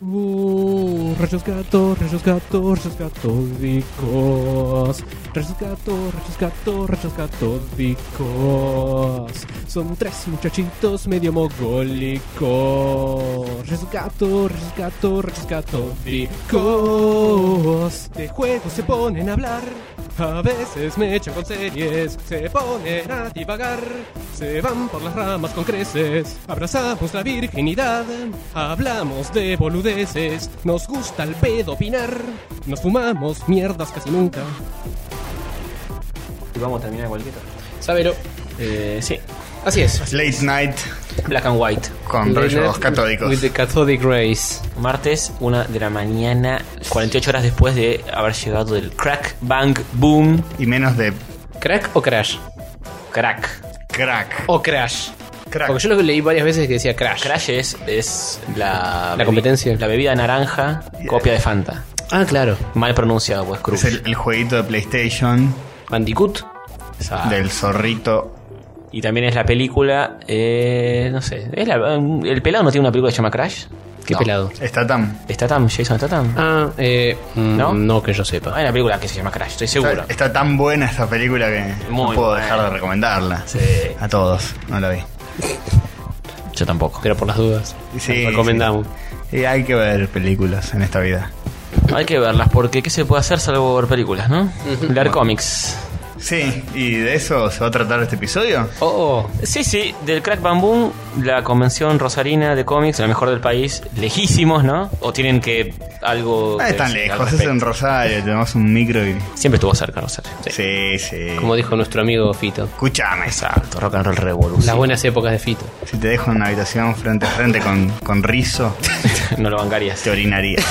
Uh, rayos gato, rayos gato, rayos catódicos. Rayos gato, rayos gato, rayos catódicos. Son tres muchachitos medio mogólicos. Rayos gato, rayos gato, rayos catódicos. De juegos se ponen a hablar. A veces me echan con series, se ponen a divagar, se van por las ramas con creces, abrazamos la virginidad, hablamos de boludeces, nos gusta el pedo opinar, nos fumamos mierdas casi nunca. Y vamos a terminar cualquiera. Sabelo. Eh, sí. Así es. Late Night Black and White. con Late rayos Night catódicos. With the Cathodic Rays. Martes, una de la mañana, 48 horas después de haber llegado del crack, bang, boom, Y menos de ¿Crack o crash? crack. Ah, crack. Oh, O crash. Crack. Porque yo lo leí varias veces que decía crash. Crash es, es la, La competencia. La bebida naranja, copia de Fanta. Ah, claro. Mal pronunciado, pues, Cruz. Es el, el jueguito de PlayStation Bandicoot. Esa- del zorrito. Y también es la película. eh, no sé. ¿es la- um, ¿El pelado no tiene una película que se llama Crash? Qué No. pelado. Está tan. ¿Statham? ¿Jason Statham? Ah, eh. mm, ¿No? ¿No? que yo Ah, sepa. Hay una película que se llama Crash, estoy seguro. Está tan buena esta película que Muy no puedo buena. dejar de recomendarla. Sí. A todos, no la vi. Yo tampoco. Pero por las dudas. Sí, recomendamos. Y hay que ver películas en esta vida. Hay que verlas, porque ¿qué se puede hacer salvo ver películas, no? Leer cómics. Sí, y de eso se va a tratar este episodio. Oh, Sí, sí, del Crack Bam Boom, la convención rosarina de cómics, la mejor del país, lejísimos, ¿no? O tienen que algo. No es que tan decir al Ah, lejos, es en respecto. Rosario, tenemos un micro y. Siempre estuvo cerca Rosario. Sí. Sí, sí. como dijo nuestro amigo Fito. Escúchame, Exacto, Rock and Roll Revolution. Las buenas épocas de Fito. si te dejo en una habitación frente a frente con, con rizo, no lo bancarías. te orinarías.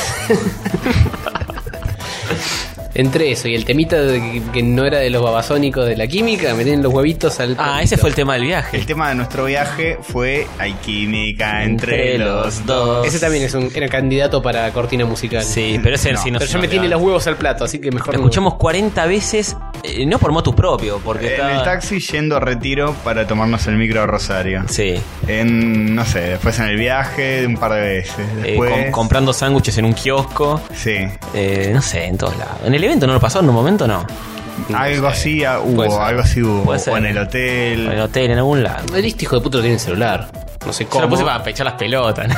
Entre eso y el temita de que, que no era de los babasónicos de la química, me tienen los huevitos al. Ah, ese fue el tema del viaje. El tema de nuestro viaje fue Hay química entre, los dos. Ese también es un, era candidato para cortina musical. Sí, pero ese No, sí no Pero se ya me nos tiene da. los huevos al plato, así que mejor. Lo no. escuchamos 40 veces, eh, no por motus propio, porque En estaba- el taxi yendo a retiro para tomarnos el micro a Rosario. Sí. eh, En, no sé, después en el viaje un par de veces. Eh, Después, com- comprando sándwiches en un kiosco. sí, eh, no sé, en todos lados. En el evento no lo pasó, en un momento no. algo así ah, hubo, Puede ser. algo así hubo. Puede ser. O en el hotel. En el hotel, en algún lado. Este hijo de puto tiene celular. No sé Yo cómo. lo puse para pechar las pelotas. ¿no?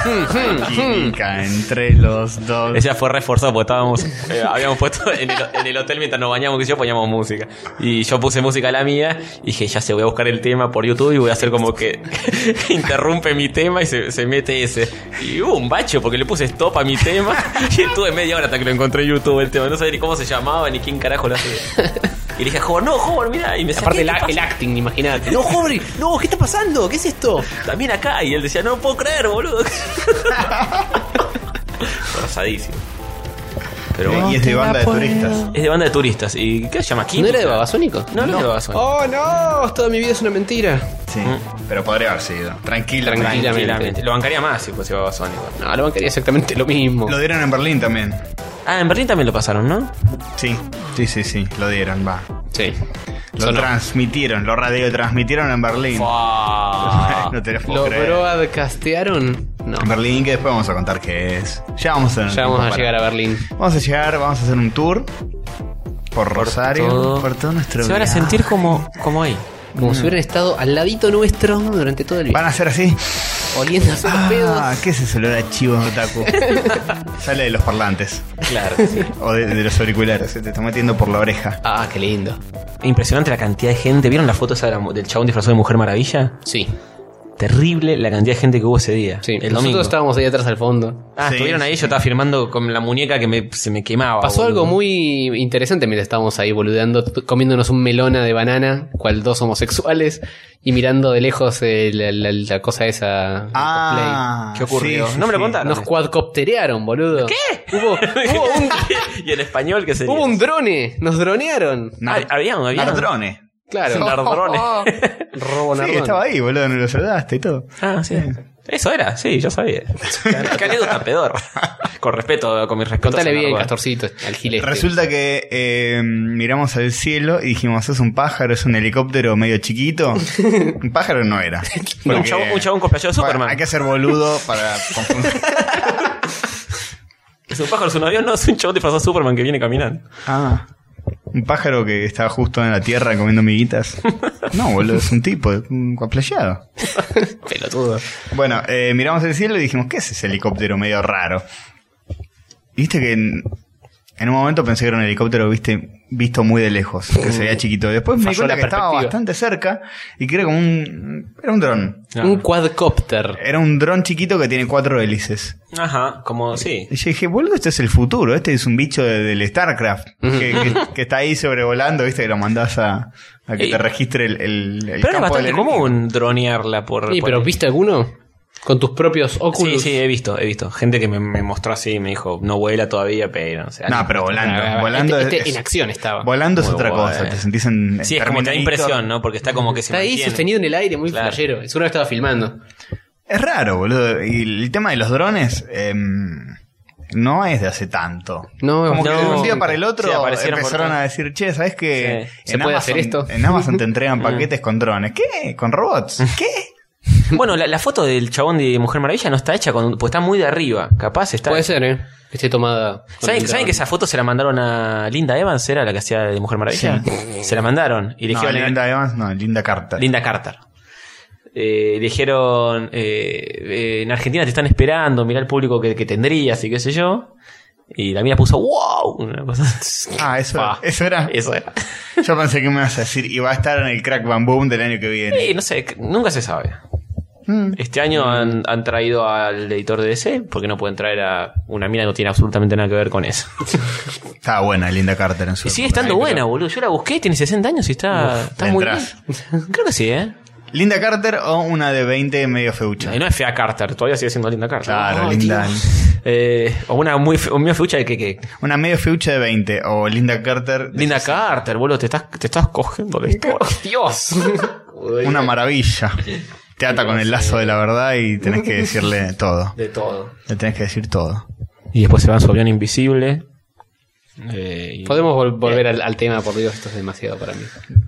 Química entre los dos. Ella fue reforzado porque estábamos. eh, habíamos puesto en el, en el hotel mientras nos bañamos, que yo poníamos música. Y yo puse música a la mía y dije, ya se voy a buscar el tema por YouTube y voy a hacer como que interrumpe mi tema y se, se mete ese. Y hubo un bacho porque le puse stop a mi tema y estuve media hora hasta que lo encontré en YouTube el tema. No sabía ni cómo se llamaba ni quién carajo lo hacía. Y le dije, Howard, no, Howard, mira. Y me saqué, Aparte el, ¿qué a- pasa? el acting, imagínate. No, Howard, no, ¿qué está pasando? ¿Qué es esto? también acá. Y él decía, no puedo creer, boludo. Rosadísimo. Pero bueno. y es de banda de turistas. Es de banda de turistas. ¿Y qué se llama? ¿No Química? era de babasónico? No, no, era de Babasónico. Oh no, toda mi vida es una mentira. Sí, pero podría haber sido. Tranquila, Tranquila. tranquila. Tranquilamente. Lo bancaría más si fuese Babasónico. No, la bancaría exactamente lo mismo. Lo dieron en Berlín también. Ah, en Berlín también lo pasaron, ¿no? Sí, sí, sí, sí, lo dieron, va. Sí. Lo transmitieron, lo radiotransmitieron en Berlín. Fua. no te lo puedo ¿Lo creer. broadcastearon? No. En Berlín, que después vamos a contar qué es. Ya vamos a tener Ya vamos tiempo a para- llegar a Berlín. Vamos a llegar, vamos a hacer un tour por, Rosario, Todo. por todo nuestro Se van a viaje. sentir como, como ahí. Como si hubieran estado al ladito nuestro durante todo el Van viaje. a ser así. Oliendo a hacer los Ah, pedos. ¿qué es ese olor a chivo otaku? Sale de los parlantes Claro. o de, de los auriculares, se te está metiendo por la oreja. Ah, qué lindo. Impresionante la cantidad de gente. ¿Vieron la foto esa de la mu- del chabón disfrazado de Mujer Maravilla? Sí, Terrible la cantidad de gente que hubo ese día. sí. El domingo. Nosotros estábamos ahí atrás al fondo. Ah, Sí, estuvieron ahí. Yo estaba firmando con la muñeca que me- se me quemaba. Pasó boludo. algo muy interesante mientras estábamos ahí boludeando, t- comiéndonos un melona de banana, cual dos homosexuales, y mirando de lejos eh, la, la- la cosa esa. el Ah, ¿Qué ocurrió? sí, sí, No me lo sí. cosplay. contaron. Nos cuadcopterearon, boludo. ¿Qué? Hubo, hubo un, y en español, ¿qué sería? hubo un drone, nos dronearon. Nar- Ah, había un- había un- Nardrone. Claro. Nardrone. Robo Sí, nardón. estaba ahí, boludo, no lo saludaste y todo. Ah, sí. Eso era, sí, yo sabía. Qué anécdota pedor. Con respeto, con mi respeto. Contale bien, Castorcito, al gilete. Resulta que eh, miramos al cielo y dijimos, ¿es un pájaro? ¿Es un helicóptero medio chiquito? un pájaro no era. Un chabón, un chabón cosplayero de Bueno, Superman. Hay que ser boludo para confundir. Es un pájaro, es un avión, no, es un chabón disfrazado de Superman que viene caminando. Ah. Un pájaro que estaba justo en la tierra comiendo miguitas. No, boludo, es un tipo, un aplayado. Pelotudo. Bueno, eh, miramos el cielo y dijimos, ¿qué es ese helicóptero medio raro? Y Viste que en, en un momento pensé que era un helicóptero viste, visto muy de lejos, que se veía chiquito. Después me di Falló cuenta la que estaba perspectiva. bastante cerca y que era como un... Era un dron. Ah. Un Eh, quadcopter. Era un dron chiquito que tiene cuatro hélices. Ajá, como sí. Y yo dije, boludo, este es el futuro, este es un bicho de- del StarCraft, que, que- que está ahí sobrevolando, viste, que lo mandás a, a que Y- te registre el, el, el Pero es campo del bastante enemigo. común dronearla por. Sí, por- pero ¿viste alguno? Con tus propios Sí, Oculus. sí, eh, he visto, he visto. Gente que me, me mostró así y me dijo, no vuela todavía, pero. O sea, No, pero volando, Ah, ah, ah, volando este- este es, en acción estaba. volando es Muy otra bueno. cosa, te sentís en Sí, es como te da Terminator. impresión, ¿no? Porque está como que se Está ahí mantiene. sostenido en el aire, muy Claro. flashero. Seguro que estaba filmando. Es raro, boludo. Y el tema de los drones em, no es de hace tanto. No, Como que no. de un día para el otro Sí, aparecieron empezaron por- a decir, che, ¿sabes qué? Sí. ¿Se puede hacer esto? En Amazon te entregan Ah. paquetes con drones. ¿Qué? ¿Con robots? ¿Qué? Bueno, la, la foto del chabón de Mujer Maravilla no está hecha con. Pues está muy de arriba. Capaz está. Puede ser, ¿eh? Que esté tomada. con ¿Saben, el saben dron. que esa foto se la mandaron a Linda Evans? ¿Era la que hacía de Mujer Maravilla? Se la mandaron. Y le No, dijeron, Linda Evans, no, Linda Carter. Linda Carter. Eh, dijeron, eh, eh, en Argentina te están esperando, mirá el público que, que tendrías y qué sé yo. Y la mía puso, wow. Una cosa así. Ah, eso, Ah. eso era. Eso era. Yo pensé que me ibas a decir, y va a estar en el crack bam boom del año que viene. Eh, no sé, c- nunca se sabe. Mm. Este año han, han traído al editor de DC porque no pueden traer a una mina que no tiene absolutamente nada que ver con eso. Estaba buena Linda Carter en su. Y sigue época. estando buena, boludo. Yo la busqué, tiene 60 años y está, está le muy bien. entras. Creo que sí, ¿eh? Linda Carter o una de 20 medio feucha. Y no es fea Carter, todavía sigue siendo linda Carter. Claro, Ay, Linda. Dios. Eh, o una muy fe- o medio feucha de que, que- Una medio feucha de 20 o Linda Carter. de Linda Carter, boludo, te estás, te estás cogiendo la historia. Dios. Una maravilla. Te ata con el lazo de la verdad y tenés que decirle todo. De todo. Le tenés que decir todo. Y después se va en su avión invisible. Eh, y- Podemos vol- volver al, al tema, por Dios, esto es demasiado para mí.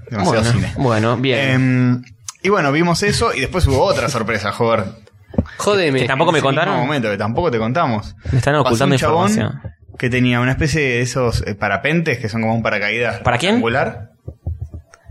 Demasiado bueno, cine. bueno, bien. Em, y bueno, vimos eso y después hubo otra sorpresa, joder. Jódeme. Que tampoco me Ese mismo contaron. momento que tampoco te contamos. Me están Pasó ocultando un chabón información. Que tenía una especie de esos eh, parapentes que son como un paracaídas. ¿Para quién? rectangular.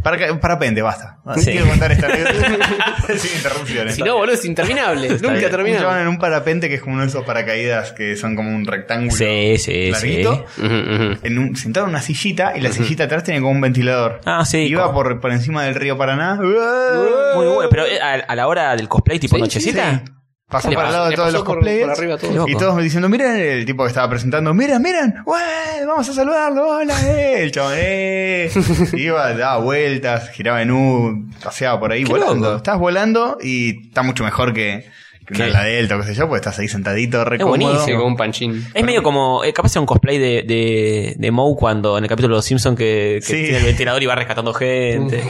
Paraca- parapente, basta. Sí. Quiero contar esta anécdota. Sin interrupciones. Si no, boludo, es interminable. Nunca bien. Un chabón terminamos. en un parapente que es como uno de esos paracaídas que son como un rectángulo Sí, sí, larguito. sí. Ujú, ujú. En un, sentado en una sillita y la sillita atrás tenía como un ventilador. Ah, sí, Iba como- por, por encima del río Paraná. Muy bueno, pero eh, a, a la hora del cosplay tipo nochecita. Sí. Pasó Le para el pasó- lado de le todos pasó los por- cosplayers. por arriba a todos. Loco. Y todos diciendo, miren el tipo que estaba presentando, miren, miren, ¡Ué! vamos a saludarlo, hola, eh. el chabón, eh. Iba, daba vueltas, giraba en U, paseaba por ahí Qué volando. loco. Estás volando y está mucho mejor que, que ¿Qué? una la Delta o qué sé yo, pues estás ahí sentadito, re Es cómodo. buenísimo. Sí, como un panchín. Es medio como, eh, capaz sea un cosplay de, de, de Moe cuando en el capítulo de los Simpsons que, que Sí. Mm. tiene el ventilador y va rescatando gente.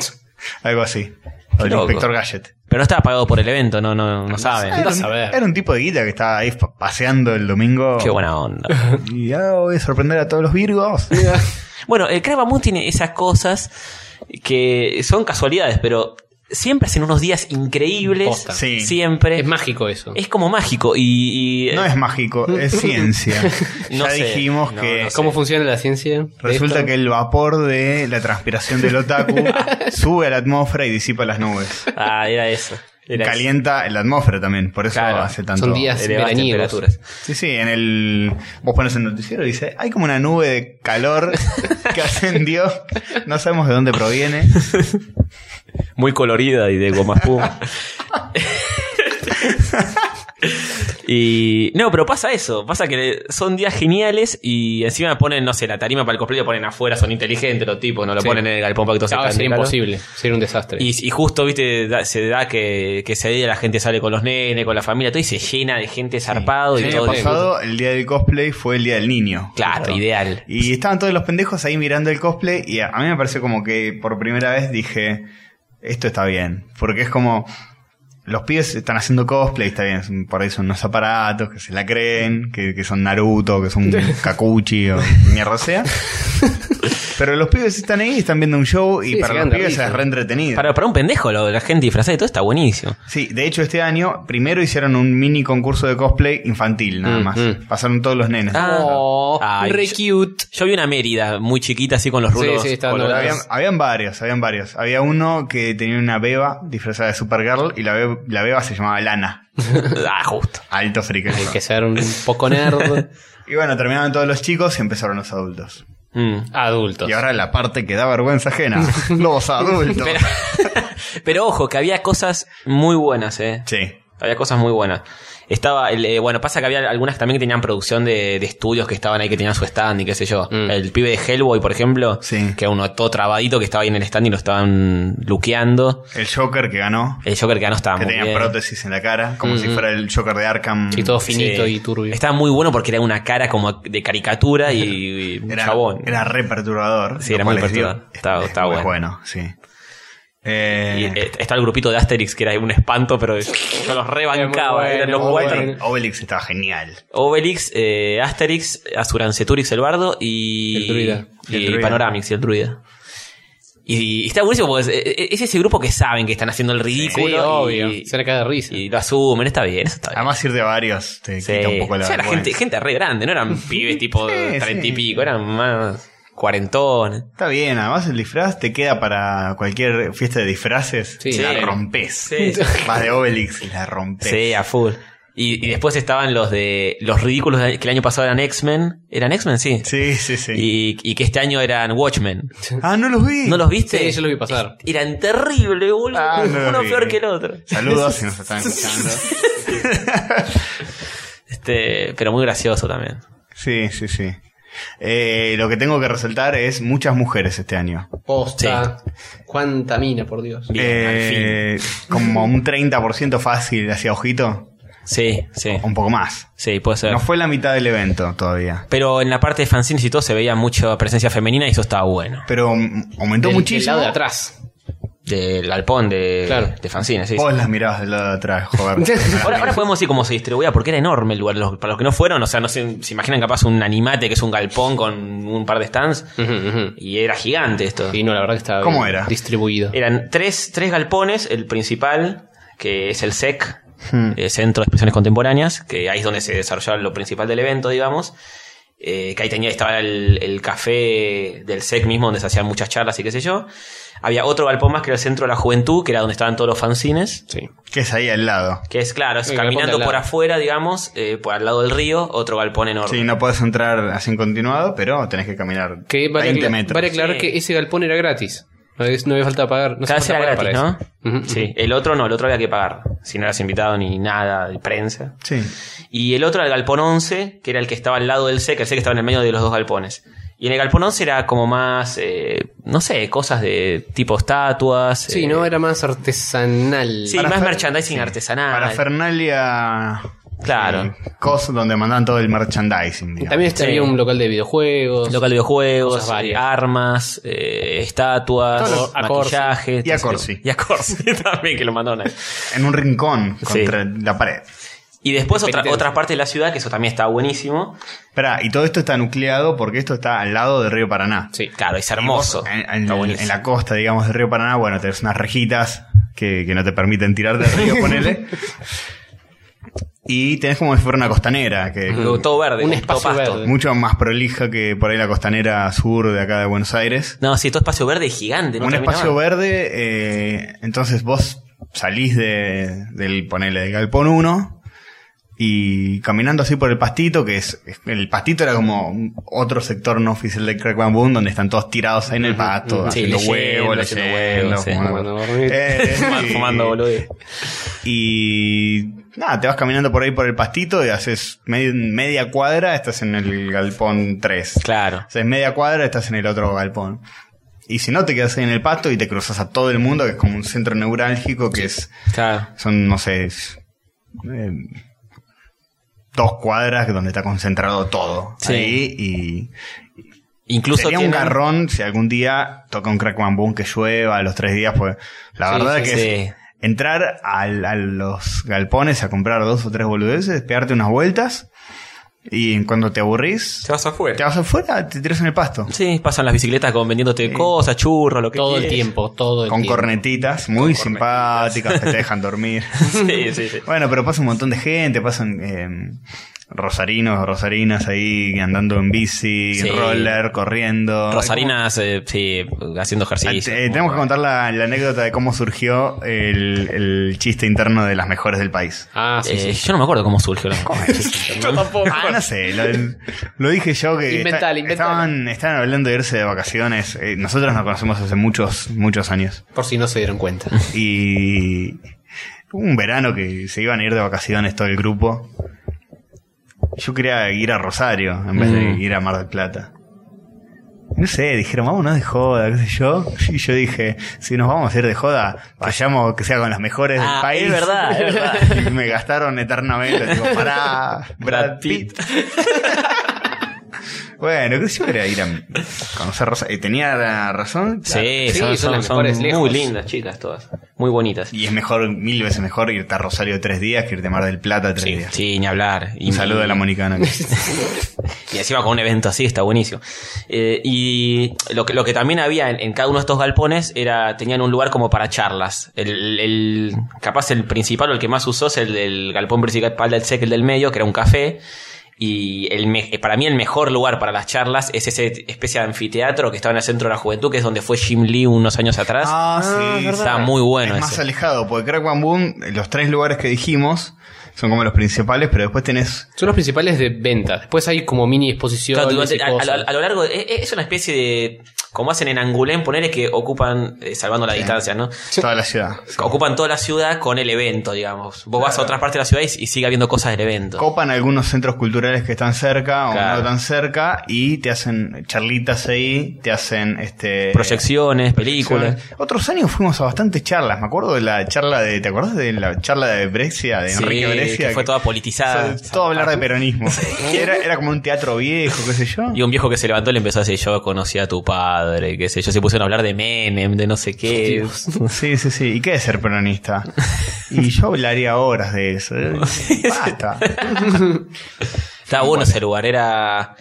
Algo así. O el loco. Eh, inspector Gadget. Pero no estaba pagado por el evento, no, no, no saben. Era a un, saber. era un tipo de guita que estaba ahí pa- paseando el domingo. Qué buena onda. Y ya voy a sorprender a todos los virgos. bueno, el Crab Moon tiene esas cosas que son casualidades, pero siempre hacen unos días increíbles. Posta. Sí. Siempre. Es Es, mágico eso. como mágico y. y- No es mágico, es ciencia. No ya sé, dijimos no, que no sé. ¿Cómo funciona la ciencia? de Resulta esto? que el vapor de la transpiración del otaku sube a la atmósfera y disipa las nubes. Ah, era eso. Era Calienta la atmósfera también, por eso Claro, hace tanto. son días eso. Elevadas veraniegos. temperaturas. Sí, sí, en el. Vos pones el noticiero y dice: hay como una nube de calor que ascendió, no sabemos de dónde proviene. Muy colorida y de goma espuma. y. No, pero pasa eso. Pasa que son días geniales y encima ponen, no sé, la tarima para el cosplay, lo ponen afuera, son inteligentes los tipos, no lo Sí. ponen en el galpón para que todos se Ah, caen de sería calor. imposible. Sería un desastre. Y, y justo, viste, da- se da que, que ese día la gente sale con los nenes, con la familia, todo y se llena de gente zarpado El y año todo. pasado, el día del cosplay fue el día del niño. Claro, justo. ideal. Y estaban todos los pendejos ahí mirando el cosplay y a, a mí me pareció como que por primera vez dije, esto está bien, porque es como los pibes están haciendo cosplay, está bien, son- por ahí son unos aparatos que se la creen, que, que son Naruto, que son Kakuchi o mierda sea. Pero los pibes están ahí, están viendo un show y Sí, se para quedan los de pibes risa. es re entretenido. Para, para un pendejo, lo de la gente disfrazada y todo está buenísimo. Sí, de hecho este año primero hicieron un mini concurso de cosplay infantil nada Mm, más. mm. Pasaron todos los nenes. Ah, Oh, Ay, re yo- cute. Yo vi una Mérida muy chiquita así con los Sí, rulos. sí, está colorados. dando Habían, habían varios, habían varios. Había uno que tenía una beba disfrazada de Supergirl y la, be- la beba se llamaba Lana. ah, justo. Alto frique. Hay que ser un poco nerd. Y bueno, terminaron todos los chicos y empezaron los adultos. Mm. Adultos. Y ahora la parte que da vergüenza ajena. los adultos. Pero, pero ojo, que había cosas muy buenas, eh. Sí. Había cosas muy buenas. Estaba, el, eh, bueno, pasa que había algunas también que tenían producción de, de estudios que estaban ahí, que tenían su stand y qué sé yo. Mm. El pibe de Hellboy, por ejemplo, Sí. que era uno todo trabadito que estaba ahí en el stand y lo estaban luqueando. El Joker que ganó, El Joker que no estaba que muy tenía bien. prótesis en la cara, como si Mm. fuera el Joker de Arkham. Y todo finito Sí. y turbio. Estaba muy bueno porque era una cara como de caricatura y, y un Era, chabón. era re perturbador. Sí, lo era muy cual es- perturbador. es- Estaba- es estaba muy bueno. bueno, sí. Y, Eh, eh, está el grupito de Asterix que era un espanto, pero yo los rebancaba. bueno, eran los muy guachos. bueno. Obelix estaba genial. Obelix, eh, Asterix, Asuranceturix el bardo y. El druida. Y, Y el druida. Panoramix y el druida. Y, y está buenísimo porque es, eh, es ese grupo que saben que están haciendo el ridículo. Sí, y, obvio. Se le cae de risa. y lo asumen, está bien, eso está bien. Además ir de varios te Sí. quita un poco la O sea, era vergüenza. gente, gente re grande, no eran pibes tipo Sí, treinta y sí. pico, eran más cuarentones. Está bien, además el disfraz te queda para cualquier fiesta de disfraces. Sí. La Sí. rompes. Sí. Vas de Obelix y la rompes. Sí, a full. Y, y después estaban los de los ridículos de- que el año pasado eran X-Men. ¿Eran X-Men? Sí. sí, sí. sí. Y, y que este año eran Watchmen. Ah, no los vi. ¿No los viste? Sí, yo lo vi pasar. Eran terribles, boludo. Ah, no los Uno vi. peor que el otro. Saludos si nos están escuchando. Este, pero muy gracioso también. Sí, sí, sí. Eh, lo que tengo que resaltar es muchas mujeres este año. Posta. Cuánta mina, por Dios. Bien, Eh, Como un 30% fácil hacia ojito, Sí, sí. un poco más. Sí, puede ser. No fue la mitad del evento todavía. Pero en la parte de fanzines y todo se veía mucha presencia femenina y eso estaba bueno. Pero mm, aumentó Del- Del muchísimo. lado de atrás. Del alpón de, Claro. de fanzines, sí. sí. Vos las mirabas del lado de atrás, joder. Ahora, ahora podemos decir cómo se distribuía, porque era enorme el lugar. Los- para los que no fueron, o sea, no se, se imaginan capaz un animate que es un galpón con un par de stands. Y era gigante esto. Y no, la verdad que estaba ¿Cómo bien era? distribuido. Eran tres, tres galpones, el principal, que es el SEC, Hmm. eh, Centro de Expresiones Contemporáneas, que ahí es donde se desarrollaba lo principal del evento, digamos. Eh, que ahí tenía, estaba el, el café del SEC mismo, donde se hacían muchas charlas y qué sé yo. Había otro galpón más que era el Centro de la Juventud, que era donde estaban todos los fanzines. Sí. que es ahí al lado. Que es claro, es El galpón de caminando al lado. por afuera, digamos, eh, por al lado del río, otro galpón enorme. Sí, no puedes entrar así en continuado, pero tenés que caminar Que vale, 20 acla- metros. vale aclarar Sí. que ese galpón era gratis. No, es- no había falta pagar. No Cada vez hacía era falta gratis, pagar ¿no? para eso. Ujú, Sí, ujú. el otro no, el otro había que pagar. Si no eras invitado ni nada, de prensa. Sí. Y el otro era el galpón 11, que era el que estaba al lado del SEC, el SEC estaba en el medio de los dos galpones. Y en el galpón 11 era como más, eh, no sé, cosas de tipo estatuas. Sí, eh, no, era más artesanal. Sí, Para- más Parafer- merchandising artesanal. Para Fernalia. eh, Claro. cosas donde mandan todo el merchandising. digamos. También había Sí. un local de videojuegos. Local de videojuegos, Cosas varias. armas, eh, estatuas, Todos los- maquillaje. Y todo a eso. Corsi. Y a Corsi también, que lo mandaron ahí. En un rincón Sí. contra la pared. Y después otra, Penitencia. otra parte de la ciudad, que eso también estaba buenísimo. Espera, y todo esto está nucleado porque esto está al lado del río Paraná. Sí. Claro, es Y vos, hermoso. En, en- Está en buenísimo. la costa, digamos, del río Paraná, bueno, tenés unas rejitas que, que no te permiten tirar del río, ponele. Y tenés como si fuera una costanera, que Todo verde, Un todo espacio pasto. verde. mucho más prolija que por ahí la costanera sur de acá de Buenos Aires. No, sí, todo espacio verde gigante. No un terminaba. espacio verde, eh, entonces vos salís de, del, ponele, del galpón 1 y caminando así por el pastito, que es, es- el pastito era como un- otro sector no oficial de Crack Bang Boom, donde están todos tirados ahí en el pasto, ujú. Sí, haciendo leyendo, huevos, haciendo leyendo, huevos, sí. fumando- Fumando barniz. Eh, Fumando- y- Fumando, boludo. Y nada, te vas caminando por ahí por el pastito y haces me- media cuadra, estás en el galpón 3. Claro. O sea, en media cuadra estás en el otro galpón. Y si no, te quedas ahí en el pasto y te cruzas a todo el mundo, que es como un centro neurálgico, que es, Claro. son, no sé, es, eh, dos cuadras donde está concentrado todo. Sí. Ahí, y Incluso sería un tienen- garrón si algún día toca un crack bamboo que llueva a los tres días, pues la Sí, verdad sí, que es- sí. es, entrar al- a los galpones a comprar dos o tres boludeces, pegarte unas vueltas y en cuando te aburrís, Te vas afuera. te vas afuera, te tiras en el pasto. Sí, pasan las bicicletas con vendiéndote cosas, churros, lo que Todo el quieras. tiempo, todo el eh, Con tiempo. cornetitas, muy simpáticas, que te dejan dormir. Sí, sí, sí. Bueno, pero pasa un montón de gente, pasan eh, rosarinos, rosarinas ahí andando en bici, Sí. en roller, corriendo. Rosarinas, eh, sí, haciendo Ah, ejercicio. te- eh, tenemos que contar la, la anécdota de cómo surgió el, el chiste interno de las mejores del país. Ah, sí, Eh, sí. Yo no me acuerdo cómo surgió la Ah, no sé, lo, lo dije yo que Inventale, inventale. Estaban, estaban hablando de irse de vacaciones. Eh, nosotros nos conocemos hace muchos, muchos años. Por si no se dieron cuenta. Y hubo un verano que se iban a ir de vacaciones todo el grupo. Yo quería ir a Rosario en vez de Mm. ir a Mar del Plata. No sé, dijeron, vámonos de joda, qué sé yo. Y yo dije, si nos vamos a ir de joda, vayamos que sea con las mejores Ah, del país. es verdad, es verdad. Y me gastaron eternamente. Digo, pará, Brad Pitt. bueno, qué sé yo quería ir a conocer Rosario. Y tenía razón. Sí, Sí, son, son son- las son mejores muy lejos. lindas, chicas, todas. Muy bonitas. Y es mejor, mil veces mejor irte a Rosario tres días que irte a Mar del Plata tres Sí, días. sí, ni hablar. Y, Un saludo a la monicana. Y encima con un evento así, está buenísimo. Eh, y lo que, lo que también había en, en cada uno de estos galpones era, tenían un lugar como para charlas. El, el- capaz el principal o el que más usó es el del galpón principal del SEC, el del medio, que era un café. Y el me- eh, para mí el mejor lugar para las charlas es ese especie de anfiteatro que estaba en el centro de la juventud, que es donde fue Jim Lee unos años atrás. Ah, sí. está muy bueno es ese. más alejado, porque Crack Bam Boom, los tres lugares que dijimos, son como los principales, pero después tenés... Son los principales de venta. Después hay como mini exposiciones. Claro, durante- y a, a- cosas. a lo largo, de- es, es una especie de, como hacen en Angulén, poner que ocupan, eh, salvando la distancia, ¿no? Toda la ciudad. Ocupan toda la ciudad con el evento, digamos. Vos vas a otras partes de la ciudad y, y sigue habiendo cosas del evento. Copan algunos centros culturales que están cerca o Claro. no tan cerca y te hacen charlitas ahí, te hacen este... Eh, Proyecciones, películas. Otros años fuimos a bastantes charlas. Me acuerdo de la charla de. ¿Te acordás de la charla de Brescia? De Sí, Enrique Brescia. que fue toda politizada. O sea, todo hablar de peronismo. Era, era como un teatro viejo, qué sé yo. Y un viejo que se levantó y le empezó a decir, yo conocí a tu padre, qué sé yo. Se pusieron a hablar de Menem, de no sé qué. Sí, sí, sí. ¿Y qué es ser peronista? Y yo hablaría horas de eso. Basta. Estaba bueno ese lugar. Era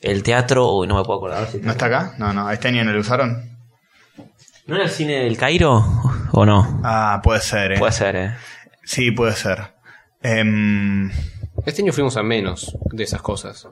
el teatro... Uy, no me puedo acordar. ¿No está acá? No, no. Este año no lo usaron. ¿No era el cine del Cairo o no? Ah, puede ser, eh. Puede ser, eh. Sí, puede ser. Em, Este año fuimos a menos de esas cosas.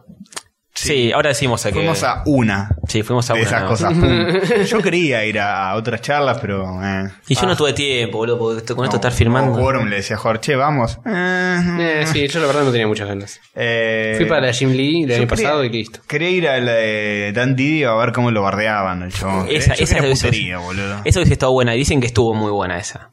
Sí, ahora decimos a que... fuimos a una Sí, fuimos a de una, esas ¿no? cosas. Pum. Yo quería ir a, a otras charlas, pero. eh. Y yo no tuve tiempo, boludo, porque esto- con esto estar firmando... O Quorum le decía a Jorge, "Che, vamos. Eh, sí, yo la verdad no tenía muchas ganas. Mm. Eh, Fui para la Jim Lee el yo quería- año pasado y listo. Quería ir a la de Dan Didio a ver cómo lo bardeaban el chabón. Esa, Yo esa quería es putería, boludo. Ah. Eso hubiese estado buena. y Dicen que estuvo muy buena esa.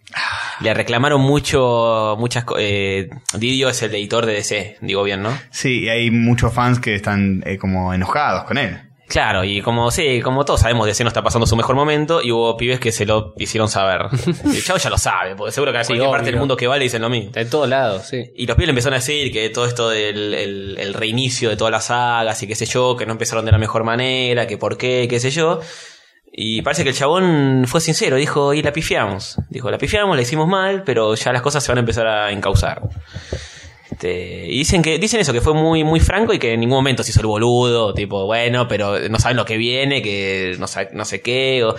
Le reclamaron mucho, muchas co- eh, Didio es el editor de DC, digo bien, ¿no? Sí, y hay muchos fans que están eh, como enojados con él. Claro, y como sí, como todos sabemos, DC no está pasando su mejor momento y hubo pibes que se lo hicieron saber. El chavo ya lo sabe, porque seguro que a Sí, cualquier parte obvio. del mundo que va le dicen lo mismo. Está en todos lados, sí. Y los pibes le empezaron a decir que todo esto del el, el reinicio de todas las sagas y qué sé yo, que no empezaron de la mejor manera, que por qué, qué sé yo. Y parece que el chabón fue sincero, dijo, y la pifiamos. Dijo, la pifiamos, la hicimos mal, pero ya las cosas se van a empezar a encauzar. Este, y dicen que dicen eso, que fue muy muy franco y que en ningún momento se hizo el boludo, tipo, bueno, pero no saben lo que viene, que no, sa- no sé qué. o-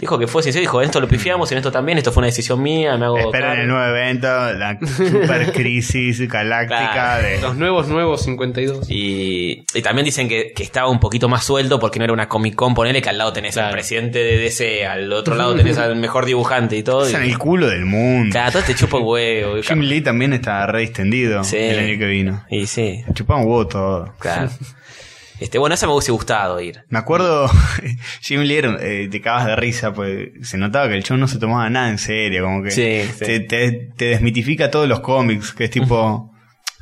dijo que fue sincero, dijo, en esto lo pifiamos, en esto también, esto fue una decisión mía, Oh, me hago... Esperen cargo". el nuevo evento, la super crisis galáctica Claro. de... Los nuevos, nuevos 52. Y, y también dicen que, que estaba un poquito más sueldo porque no era una Comic Con. Ponele que al lado tenés al Claro. presidente de DC, al otro lado tenés al mejor dibujante y todo. Es en Y, el culo del mundo. claro, todo te chupa un huevo. Y, Jim Lee también está re distendido Sí. el año que vino. y sí, Chupaba un huevo todo. claro. Este, bueno, esa me hubiese gustado ir. Me acuerdo, Jim Lee, era un- eh, te cagabas de risa, pues se notaba que el show no se tomaba nada en serio, como que Sí, sí. Te, te- te desmitifica todos los cómics, que es tipo,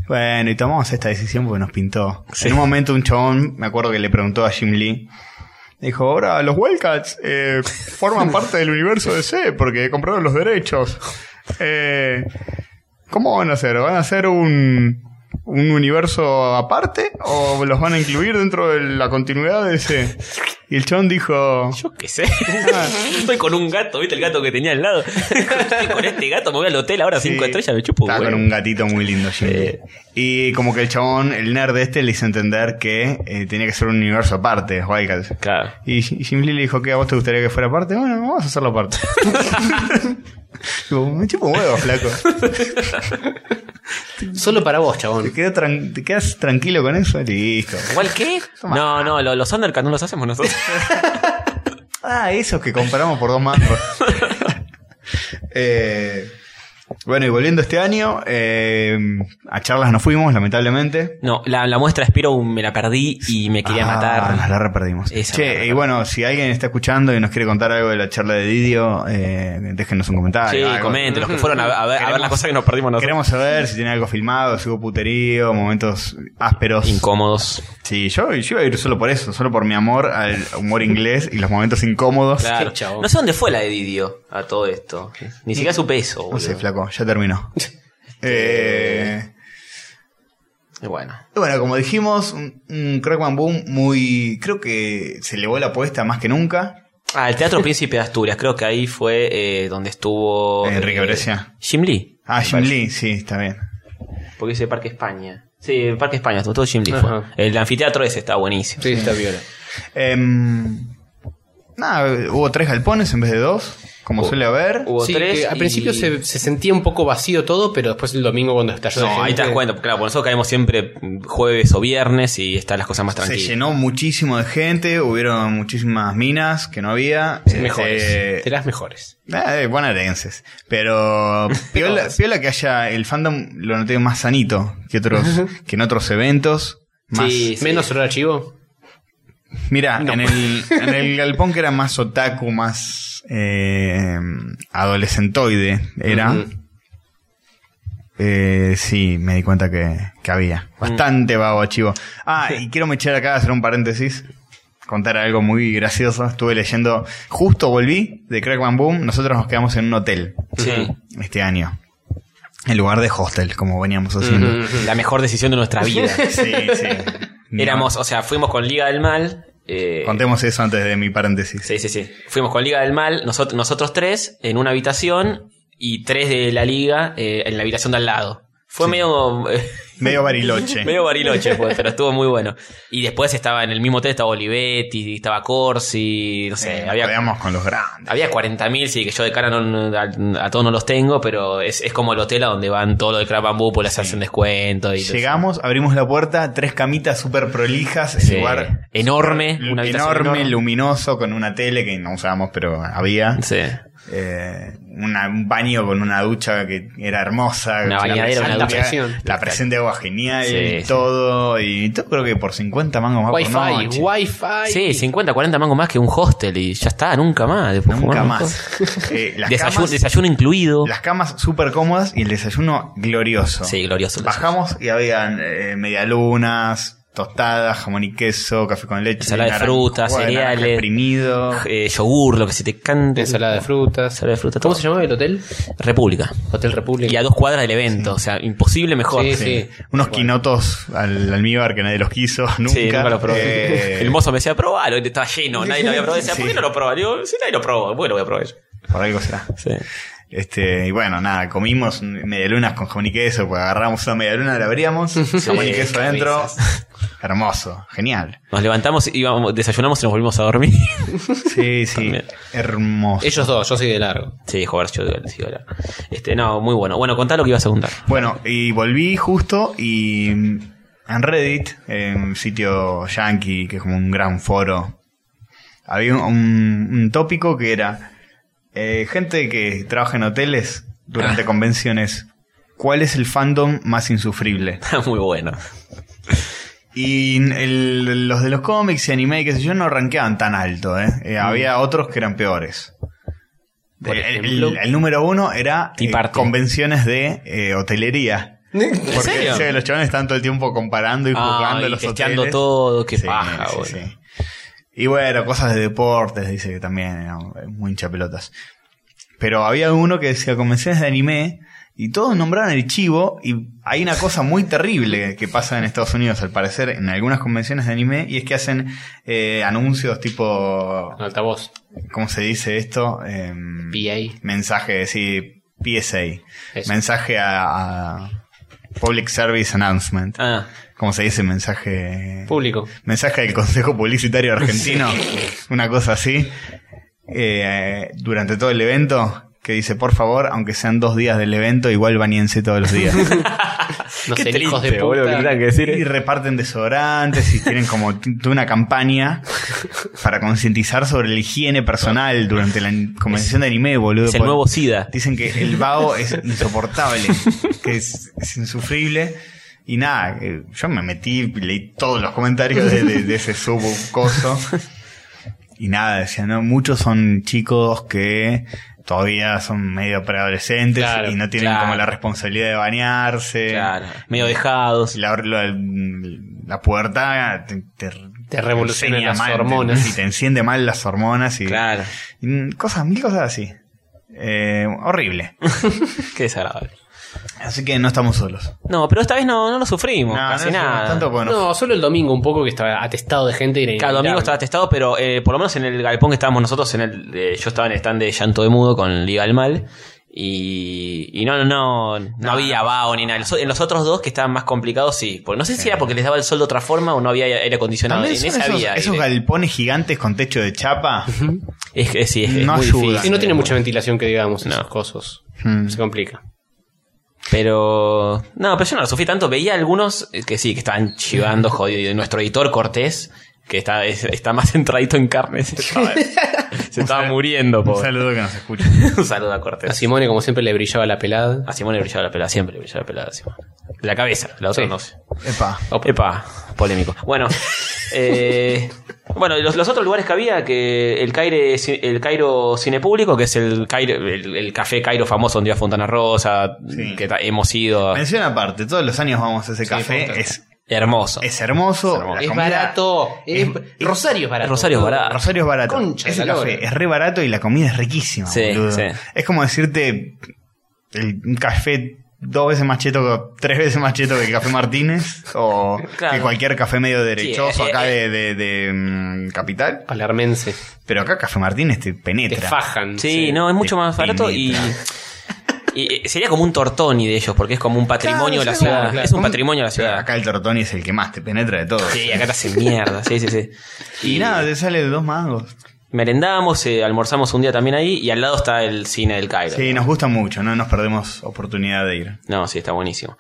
bueno, y tomamos esta decisión porque nos pintó. En un momento un chabón, me acuerdo que le preguntó a Jim Lee, dijo, ahora los Wildcats eh, forman parte del universo DC porque compraron los derechos. Eh, ¿Cómo van a hacer? ¿Van a hacer un, un universo aparte o los van a incluir dentro de la continuidad de ese? Y el chabón dijo, Yo qué sé. Estoy con un gato, ¿viste el gato que tenía al lado? Estoy con este gato, me voy al hotel ahora Sí. cinco estrellas, me chupo, Estaba güey. con un gatito muy lindo, Jimmy. Sí. Y como que el chabón, el nerd este, le hizo entender que eh, tenía que ser un universo aparte, Wildcats. Claro. Y Jim Jim Lee le dijo que a vos te gustaría que fuera aparte. Bueno, vamos a hacerlo aparte. Digo, me chupo un huevo, flaco. Solo para vos, ¿Te, chabón. quedas tran- te quedas tranquilo con eso? Listo. ¿Igual qué? No, no, lo- los Undercut no los hacemos nosotros. Ah, esos que compramos por dos mangos. Eh, bueno, y volviendo este año, eh, a charlas no fuimos, lamentablemente. No, la, la muestra de Spiro me la perdí y me quería Ah, Nos matar. la reperdimos. Esa che, nos la y bueno, si alguien está escuchando y nos quiere contar algo de la charla de Didio, eh, déjenos un Sí, comentario. algo. comenten, los que fueron a, a ver, a ver las Queremos- cosas que nos perdimos nosotros. Queremos saber si tiene algo filmado, si hubo puterío, momentos ásperos. Incómodos. sí, yo, yo iba a ir solo por eso, solo por mi amor al humor inglés y los momentos incómodos. Claro. chabón. No sé dónde fue la de Didio a todo esto. Ni siquiera su peso, No sé, boludo. flaco, ya terminó. eh, Y Bueno. y bueno, como dijimos, un, un Crackman Boom muy... Creo que se elevó la apuesta más que nunca. Ah, el Teatro Príncipe de Asturias, creo que ahí fue eh, donde estuvo. Enrique eh, Brescia. Jim Lee, Ah, Jim Lee, sí, está bien. porque dice Parque España. Sí, Parque España, estuvo todo Jim Lee. fue. Ajá. El anfiteatro ese está buenísimo. Sí, está viola. Em, nada, hubo tres galpones en vez de dos, como Hubo- suele haber. Hubo Sí, tres. que al y- principio se, se sentía un poco vacío todo, pero después el domingo cuando estalló No, de ahí gente- te das cuenta, porque, claro, por nosotros caemos siempre mm, jueves o viernes y están las cosas más Se tranquilas. llenó muchísimo de gente, hubieron muchísimas minas que no había. Sí, Mejores. Este, De las mejores. Eh, bonaerenses. Pero piola, piola que haya el fandom lo noté más sanito que otros que en otros eventos. Más, Sí, sí. Menos olor a chivo. Mira, en, el, en el galpón que era más otaku, más eh, adolescentoide, era. Ujú. eh, sí, me di cuenta que, que había. Mm. Bastante vago, chivo. Ah, y quiero me echar acá, hacer un paréntesis. Contar algo muy gracioso. Estuve leyendo, justo volví de Crackman Boom. Nosotros nos quedamos en un hotel Sí. este año. En lugar de hostel, como veníamos haciendo. La mejor decisión de nuestra vida. Sí, sí. No, Éramos, o sea, fuimos con Liga del Mal. eh, Contemos eso antes de mi paréntesis. Sí, sí, sí. Fuimos con Liga del Mal, nosot- nosotros tres, en una habitación, y tres de la Liga eh, en la habitación de al lado. Fue medio, eh, Medio bariloche. medio bariloche, fue, pero estuvo muy bueno. Y después estaba en el mismo hotel, estaba Olivetti, estaba Corsi, no sé, Eh, había, Peleamos con los grandes. había 40.000, sí, que yo de cara no- a, a todos no los tengo, pero es, es como el hotel a donde van todos los de Crab Bamboo, por les hacen descuento. Y todo eso. Llegamos, abrimos la puerta, tres camitas súper prolijas, el Sí. lugar Enorme, super- una habitación enorme, enorme. luminoso, con una tele que no usábamos, pero había. Sí. Eh, una- un baño con una ducha que era hermosa. Una La bañadera, presión una de- ducha. La presión de agua genial y Sí, todo. Y todo creo que por 50 mangos más por Wi-Fi, noche. Wi-Fi. Sí, 50, 40 mangos más que un hostel y ya está, nunca más. después Nunca fumamos. más. Eh, las, Desayuno, camas, desayuno incluido. las camas súper cómodas y el desayuno glorioso. Sí, glorioso. Bajamos y habían eh, medialunas, tostadas, jamón y queso, café con leche, Ensalada de naranja, frutas, jugo de naranja cereales. exprimido. Eh, yogur, lo que se te cante. Ensalada de frutas. Ensalada de frutas, ¿Cómo todo. se llamaba el hotel? República. Hotel República. Y a dos cuadras del evento. O sea, imposible mejor. Sí, sí. Unos quinotos al almíbar que nadie los quiso nunca. Sí, nunca lo probé. Eh, El mozo me decía, probalo. Y estaba lleno. Nadie lo había probado. Decía, Sí. ¿por qué no lo probas? Digo, si nadie lo probó. Bueno, voy a probar yo. por algo será. Sí. Este, y bueno, nada, comimos medialunas con jamón y queso, pues agarramos una medialuna, la abríamos, jamón y queso adentro. Hermoso, genial. Nos levantamos, íbamos, desayunamos y nos volvimos a dormir. Sí, sí, También. hermoso. Ellos dos, yo soy de largo. sí, joder, yo digo, sí, hola. Este, no, muy bueno. Bueno, contá lo que ibas a contar. Bueno, y volví justo y mm, en Reddit, en un sitio yankee, que es como un gran foro, había un, un- un tópico que era eh, gente que trabaja en hoteles durante convenciones. ¿Cuál es el fandom más insufrible? Está muy bueno. Y el- los de los cómics y anime, qué sé yo, no rankeaban tan alto, ¿eh? Eh, había otros que eran peores. Mm. Por El- el- ejemplo, el, número uno era Tea eh, Party. convenciones de eh, hotelería. Porque serio? sí, los chavales están todo el tiempo comparando y Ah, juzgando y los testeando hoteles. todo, qué Sí, paja, sí, boludo. sí. Y bueno, cosas de deportes, dice que también era muy hinchapelotas. Pero había uno que decía convenciones de anime Y todos nombraron el chivo y hay una cosa muy terrible que pasa en Estados Unidos, al parecer, en algunas convenciones de anime, y es que hacen eh, anuncios tipo, Un altavoz. ¿cómo se dice esto? Em, PA. mensaje, sí, PSA. Eso. Mensaje a, a Public Service Announcement. Ah, ¿Cómo se dice mensaje? Público. Mensaje del Consejo Publicitario Argentino, una cosa así, eh, durante todo el evento, que dice, por favor, aunque sean dos días del evento, igual bañense todos los días. No qué sé, triste, hijos de boludo, que puta. tengan que y decir. reparten desodorantes y tienen como t- toda una campaña para concientizar sobre la higiene personal durante la an- convención de anime, boludo. Es el Por- nuevo SIDA. Dicen que el vago es insoportable, que es, es insufrible. Y nada, eh, yo me metí, leí todos los comentarios de, de- de ese subcoso. Y nada, decían, ¿no? muchos son chicos que todavía son medio preadolescentes Claro, y no tienen claro. como la responsabilidad de bañarse. Claro, medio dejados. La, la, la puerta te, te, Te revoluciona enseña las mal, te- hormonas. y te enciende mal las hormonas y, Claro, y cosas, mil cosas así. Eh, horrible. qué desagradable. Así que no estamos solos. No, pero esta vez no, no lo sufrimos, casi no es nada. Tanto porque nos- No, solo el domingo un poco que estaba atestado de gente. y era Cada domingo inevitable. estaba testado, pero eh, por lo menos en el galpón que estábamos nosotros, en el, eh, yo estaba en el stand de Llanto de Mudo con Liga al Mal. Y, y no, no, no, no, había vaho ni nada. En los otros dos que estaban más complicados, sí. Porque no sé si era porque les daba el sol de otra forma o no había aire acondicionado. También En son ese esos, había esos aire. galpones gigantes con techo de chapa. Es que sí, es, es no muy ayuda. difícil. Y no tiene mucha ventilación que digamos No. esos cosos. Hmm. Se complica. Pero. No, pero yo no lo sufrí tanto. Veía algunos eh, que sí, que estaban chivando, jodido. Y nuestro editor Cortés, que está, es- está más entradito en carne, se estaba, se estaba saludo- muriendo, Un pobre. saludo que nos escucha. Un saludo a Cortés. A Simone, como siempre, le brillaba la pelada. A Simón le brillaba la pelada, siempre le brillaba la pelada a Simón. La cabeza, la otra Sí. no sé. Epa. Opa. Epa, polémico. Bueno, eh, bueno los, los otros lugares que había, que el, Caire, ci- el Cairo Cine Público, que es el, Cairo, el, el café Cairo famoso donde iba Fontana Rosa, Sí. que ta- hemos ido. a- Mención aparte, todos los años vamos a ese puta. café. Es, Hermoso. es hermoso. la Es comida- barato. Es- Rosario es barato. Rosario es barato. Rosario es barato. Concha de ese la café lora. es re barato y la comida es riquísima. Sí, boludo. sí. Es como decirte el, un café dos veces más cheto, que- tres veces más cheto que el café Martínez o Claro. que cualquier café medio derechoso eh, acá eh, de, de- de, mm, Capital. Palermense. Pero acá Café Martínez te Te penetra. fajan. Sí, no, es mucho más barato y, y, eh, sería como un tortoni de ellos, porque es como un patrimonio de la Claro, ciudad. claro. Es un patrimonio de la ciudad. Acá el Tortoni es el que más te penetra de todo. Sí, acá te hace mierda, sí, sí, sí. Y nada, te sale de dos mangos. Merendamos, eh, almorzamos un día también ahí y al lado está el cine del Cairo. Sí, nos gusta mucho, no nos perdemos oportunidad de ir. No, sí, está buenísimo.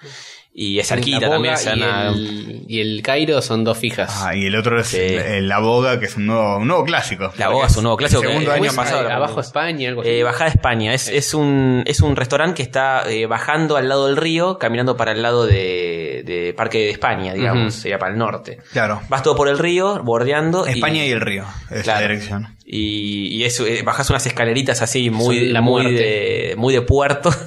Y es La cerquita boga también. o sea, Y nada- el, y el Cairo son dos fijas. Ah, y el otro es Sí. eh, La Boga, que es un nuevo, un nuevo clásico. La Boga es un nuevo clásico El segundo que- año Uy, Bueno, pasado ay, la Eh, abajo pandemia. España, algo así. Eh, Bajada España, es, es un es un restaurante que está eh, bajando al lado del río, caminando para el lado de, de Parque de España, digamos, Ujú. sería para el norte. Claro. Vas todo por el río, bordeando. España y el río, es Claro. la dirección. Y, y eso, eh, bajás unas escaleritas así, muy, la muy, muerte. de, muy de puerto.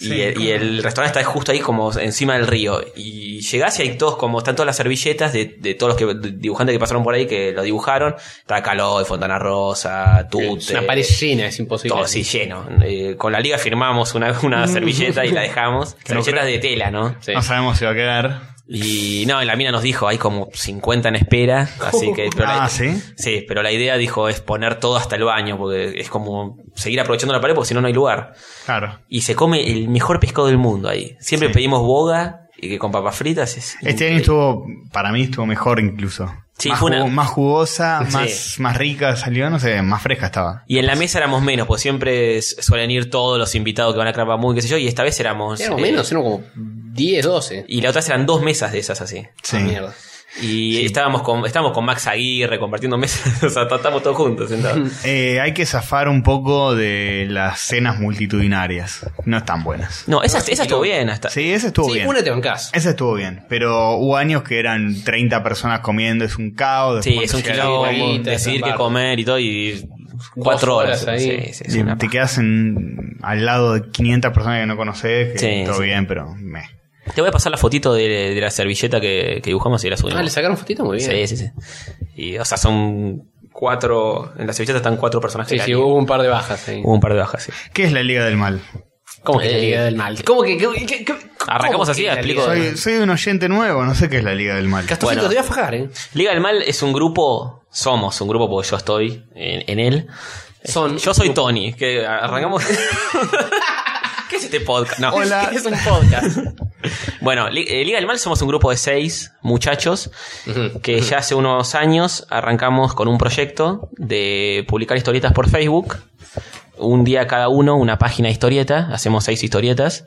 Sí, y, el, y el restaurante está justo ahí, como encima del río. Y llegás y hay todos, como están todas las servilletas de, de todos los que, de dibujantes que pasaron por ahí que lo dibujaron. Está Caló, Fontana Rosa, Tute. es una pared llena, es imposible. Todo así lleno. Eh, con la liga firmamos una, una servilleta y la dejamos. Servilletas de tela, ¿no? Sí. No sabemos si va a quedar. Y no, la mina nos dijo, hay como 50 en espera, así que... pero la- Ah, ¿sí? Sí, pero la idea dijo es poner todo hasta el baño, porque es como seguir aprovechando la pared porque si no, no hay lugar. Claro. Y se come el mejor pescado del mundo ahí. Siempre Sí. pedimos boga y que con papas fritas es... Este año estuvo, para mí estuvo mejor incluso. Sí, más, fue una- jugo- más jugosa, Sí. Ah, más, más rica salió, no sé, más fresca estaba. Y en la mesa éramos menos, porque siempre s- suelen ir todos los invitados que van a Crapa Muy, qué sé yo, y esta vez éramos... Éramos eh, menos, eran como 10, 12. Y la otra vez eran dos mesas de esas así. Sí. Ah, mierda. Y estábamos con estábamos con Max Aguirre compartiendo mesas, o sea, estábamos todos juntos sentados. Eh, hay que zafar un poco de las cenas multitudinarias. No están buenas. No, esa, esa estuvo bien hasta... Sí, ese estuvo sí, bien. una te bancás. Ese estuvo bien. Pero hubo años que eran 30 personas comiendo, es un caos. Sí, después es un llega- quilombo la guita, decidir esa qué parte. comer y todo y cuatro horas. horas ahí. Sí, sí, es y una te paja. quedas en- al lado de 500 personas que no conoces, que Sí, todo sí. bien, pero meh. Te voy a pasar la fotito de, de la servilleta que, que dibujamos y la subimos. Ah, le sacaron fotito muy bien. sí, sí, sí. Y, o sea, son cuatro. En la servilleta están cuatro personajes. Sí, de sí, la hubo liga. un par de bajas ahí. Hubo un par de bajas, sí. ¿Qué es la Liga del Mal? ¿Cómo que la Eh, Liga del Mal? ¿Cómo que.? que- que- que- Arrancamos cómo así, que la explico. Liga del Soy, Mal? soy un oyente nuevo, no sé qué es la Liga del Mal. Castorcito, Bueno. te voy a fajar, ¿eh? Liga del Mal es un grupo, somos un grupo porque yo estoy en, en él. Son- Yo soy Tony, que arrancamos. ¿Qué es este podcast? No. Hola. Es un podcast. Bueno, Li- eh, Liga del Mal somos un grupo de seis muchachos que ya hace unos años arrancamos con un proyecto de publicar historietas por Facebook. Un día cada uno, una página de historieta, hacemos seis historietas.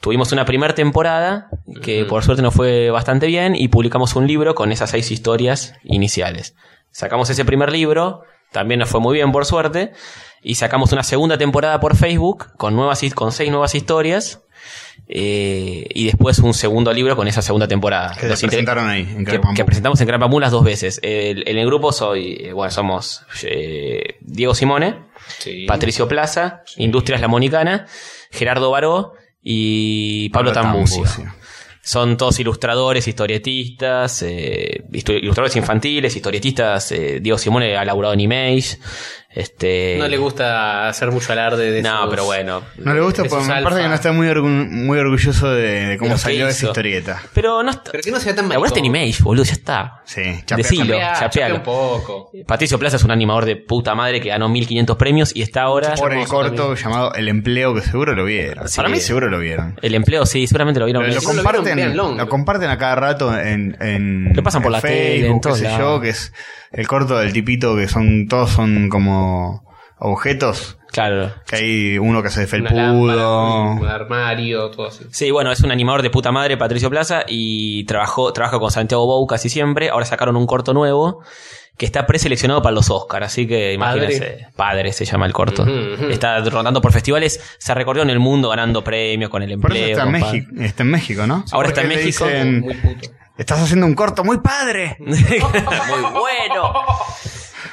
Tuvimos una primera temporada que por suerte nos fue bastante bien y publicamos un libro con esas seis historias iniciales. Sacamos ese primer libro, también nos fue muy bien por suerte, y sacamos una segunda temporada por Facebook con, nuevas, his- con seis nuevas historias eh, y después un segundo libro con esa segunda temporada. Que Los se inter- presentaron ahí, en que, Crepampu. que presentamos en Crampamulas dos veces. El- en el grupo soy, eh, bueno, somos eh, Diego Simone, Sí. Patricio Plaza, Industrias La Monicana, Gerardo Baró y Pablo, Tambucio. Son todos ilustradores, historietistas, eh, histo- ilustradores infantiles, historietistas. eh, Diego Simone ha laburado en Image. Este, No le gusta hacer mucho alarde de No, sus- pero bueno. No le gusta de porque sus me parece alfa. que no está muy, orgu- muy orgulloso de, de De cómo lo que salió esa hizo. historieta. Pero no está. Pero que no sea tan Laburaste en maricón. Image, boludo, ya está. Sí, Decilo. chapeate. Chapea, chapealo. chapea un poco. Patricio Plaza es un animador de puta madre que ganó 1500 premios y está ahora. Por el hermoso corto llamado El Empleo, que seguro lo vieron. Sí. Para mí seguro lo vieron. El empleo, sí, seguramente lo vieron. Pero lo Lo, si no lo comparten, vieron, lo, véanlo. comparten a cada rato en, en Lo pasan por en la tele, en Facebook, qué todos sé lados. yo, que es el corto del tipito que son todos son como objetos, claro. que hay uno que hace de Una lámpara, felpudo. un armario, todo así. Sí, bueno, es un animador de puta madre, Patricio Plaza, y trabajó, trabaja con Santiago Bou casi siempre. Ahora sacaron un corto nuevo que está preseleccionado para los Oscars, así que Padre. imagínense. Padre, se llama el corto. Ujú, ujú. Está rondando por festivales, se recorrió en el mundo ganando premios con el empleo. Por eso está en, con México, está en México, ¿no? Ahora está en Porque le México. dicen, Muy puto. Estás haciendo un corto muy padre. padre. Muy bueno.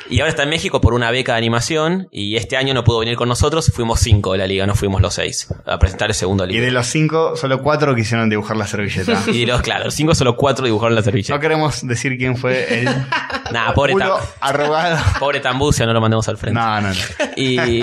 Y ahora está en México por una beca de animación, y este año no pudo venir con nosotros, fuimos cinco de la liga, no fuimos los seis, a presentar el segundo Y libro. de los cinco, solo cuatro quisieron dibujar la servilleta. Y los, claro, los cinco solo cuatro dibujaron la servilleta. No queremos decir quién fue el Nah, pobre, culo Tam- arrugado. pobre Tambucio, no lo mandemos al frente. No, no, no. Y.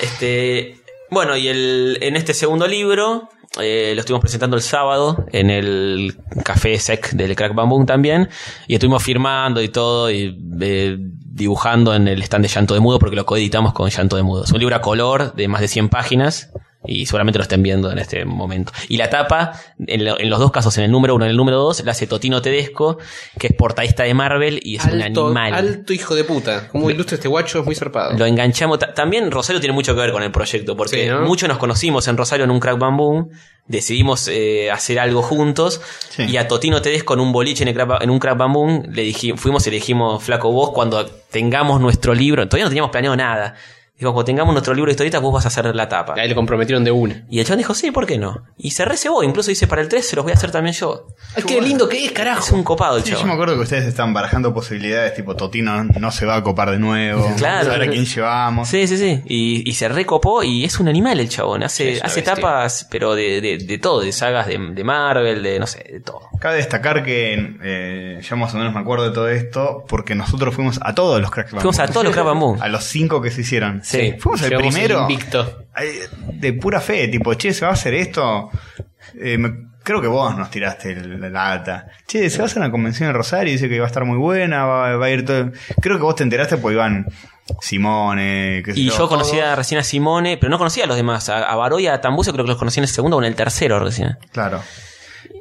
este. Bueno, y el, en este segundo libro. eh, lo estuvimos presentando el sábado en el café sec del Crack Bam Boom también. Y estuvimos firmando y todo, y eh, dibujando en el stand de Llanto de Mudo, porque lo coeditamos con Llanto de Mudo. Es un libro a color de más de 100 páginas, y seguramente lo estén viendo en este momento. Y la tapa, en, lo- en los dos casos, en el número uno y en el número dos, la hace Totino Tedesco, que es portadista de Marvel y es un animal. alto hijo de puta. Como ilustra este guacho, es muy zarpado. Lo enganchamos. Ta- También Rosario tiene mucho que ver con el proyecto, porque Sí, ¿no? muchos nos conocimos en Rosario en un crack bam boom. Decidimos eh, hacer algo juntos. Sí. Y a Totino Tedesco con un boliche en, el crack, ba- en un crack bam boom. Le dijimos, fuimos y le dijimos, Flaco, vos cuando tengamos nuestro libro, todavía no teníamos planeado nada. Dijo, cuando tengamos nuestro libro de historietas, vos vas a hacer la tapa. Ahí le comprometieron de una. Y el chabón dijo, sí, ¿por qué no? Y se recebó, incluso dice, para el 3 se los voy a hacer también yo. Ay, qué lindo que es, Es carajo. un copado el Sí, yo me chabón. acuerdo que ustedes están barajando posibilidades, tipo Totino no se va a copar de nuevo. Claro. Saber a quién llevamos. Sí, sí, sí. Y, y se recopó y es un animal el chabón. Sí, Hace, es una hace bestia. tapas, pero de, de, de todo, de sagas de, de Marvel, de no sé, de todo. Cabe destacar que eh, yo más o menos me acuerdo de todo esto porque nosotros fuimos a todos los Cracks Bamboo. Fuimos a todos los Crab Bamboo. A los cinco que se hicieron. Sí. Fuimos el Llevamos primero. invicto. Ay, De pura fe, tipo, che, se va a hacer esto. Eh, me- creo que vos nos tiraste el- la lata. Che, se va a hacer una convención en Rosario, dice que va a estar muy buena, va, va a ir todo. Creo que vos te enteraste porque iban Simone, qué sé Y yo todos. conocía recién a Simone, pero no conocía a los demás. A, a Baró y a Tambucio creo que los conocí en el segundo o en el tercero recién. Claro.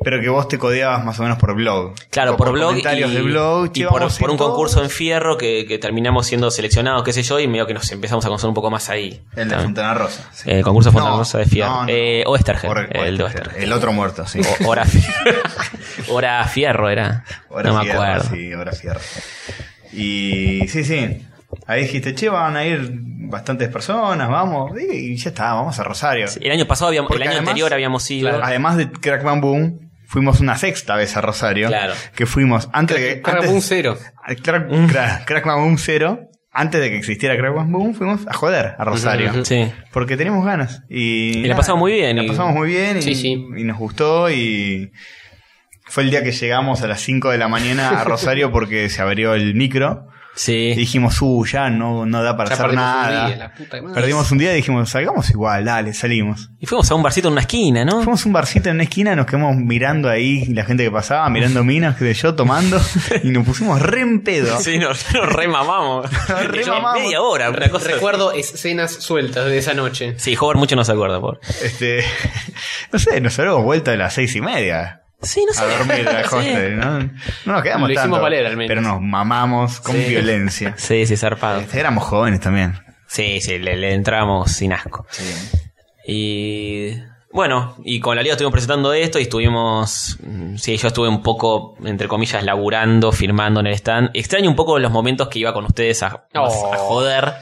Pero que vos te codeabas más o menos por blog. Claro, Tipo, por blog y, Comentarios de blog, y che, por, vamos a ir por un todos. concurso en Fierro que, que terminamos siendo seleccionados, qué sé yo, y medio que nos empezamos a conocer un poco más ahí. El de También. Fontana Rosa. sí. El Eh, concurso Fontana No, Rosa de Fierro. no, no. Eh, Oesterhel, Por- el de Oesterhel. Oesterhel. El otro muerto, sí. O- Hora, Fierro. Hora Fierro era. Ahora no me Fierro, acuerdo. Sí, ahora Fierro. Y sí, sí. Ahí dijiste, che, van a ir bastantes personas, vamos. Y, y ya está, vamos a Rosario. El año pasado habíamos, el Porque año además- anterior habíamos ido. Claro, Además de Crack Bam Boom, fuimos una sexta vez a Rosario. Claro. Que fuimos antes de que. Carga antes- un cero. al Crack, Crack- Crack Bam Boom cero. Antes de que existiera Crack Bam Boom, fuimos a joder a Rosario. ujú. Sí. Porque tenemos ganas. Y, la pasamos muy bien, La y- pasamos muy bien y, Sí, sí. y nos gustó y fue el día que llegamos a las 5 de la mañana a Rosario porque se abrió el micro Y Sí. dijimos, uh, ya no, no da para Ya hacer perdimos un nada. día, la puta madre. Perdimos un día y dijimos, salgamos igual, dale, salimos. Y fuimos a un barcito en una esquina, ¿no? Fuimos a un barcito en una esquina, nos quedamos mirando ahí la gente que pasaba, mirando minas, qué sé yo, tomando, y nos pusimos re en pedo. Sí, nos, nos remamamos. Nos remamamos. Media hora, una cosa. Recuerdo escenas sueltas de esa noche. Sí, Howard mucho no se acuerda, por. Este, no sé, nos habíamos vuelto a las seis y media Sí, no sé. a dormir a la Sí. hostel, ¿no? No nos quedamos Lo hicimos tanto, valer, al menos. pero nos mamamos con Sí. violencia. Sí, sí, zarpado. Este, éramos jóvenes también. Sí, sí, le, le entramos sin asco. Y bueno, y con la liga estuvimos presentando esto y estuvimos, mm, sí, yo estuve un poco, entre comillas, laburando, firmando en el stand. Extraño un poco los momentos que iba con ustedes a, Oh. a joder.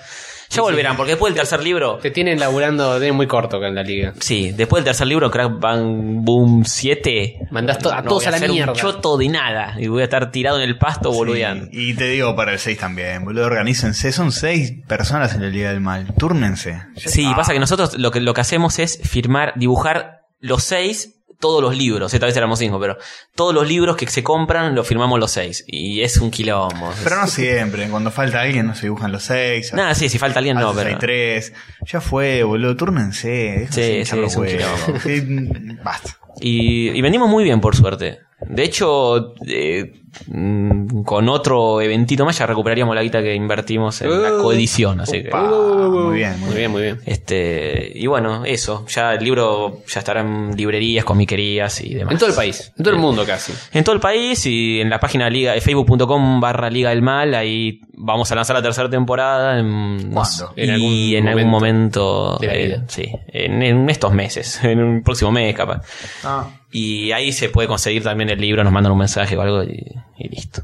Ya volverán, porque después del tercer libro... Te tienen laburando de muy corto acá en la liga. Sí, después del tercer libro, Crack Bang Boom 7... Mandás to- a no todos voy a la hacer mierda. un choto de nada y voy a estar tirado en el pasto boludeando. Sí, Y te digo para el 6 también, boludo, organícense. Son seis personas en la Liga del Mal, túrnense. Sí, pasa que nosotros lo que, lo que hacemos es firmar, dibujar los seis, todos los libros. Esta vez éramos cinco, pero todos los libros que se compran los firmamos los seis. Y es un quilombo. Pero no siempre, cuando falta alguien no se dibujan los seis. Nada, sí, si falta alguien, no, pero. Hay tres. Ya fue, boludo, túrnense. Sí, déjense sí, hinchar los es un huevos. quilombo. Sí, mm, basta. Y, y vendimos muy bien, por suerte. De hecho, eh, mm, con otro eventito más ya recuperaríamos la guita que invertimos en la Uh, coedición, así que. Pa, muy bien, muy Muy bien. bien, muy bien. Este, y bueno, eso. Ya el libro ya estará en librerías, comiquerías y demás. En todo el país, en todo el mundo casi. En todo el país y en la página liga eh, facebook.com barra liga del mal, ahí vamos a lanzar la tercera temporada en, no sé, ¿Cuándo? En algún y en algún momento de la eh, vida. sí, en, en estos meses, en un próximo mes capaz. Ah, Y ahí se puede conseguir también el libro, nos mandan un mensaje o algo y, y listo.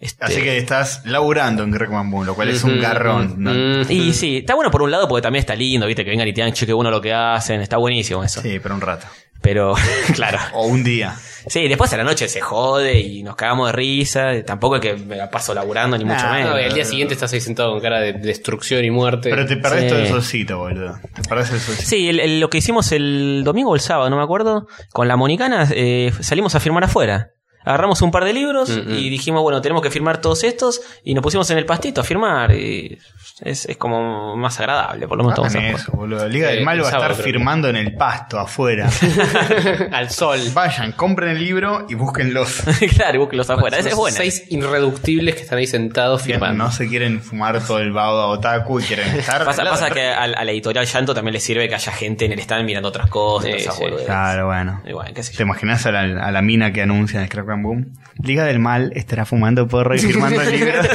Este, Así que estás laburando en Crackman Boom, lo cual es un garrón. ¿no? Mm. Y sí, está bueno por un lado porque también está lindo, viste, que vengan y te digan, che, qué bueno lo que hacen, está buenísimo eso. Sí, pero un rato. Pero, claro. O un día. Sí, después a la noche se jode y nos cagamos de risa, tampoco es que me la paso laburando ni mucho Nah, menos. No, y al día siguiente estás ahí sentado con cara de destrucción y muerte. Pero te perdés Este, Sí. todo el solcito, boludo. Te perdés el solcito. Sí, el- el- lo que hicimos el domingo o el sábado, no me acuerdo, con la Monicana eh, salimos a firmar afuera. Agarramos un par de libros Mm, mm. y dijimos, bueno, tenemos que firmar todos estos y nos pusimos en el pastito a firmar. Y es, es como más agradable, por lo Ah, menos estamos Hagan a eso, boludo. Liga Eh, del Mal va a pensaba, estar creo que- firmando en el pasto, afuera. al sol. Vayan, compren el libro y búsquenlos. Claro, y búsquenlos afuera, esa es Son buena. Seis irreductibles que están ahí sentados firmando. No se quieren fumar todo el baba otaku y quieren estar. Pasa, al lado pasa de- que a, a la editorial Llanto también le sirve que haya gente en el stand mirando otras cosas. Sí, esas sí. boludeces. Claro, bueno. Y bueno, qué sé yo. ¿Te imaginas a la, a la mina que anuncia en Scrap and Boom? Liga del Mal estará fumando porro y firmando libros.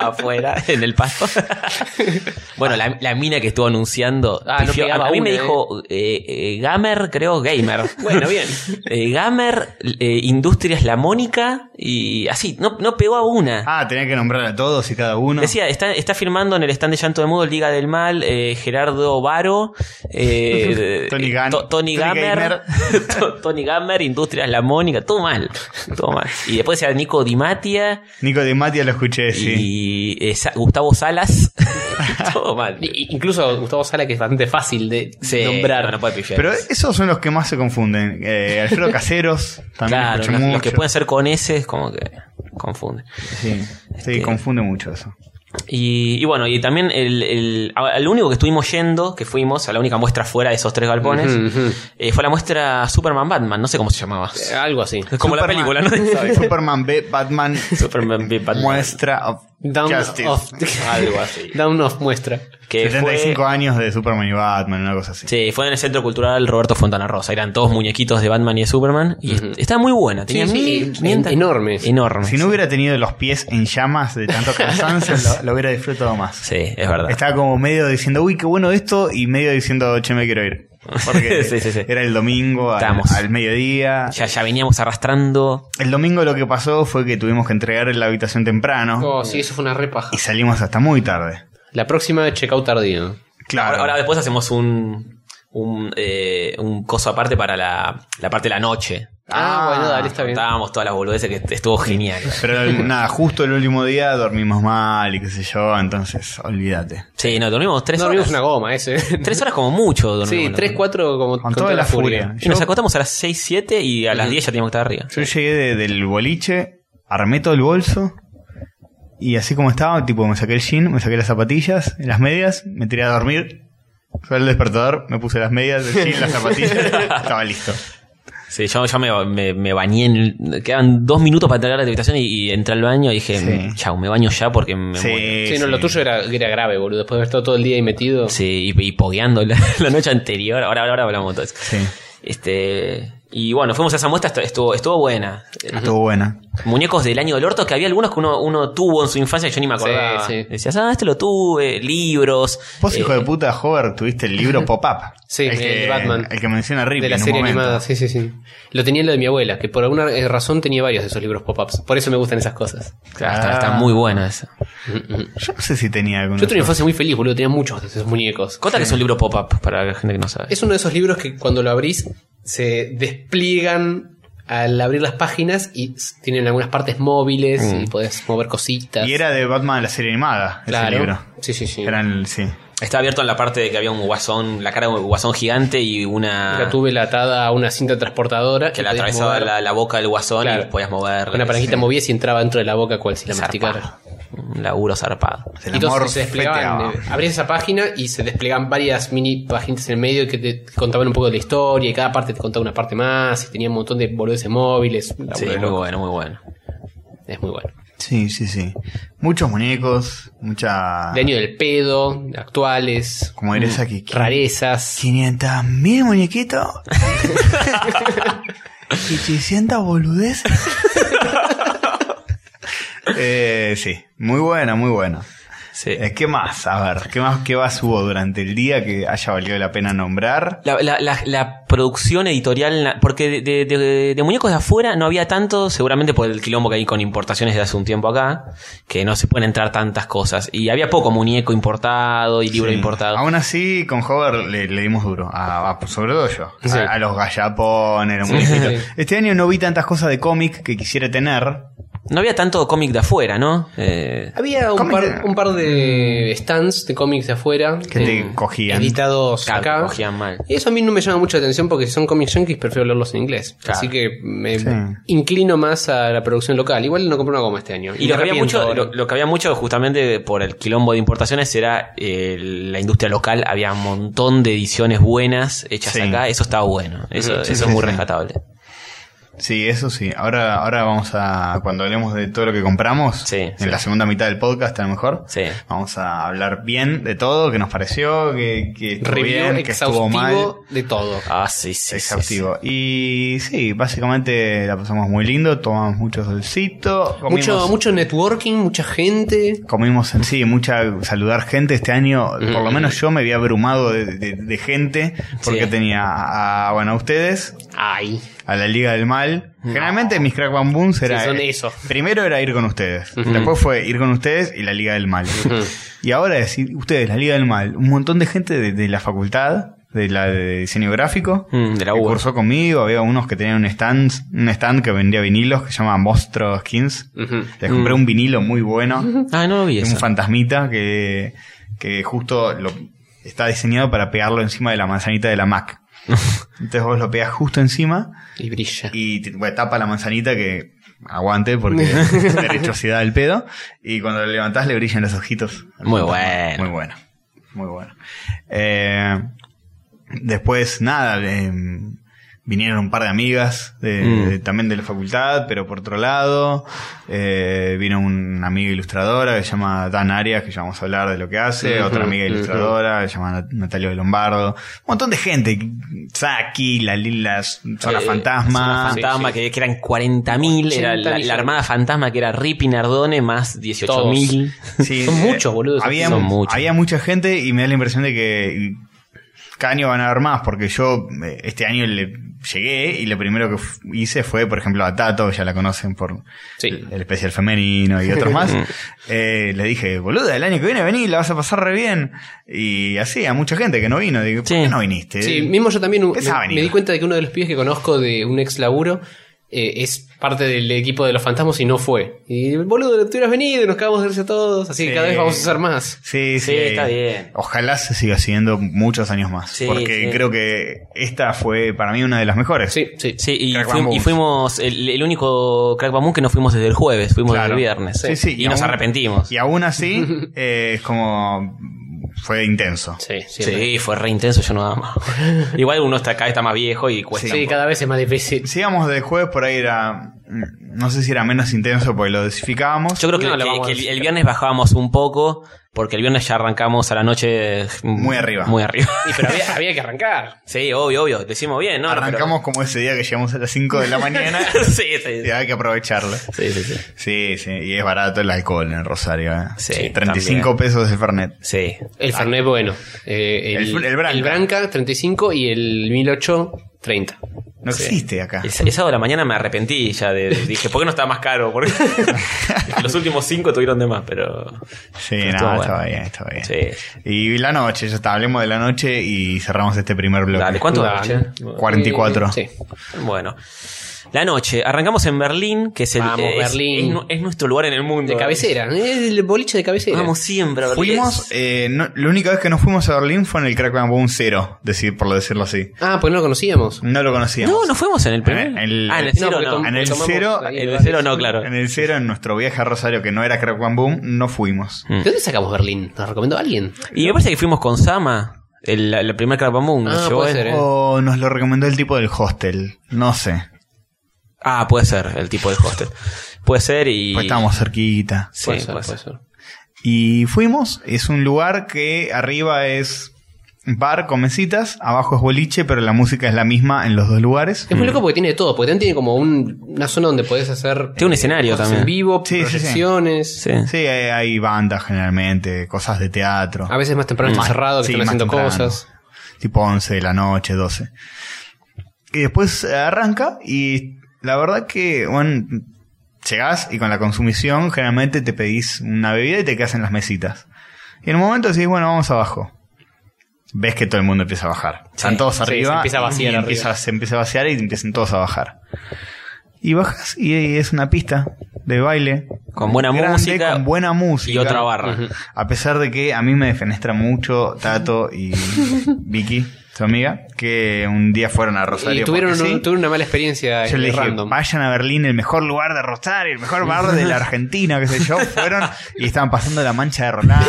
afuera, en el pasto. bueno, la, la mina que estuvo anunciando. Ah, no pifió. pegaba a, a mí una, me eh. dijo eh, eh, Gamer, creo, Gamer. Bueno, bien. Eh, gamer, eh, Industrias La Mónica y así. No, no pegó a una. Ah, tenía que nombrar a todos y cada uno. Decía, está, está firmando en el stand de Llanto de Mudo, Liga del Mal, eh, Gerardo Varo, eh, Tony Gan- To- Tony Tony Gamer, To- Tony Gamer, Industrias La Mónica, todo mal, todo mal. Y después decía Nico Di Matia, Nico de Matia lo escuché, sí. y eh, Sa- Gustavo Salas. Todo mal. I- i- Incluso Gustavo Sala, que es bastante fácil de Sí, nombrar. No, no puede pifiar. Pero esos son los que más se confunden. Eh, Alfredo Caseros también claro, escucho los, los mucho. que pueden ser con S es como que confunde. Sí, sí, Este, confunde mucho eso. Y, y bueno, y también el, el, a- al único que estuvimos yendo, que fuimos, a la única muestra fuera de esos tres galpones, Ujú, ujú. eh, fue la muestra Superman Batman, no sé cómo se llamaba. Eh, Algo así. Es como la película, Superman- ¿no? Superman, B, Batman, Superman B- Batman. muestra of Down Justice. of, Algo así. down of muestra. Que 75 fue, años de Superman y Batman, una cosa así. sí, fue en el Centro Cultural Roberto Fontana Rosa. Eran todos muñequitos de Batman y de Superman. Y est- estaba muy buena. Tenía Sí, sí, mil- en- quinientas- enormes. Enormes. Si no hubiera tenido los pies en llamas de tanto cansancio, lo, lo hubiera disfrutado más. Sí, es verdad. Estaba como medio diciendo, uy, qué bueno esto, y medio diciendo, che, me quiero ir. Porque Sí, sí, sí. era el domingo al, Estábamos. al mediodía. Ya, ya veníamos arrastrando. El domingo lo que pasó fue que tuvimos que entregar la habitación temprano Oh, sí, eso fue una repaja. y salimos hasta muy tarde. La próxima, checkout tardío. Claro. Ahora, ahora después hacemos un un, eh, un coso aparte para la, la parte de la noche. Ah, bueno, dale, está bien. Estábamos todas las boludeces que est- estuvo genial. Pero nada, justo el último día dormimos mal y qué sé yo, entonces olvídate. Sí, no, dormimos tres No horas. dormimos una goma ese. Tres horas como mucho dormimos. sí, ¿no? tres, cuatro como Con, toda, la furia. Y nos acostamos a las seis, siete y a las diez ya teníamos que estar arriba. Yo llegué de- del boliche, armé todo el bolso Y así como estaba, tipo, me saqué el jean, me saqué las zapatillas, las medias, me tiré a dormir. Fue el despertador, me puse las medias, el jean, las zapatillas, estaba listo. Sí, yo, yo me, me- me bañé. en- quedan dos minutos para entrar a la habitación y, y entré al baño y dije, Sí. chau, me baño ya porque me muero. Sí, no, lo tuyo era, era grave, boludo. Después de haber estado todo el día ahí metido. Sí, y, y pogueando la, la noche anterior. Ahora, ahora, ahora hablamos de todo eso. Sí, Este, y bueno, fuimos a esa muestra, est- estuvo, estuvo buena. estuvo buena. Muñecos del año del orto, que había algunos que uno, uno tuvo en su infancia, yo ni me acordaba. Sí, sí. Decías, ah, este lo tuve, libros. Vos, eh, hijo de puta, Hover, tuviste el libro Pop-Up. Sí, el de Batman. El que menciona Rip de la en un serie momento. animada, sí, sí, sí. Lo tenía lo de mi abuela, que por alguna eh, razón tenía varios de esos libros pop-ups. Por eso me gustan esas cosas. claro, está, Ah. está muy buena esa. Yo no sé si tenía alguno. Yo tuve una infancia muy feliz, boludo. Tenía muchos de esos muñecos. Cota que es un libro pop-up para la gente que no sabe. Es uno de esos libros que cuando lo abrís se despliegan al abrir las páginas y s- tienen algunas partes móviles Mm. y podés mover cositas. Y era de Batman la serie animada, ese Claro. libro. Sí, sí, sí. Eran, sí. Está abierto en la parte de que había un guasón, la cara de un guasón gigante y una. La tuve la atada a una cinta transportadora. Ah. que y la podías atravesaba mover. la, la boca del guasón Claro. y podías mover. Una parejita palanquita movía y entraba dentro de la boca cual si la masticara. Un laburo zarpado. Se y la entonces se morfeteaba. desplegaban. eh, Abrías esa página y se desplegaban varias mini páginas en el medio que te contaban un poco de la historia y cada parte te contaba una parte más y tenía un montón de boludeces móviles. un Sí, laburo muy loco. bueno, muy bueno. Es muy bueno. Sí, sí, sí. Muchos muñecos, mucha. De año del pedo, actuales, Ah. Como dirías aquí. rarezas. 500 mil muñequitos. y 600 boludeces. eh, sí, muy buena, muy buena. Sí. Eh, ¿Qué más? A ver, ¿qué más qué más hubo durante el día que haya valido la pena nombrar? La, la- la- la producción editorial, la- porque de, de- de- de muñecos de afuera no había tanto, seguramente por el quilombo que hay con importaciones de hace un tiempo acá, que no se pueden entrar tantas cosas. Y había poco muñeco importado y libro Sí. importado. Ah, Aún así, con Hover le, le dimos duro. A, a- sobre todo yo. A- Sí. A, los gallapones, los muñequitos. Este año no vi tantas cosas de cómic que quisiera tener. No había tanto cómic de afuera, ¿no? Eh, Había un Cómics par, de- un par de stands de cómics de afuera. Que te eh, cogían. Editados Claro, acá. te cogían mal. Y eso a mí no me llama mucho la atención porque si son cómics yankees prefiero leerlos en inglés. Claro. Así que me Sí. inclino más a la producción local. Igual no compré una goma este año. Y me lo que, había arrepiento mucho, ahora. eh. lo, lo que había mucho justamente por el quilombo de importaciones era eh, la industria local, había un montón de ediciones buenas hechas Sí. acá, eso estaba bueno, eso, Sí, eso sí, es muy sí. rescatable. Sí, eso sí. Ahora, ahora vamos a. Cuando hablemos de todo lo que compramos, Sí, en sí. la segunda mitad del podcast, a lo mejor, Sí. vamos a hablar bien de todo, que nos pareció, que, que estuvo Review bien, que estuvo mal. exhaustivo de todo. Ah, sí, sí. sí, Exhaustivo. Y sí, básicamente la pasamos muy lindo, tomamos mucho solcito, comimos, Mucho, mucho networking, mucha gente. comimos en sí, mucha saludar gente. Este año, por lo menos yo me había abrumado de, de- de gente, porque Sí. tenía a, bueno, a ustedes, Ay. a la Liga del Mal. Generalmente mis crack bam booms era Sí, son eh, eso. Primero era ir con ustedes. Después fue ir con ustedes y la Liga del Mal. y ahora decir ustedes, la Liga del Mal, un montón de gente de, de la facultad, de la de diseño gráfico, Mm, de la que UBA. cursó conmigo, había unos que tenían un stand, un stand que vendía vinilos que se llama Monstro Skins. Ujú. Les compré un vinilo muy bueno, Ah, no lo vi de un eso. fantasmita que, que justo lo, está diseñado para pegarlo encima de la manzanita de la Mac. Entonces vos lo pegás justo encima Y brilla. y te- bueno, tapa la manzanita que aguante porque es derechosidad del pedo. Y cuando lo levantás le brillan los ojitos. Muy bueno. Muy bueno. Muy bueno. Eh, después, nada, eh, vinieron un par de amigas de- Mm. de- también de la facultad, pero por otro lado. Eh, vino una amiga ilustradora que se llama Dan Arias, que ya vamos a hablar de lo que hace. Ujú, Otra amiga ujú. ilustradora que se llama Nat- Natalia de Lombardo. Un montón de gente. Saki, la Lila, Zona Eh, Fantasma. Zona Fantasma, sí, que, que eran 40.000, era la, 80 la millones. armada fantasma que era Rippy Nardone más 18.000. Sí, Son eh, muchos, boludo, esos Había, son muchos. había mucha gente y me da la impresión de que cada año van a haber más, porque yo eh, este año le llegué y lo primero que f- hice fue, por ejemplo, a Tato, ya la conocen por Sí. el el especial femenino y otros Mm. más. Eh, le dije, boluda, el año que viene vení, la vas a pasar re bien. Y así, a mucha gente que no vino, digo, ¿por Sí. qué no viniste? Sí, mismo yo también me, Pensaba me venir. di cuenta de que uno de los pibes que conozco de un ex laburo eh, es parte del equipo de los fantasmas y no fue. Y boludo, te hubieras venido y nos cagamos de risa todos, así que Sí. cada vez vamos a hacer más. Sí, sí, Sí, está bien. Ojalá se siga siguiendo muchos años más. Sí, porque sí. creo que esta fue para mí una de las mejores. Sí, sí. Sí, y, Crack fuim- Bamboo. y fuimos el, el único Crack Bamboo que no fuimos desde el jueves, fuimos desde Claro. el viernes. Sí, sí, y, y nos aún- arrepentimos. Y aún así, eh, es como. Fue intenso. Sí, siempre. Sí, fue re intenso, yo no daba más. Igual uno está acá, está más viejo y cuesta. Sí, un poco. cada vez es más difícil. Si íbamos de jueves, por ahí era. mm, No sé si era menos intenso porque lo desificábamos. Yo creo que, No, lo que- vamos a que el- decir. el viernes bajábamos un poco, porque el viernes ya arrancamos a la noche mm, Muy arriba. Muy arriba. Y pero había, había que arrancar. Sí, obvio, obvio. Decimos bien, ¿no? Arrancamos como ese día que llegamos a las 5 de la mañana. Pero- sí, sí. y hay que aprovecharlo. Sí, sí, sí. Sí, sí. Y es barato el alcohol en Rosario. ¿eh? Sí, 35 también. pesos el Fernet. Sí. El Fernet, bueno. eh, el, El- el Branca. el Branca, 35 y el 1008, 30. No existe acá. El, el sábado de la mañana me arrepentí ya. de- de- dije, ¿por qué no estaba más caro? Porque los últimos cinco tuvieron de más, pero. Sí, Pero nada, estuvo bueno. estaba bien, estaba bien. Sí. Y la noche, ya está, hablemos de la noche y cerramos este primer bloque. Dale, ¿cuánto Dale. noche? 44. Eh, sí. Bueno. La noche. Arrancamos en Berlín, que es el. Vamos, es- Berlín. Es, nu- es nuestro lugar en el mundo. De cabecera. eh, el boliche de cabecera. Vamos siempre a Berlín. Fuimos, eh, no- la única vez que nos fuimos a Berlín fue en el Crack Bang Boom 0, decir, por decirlo así. Ah, pues no lo conocíamos. No lo conocíamos. No, no fuimos en el primer. eh, En el- ah, en el No, cero porque no. com- En el tomamos cero- ahí En el lugares. cero no, claro. En el 0, en nuestro viaje a Rosario, que no era Crack Bang Boom, no fuimos. ¿De dónde sacamos Berlín? ¿Nos recomendó alguien? Y me parece que fuimos con Sama, el, la, la primera Crapa Moon. Ah, puede ser, ¿eh? O nos lo recomendó el tipo del hostel, no sé. Ah, puede ser, el tipo del hostel. Puede ser y. Pues estábamos cerquita. Sí, Puede ser, puede ser. puede ser. Y fuimos, es un lugar que arriba es bar con mesitas, abajo es boliche, pero la música es la misma en los dos lugares. Es muy loco porque tiene de todo. Porque también tiene como un- una zona donde podés hacer. Tiene un escenario cosas también. En vivo, Sí, sí, sí. proyecciones. Sí. Sí, hay, hay bandas generalmente, cosas de teatro. A veces más temprano está Más- cerrado, que sí, están más haciendo temprano. cosas. Tipo 11 de la noche, 12. Y después eh, arranca y la verdad que, bueno, llegás y con la consumición generalmente te pedís una bebida y te quedas en las mesitas. Y en un momento decís, bueno, vamos abajo. Ves que todo el mundo empieza a bajar. Están todos sí, arriba. se empieza a vaciar y arriba. empieza- se empieza a vaciar y empiezan todos a bajar. Y bajas y, es una pista de baile. Con buena grande, música Con buena música. Y otra barra. A pesar de que a mí me defenestra mucho Tato y Vicky, su amiga, que un día fueron a Rosario. Y tuvieron, porque un- sí. tuvieron una mala experiencia eh, Yo le dije, random. vayan a Berlín, el mejor lugar de Rosario, el mejor bar de la Argentina, qué sé yo. Fueron y estaban pasando la mancha de Rolando.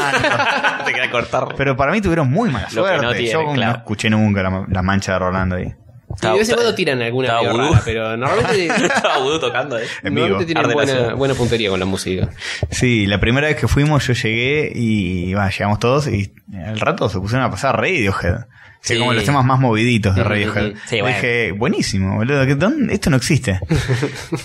Te quería cortar. Pero para mí tuvieron muy mala Lo que suerte. no tiene, yo claro. no escuché nunca la, la mancha de Rolando ahí. Y de vez en cuando tiran alguna Estaba medio vudú. rara, pero normalmente, Estaba Vudú tocando, eh. En vivo. normalmente tienen Arde la ciudad. buena, buena puntería con la música. Sí, la primera vez que fuimos yo llegué y bueno, llegamos todos y al rato se pusieron a pasar Radiohead. Sí, Sí. como los temas más moviditos de Radiohead. Sí, bueno. Dije, buenísimo, boludo, ¿qué dónde- esto no existe.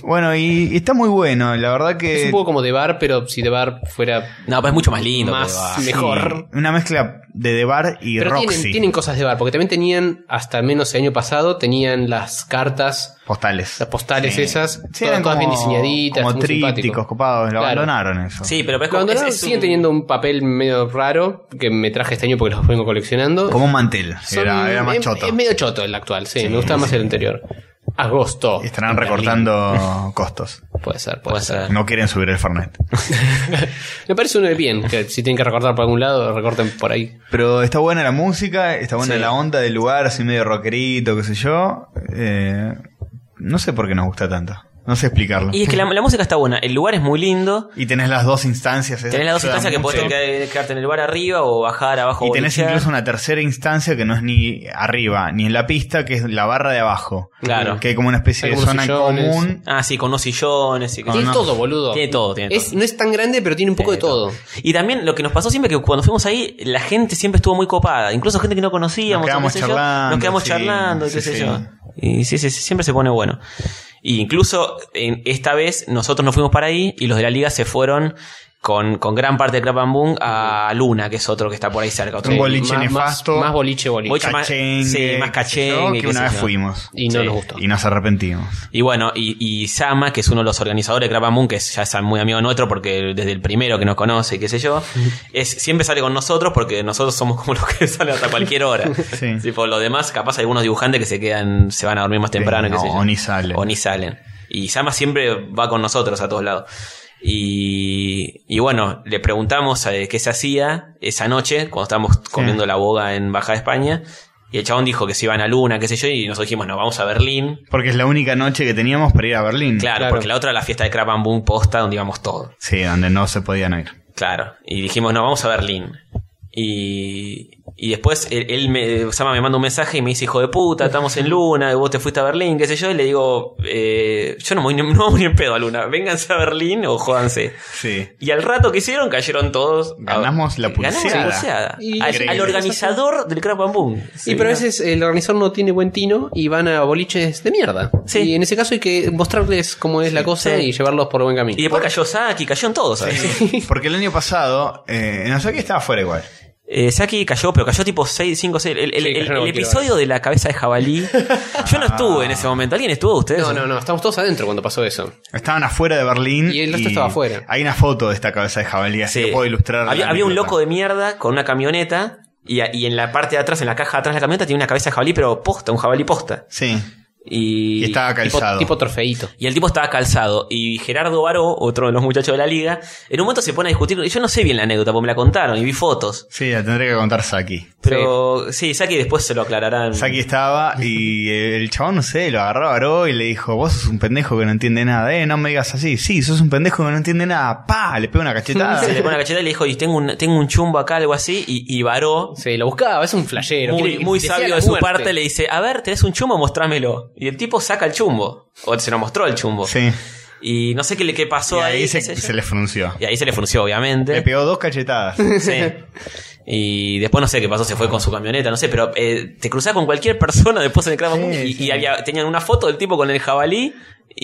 bueno, y, y está muy bueno, la verdad que... Es un poco como de bar, pero si de bar fuera. No, pero es mucho más lindo. Más- que va. sí, mejor. una mezcla de The Bar y Pero Roxy. tienen, tienen cosas de bar, porque también tenían, hasta menos el año pasado, tenían las cartas, Postales. las postales Sí. esas, Sí, todas, eran todas bien como- diseñaditas, Como muy trípticos simpático. copados, lo Claro. abandonaron eso. Sí, pero ves Lo como- abandonaron, es- es siguen un- teniendo un papel medio raro que me traje este año porque los vengo coleccionando. Como un mantel, Son- era, era más es- choto. Es medio choto el actual, sí, me gustaba más el anterior. Agosto. Estarán recortando costos. Puede ser, puede, Puede ser. ser. No quieren subir el Fernet. Me parece uno de bien, que si tienen que recortar por algún lado, recorten por ahí. Pero está buena la música, está buena Sí. la onda del lugar, así medio rockerito, qué sé yo. Eh, no sé por qué nos gusta tanto. No sé explicarlo. Y Y, es que la, la música está buena, el lugar es muy lindo. tenés las dos instancias. esas Tenés las dos que ayudan instancias que mucho. podés quedar- quedarte en el bar arriba o bajar abajo. Y tenés bolichear. incluso una tercera instancia que no es ni arriba, ni en la pista, que es la barra de abajo. Claro. Que hay como una especie Hay de como zona en sillones. común. Ah, sí, con unos sillones y con- tiene no. todo, boludo. Tiene todo, tiene Es- todo. no es tan grande, pero tiene un poco de todo. Y también lo que nos pasó siempre que cuando fuimos ahí, la gente siempre estuvo muy copada. Incluso gente que no conocíamos. Nos o qué quedamos sé yo, charlando, nos quedamos sí, charlando, y sí, qué sé sí. yo. Y sí, sí, sí, siempre se pone bueno. Y incluso en esta vez nosotros nos fuimos para ahí y los de la liga se fueron con, con gran parte de Crap and Boom a Luna, que es otro que está por ahí cerca. otro. Un boliche nefasto. Más, más boliche, boliche. Boliche. más- cachengue, sí, más qué sé yo, cachengue, Que qué una sé vez yo. fuimos. Y no Sí. nos gustó. Y nos arrepentimos. Y bueno, y, y Sama, que es uno de los organizadores de Crap and Boom, que es- ya es muy amigo nuestro porque desde el primero que nos conoce, qué sé yo, es, siempre sale con nosotros porque nosotros somos como los que salen hasta cualquier hora. Sí. Tipo, los demás, capaz hay algunos dibujantes que se quedan, se van a dormir más temprano, Sí, qué no, sé yo. o ni salen. O ni salen. Y Sama siempre va con nosotros a todos lados. Y, y bueno, le preguntamos eh, qué se hacía esa noche cuando estábamos comiendo la boga en Baja de España. Y el chabón dijo que se iban a Luna, qué sé yo, y nosotros dijimos, no, vamos a Berlín. Porque es la única noche que teníamos para ir a Berlín. Claro, Claro. porque la otra era la fiesta de Crap and Boom posta donde íbamos todos. Sí, donde no se podían ir. Claro. Y dijimos, no, vamos a Berlín. Y, y después él, él me, Sama me manda un mensaje y me dice, hijo de puta, estamos en Luna, vos te fuiste a Berlín, qué sé yo. Y le digo, eh, yo no voy, ni- no voy ni en pedo a Luna, vénganse a Berlín o jódanse. Sí. Y al rato que hicieron, cayeron todos. a- Ganamos la Ganamos pulseada. pulseada. Y- Al- Al, Increíble. organizador del Crap and Boom. y Sí, pero a ¿no? veces el organizador no tiene buen tino y van a boliches de mierda. Sí. Y en ese caso hay que mostrarles cómo es la cosa sí. y llevarlos por buen camino. Y después cayó Saki, cayeron todos. ¿sabes? Porque el año pasado, eh, no sé qué estaba fuera igual. Eh, Saki cayó, pero cayó tipo 6, 5, 6. El, el- Sí, el- cayó en el cualquier episodio de la cabeza de jabalí. Yo no estuve en ese momento. ¿Alguien estuvo? ¿Ustedes? No, no, no, estamos todos adentro cuando pasó eso. Estaban afuera de Berlín. Y el resto estaba afuera. Hay una foto de esta cabeza de jabalí, así Sí. que puedo ilustrar. Había, la había un anécdota. loco de mierda con una camioneta. Y, a- y en la parte de atrás, en la caja de atrás de la camioneta, tiene una cabeza de jabalí, pero posta, un jabalí posta. Sí. Y, Y Ah, estaba Tipo, calzado. tipo trofeito. y el tipo estaba calzado. Y Gerardo Varo, otro de los muchachos de la liga, en un momento se pone a discutir. y Yo no sé bien la anécdota, porque me la contaron y vi fotos. Sí, la tendré que contar Saki. Pero sí, Saki después se lo aclararán. Saki estaba y el chabón, no sé, lo agarró a Aro y le dijo, vos sos un pendejo que no entiende nada, eh, no me digas así. Sí, sos un pendejo que no entiende nada. Pa, le pega una cachetada. Se le pone la cacheta y le dijo, y tengo un, tengo un chumbo acá, algo así. Y, y Varó, Sí, lo buscaba, es un flashero. muy, Quiere- muy desea sabio la de su muerte. parte, le dice, a ver, ¿tenés un chumbo? Mostrámelo. Y el tipo saca el chumbo. O se lo mostró el chumbo. Sí. Y no sé qué le qué Y pasó ahí. ahí qué se, sé yo. se le frunció. Y ahí se le frunció, obviamente. Le pegó dos cachetadas. Sí. Y después no sé qué pasó, se fue con su camioneta, no sé, pero eh, te cruzás con cualquier persona después en el Crab Boom Sí, y, sí. y había, tenían una foto del tipo con el jabalí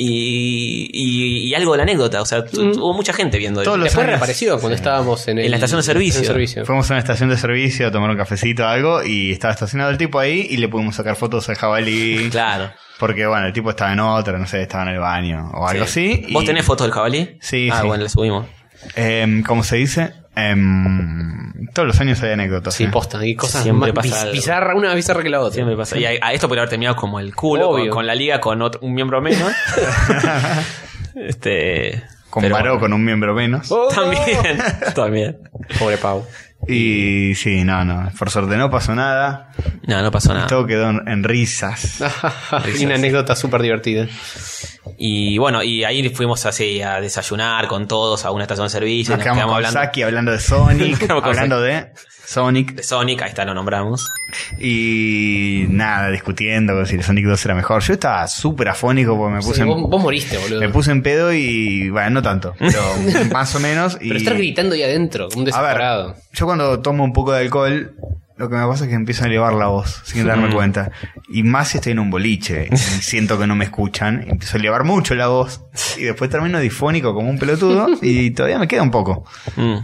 y, y- y algo de la anécdota. O sea, tu- hubo mucha gente viendo Mm. Todos eso. los Después años- reapareció cuando estábamos en, En el- la estación de servicio. en servicio. Fuimos a una estación de servicio a tomar un cafecito o algo y estaba estacionado el tipo ahí y le pudimos sacar fotos al jabalí. Claro. Porque bueno, el tipo estaba en otra, no sé, estaba en el baño o algo Sí. así. ¿Vos y, tenés fotos del jabalí? Sí, Ah, sí. bueno, la subimos. em, ¿Cómo se dice? Em, todos los años hay anécdotas. Sí, eh. posta. Y cosas Siempre más pasa biz- algo. bizarra, una más bizarra que la otra. Siempre pasa. Y a, a esto podría haber terminado como el culo, Obvio. con, con la liga, con otro- un miembro menos. este. pero Comparó con un miembro menos. Oh, También, también. Pobre Pau. Y sí, no, no. Por suerte no pasó nada. No, no pasó nada. Todo quedó en, en risas. Ah. y una anécdota súper divertida. Y bueno, y ahí fuimos así a desayunar con todos a una estación de servicio. Nos quedamos, con hablando Saki hablando de Sonic, Nos quedamos con hablando de Sonic de Sonic, ahí está, lo nombramos. y nada, discutiendo con si el Sonic 2 era mejor. Yo estaba súper afónico porque me puse Sí, en, vos, vos moriste, boludo. me puse en pedo y bueno, no tanto, pero más o menos. Y, Pero estar gritando ahí adentro, un a desesperado. ver, yo cuando tomo un poco de alcohol, lo que me pasa es que empiezo a elevar la voz sin darme Mm. cuenta. Y más si estoy en un boliche y siento que no me escuchan, empiezo a elevar mucho la voz y después termino difónico como un pelotudo y todavía me queda un poco. Mm.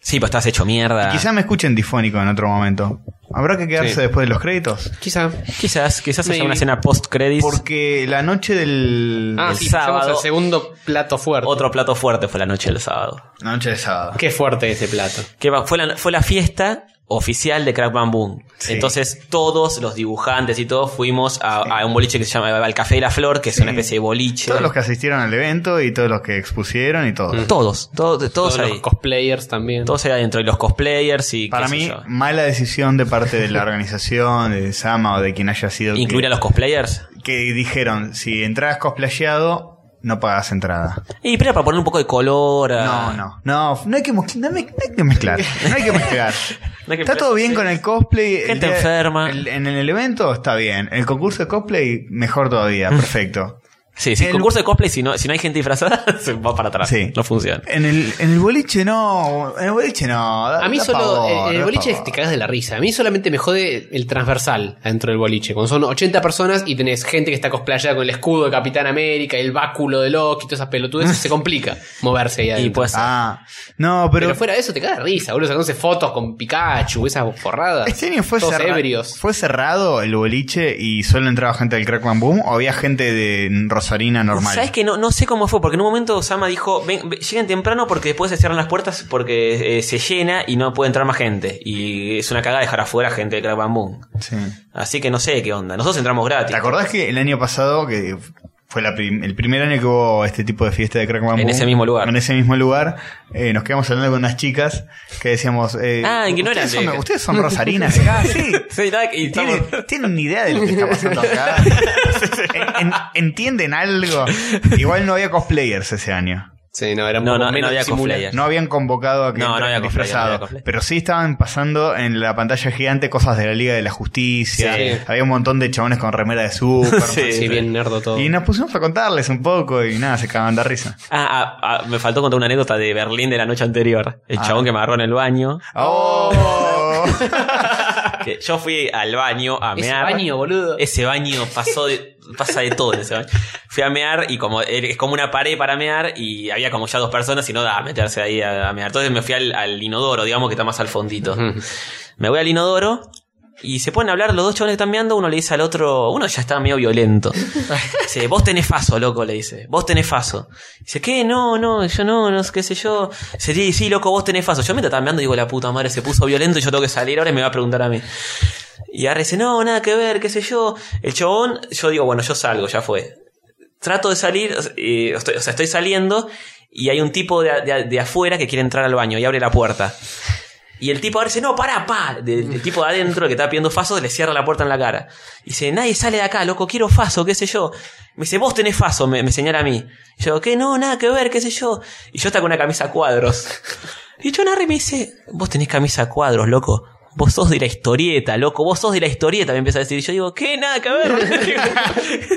Sí, pues estás hecho mierda. Quizá me escuchen difónico en otro momento. ¿Habrá que quedarse Ah. Sí. después de los créditos? Quizá. Quizás, quizás haya Maybe. una escena post-credits. Porque la noche del... Ah, El sí, pasamos sábado- al segundo plato fuerte. Otro plato fuerte fue la noche del sábado. La noche del sábado. Qué fuerte ese plato. Que va- fue la, fue la fiesta oficial de Crack Bam Boom. Sí. Entonces todos los dibujantes y todos fuimos a, a un boliche que se llama el Café de la Flor, que es Sí. una especie de boliche. Todos los que asistieron al evento y todos los que expusieron y Mm. todo. todos, todos, todos, Todos, ahí. los cosplayers también. Todos ahí adentro. Y los cosplayers y qué Para sé mí, yo. mala decisión de parte de la organización, de Sama o de quien haya sido. que- Incluir a los cosplayers. que dijeron, si entras cosplayado, no pagas entrada. Y pero para poner un poco de color. ah, a- No, no, no, no hay que, mezcl- no hay- no hay que mezclar, no hay que mezclar. No hay que Está todo bien con el cosplay. el Gente enferma. el- en el evento está bien. El concurso de cosplay, mejor Mm. todavía, perfecto. Sí, sí, el- concurso de cosplay, si no, si no hay gente disfrazada, se va para atrás. Sí. No funciona. En el, en el boliche no, en el boliche no. da- A mí da solo. eh, pavor, el- el da boliche pavor. te cagas de la risa. A mí solamente me jode el transversal adentro del boliche. Cuando son 80 personas y tenés gente que está cosplayada con el escudo de Capitán América, el báculo de Loki, todas esas pelotudes, se complica moverse ahí Y adentro. pues, Ah, no, pero, pero, fuera de eso te cagas de risa, boludo, sacándose fotos con Pikachu, esas forradas. este año fue, todos cerra- ebrios. fue cerrado el boliche y solo entraba gente del Crack Bam Boom o había gente de Rosarina normal. ¿sabes que no, no sé cómo fue? Porque en un momento Sama dijo: "Ven, ven, lleguen temprano porque después se cierran las puertas porque eh, se llena y no puede entrar más gente. Y es una cagada dejar afuera gente de Crack Bam Boom. Sí. Así que no sé qué onda. Nosotros entramos gratis. ¿Te acordás que el año pasado que fue la prim- el primer año que hubo este tipo de fiesta de Crack Bamboo. En ese mismo lugar. En ese mismo lugar. Eh, nos quedamos hablando con unas chicas que decíamos... Eh, Ah, que no ¿ustedes eran de- son, ustedes son rosarinas de acá, sí. Sí, nada, y estamos- ¿Tienen, tienen ni idea de lo que está pasando acá. En- en- ¿Entienden algo? Igual no había cosplayers ese año. Sí, no, era un No, poco no, no menos había simula- cosplayers. No habían convocado a que No, no entraran había cosplay, no disfrazados. había cosplay. pero sí estaban pasando en la pantalla gigante cosas de la Liga de la Justicia. Sí. Había un montón de chabones con remera de Superman. Sí, Sí, sí. bien nerdo todo. Y nos pusimos a contarles un poco y nada, se cagaban de risa. Ah, ah, ah, me faltó contar una anécdota de Berlín de la noche anterior. El Ah. chabón que me agarró en el baño. ¡Oh! Que yo fui al baño a Ese mear. baño, boludo. Ese baño pasó de, pasa de todo en ese baño. Fui a mear y como es como una pared para mear y había como ya dos personas y no daba meterse ahí a, a mear. Entonces me fui al, al inodoro, digamos que está más al fondito. Ujú. Me voy al inodoro y se ponen a hablar los dos chavales que están meando. Uno le dice al otro, uno ya está medio violento. Dice, vos tenés faso, loco, le dice. Vos tenés faso. Dice, ¿qué? No, no, yo no, no sé qué sé yo. Dice, sí, sí, loco, vos tenés faso. Yo me estaba meando y digo, la puta madre se puso violento y yo tengo que salir ahora y me va a preguntar a mí. Y ahora dice, no, nada que ver, qué sé yo. El chabón, yo digo, bueno, yo salgo, ya fue. Trato de salir, eh, estoy- o sea, estoy saliendo y hay un tipo de, de- de afuera que quiere entrar al baño y abre la puerta. Y el tipo ahora dice, no, para, pa. De- El, tipo de adentro, el que estaba pidiendo faso, le cierra la puerta en la cara. Y dice, nadie sale de acá, loco, quiero faso, qué sé yo. Me dice, vos tenés faso, me, me señala a mí. Yo, ¿qué? No, nada que ver, qué sé yo. Y yo estaba con una camisa a cuadros. Y John Harry me dice, vos tenés camisa a cuadros, loco. Vos sos de la historieta, loco. Vos sos de la historieta, me empieza a decir. Y yo digo, ¿qué? Nada que ver.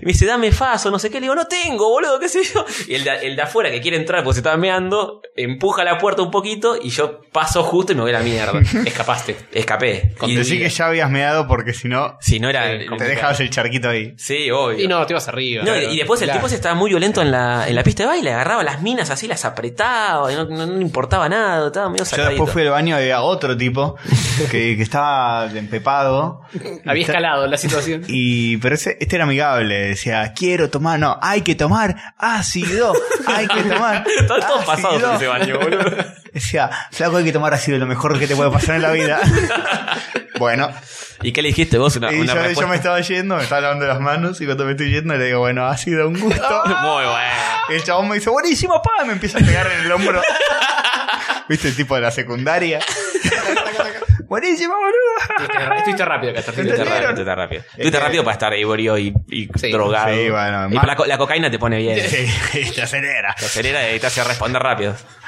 Y me dice, dame faso, no sé qué. Le digo, no tengo, boludo, qué sé yo. Y el de, el de afuera que quiere entrar porque se estaba meando, empuja la puerta un poquito y yo paso justo y me voy a la mierda. Escapaste. Escapé. Con- Y- Decí que Oh. ya habías meado porque si no, Si no era... Sí, te dejabas el charquito ahí. Sí, obvio. Y no, te ibas arriba. No, claro. y después el Claro. tipo se estaba muy violento en la, en la pista de baile, agarraba las minas así, las apretaba, y no, no- no importaba nada, estaba medio Yo sacadito. después fui al baño y había otro tipo que, que estaba empepado. Había Está- escalado la situación. Y, pero ese, este era amigable, decía, quiero tomar, no, hay que tomar ácido, hay que tomar. Estaban Ah, todos pasados ácido". en ese baño, boludo. Decía, flaco, hay que tomar ácido, lo mejor que te puede pasar en la vida. bueno, ¿Y qué le dijiste vos? Una, y una yo, yo respuesta. me estaba yendo, me estaba lavando las manos, y cuando me estoy yendo le digo, bueno, ha sido un gusto. Muy bueno. Y el chabón me dice, buenísimo, pa, y me empieza a pegar en el hombro. ¿Viste el tipo de la secundaria? buenísimo, boludo. Estuviste- Estuviste rápido, Castor. Entendí. Tuviste estuviste rápido. rápido, tuviste rápido. Tuviste rápido para estar ebrio y, y Sí. drogado. Eh, Sí, bueno, y más- la, co- la cocaína te pone bien. Sí, te acelera. Te acelera y te hace responder rápido.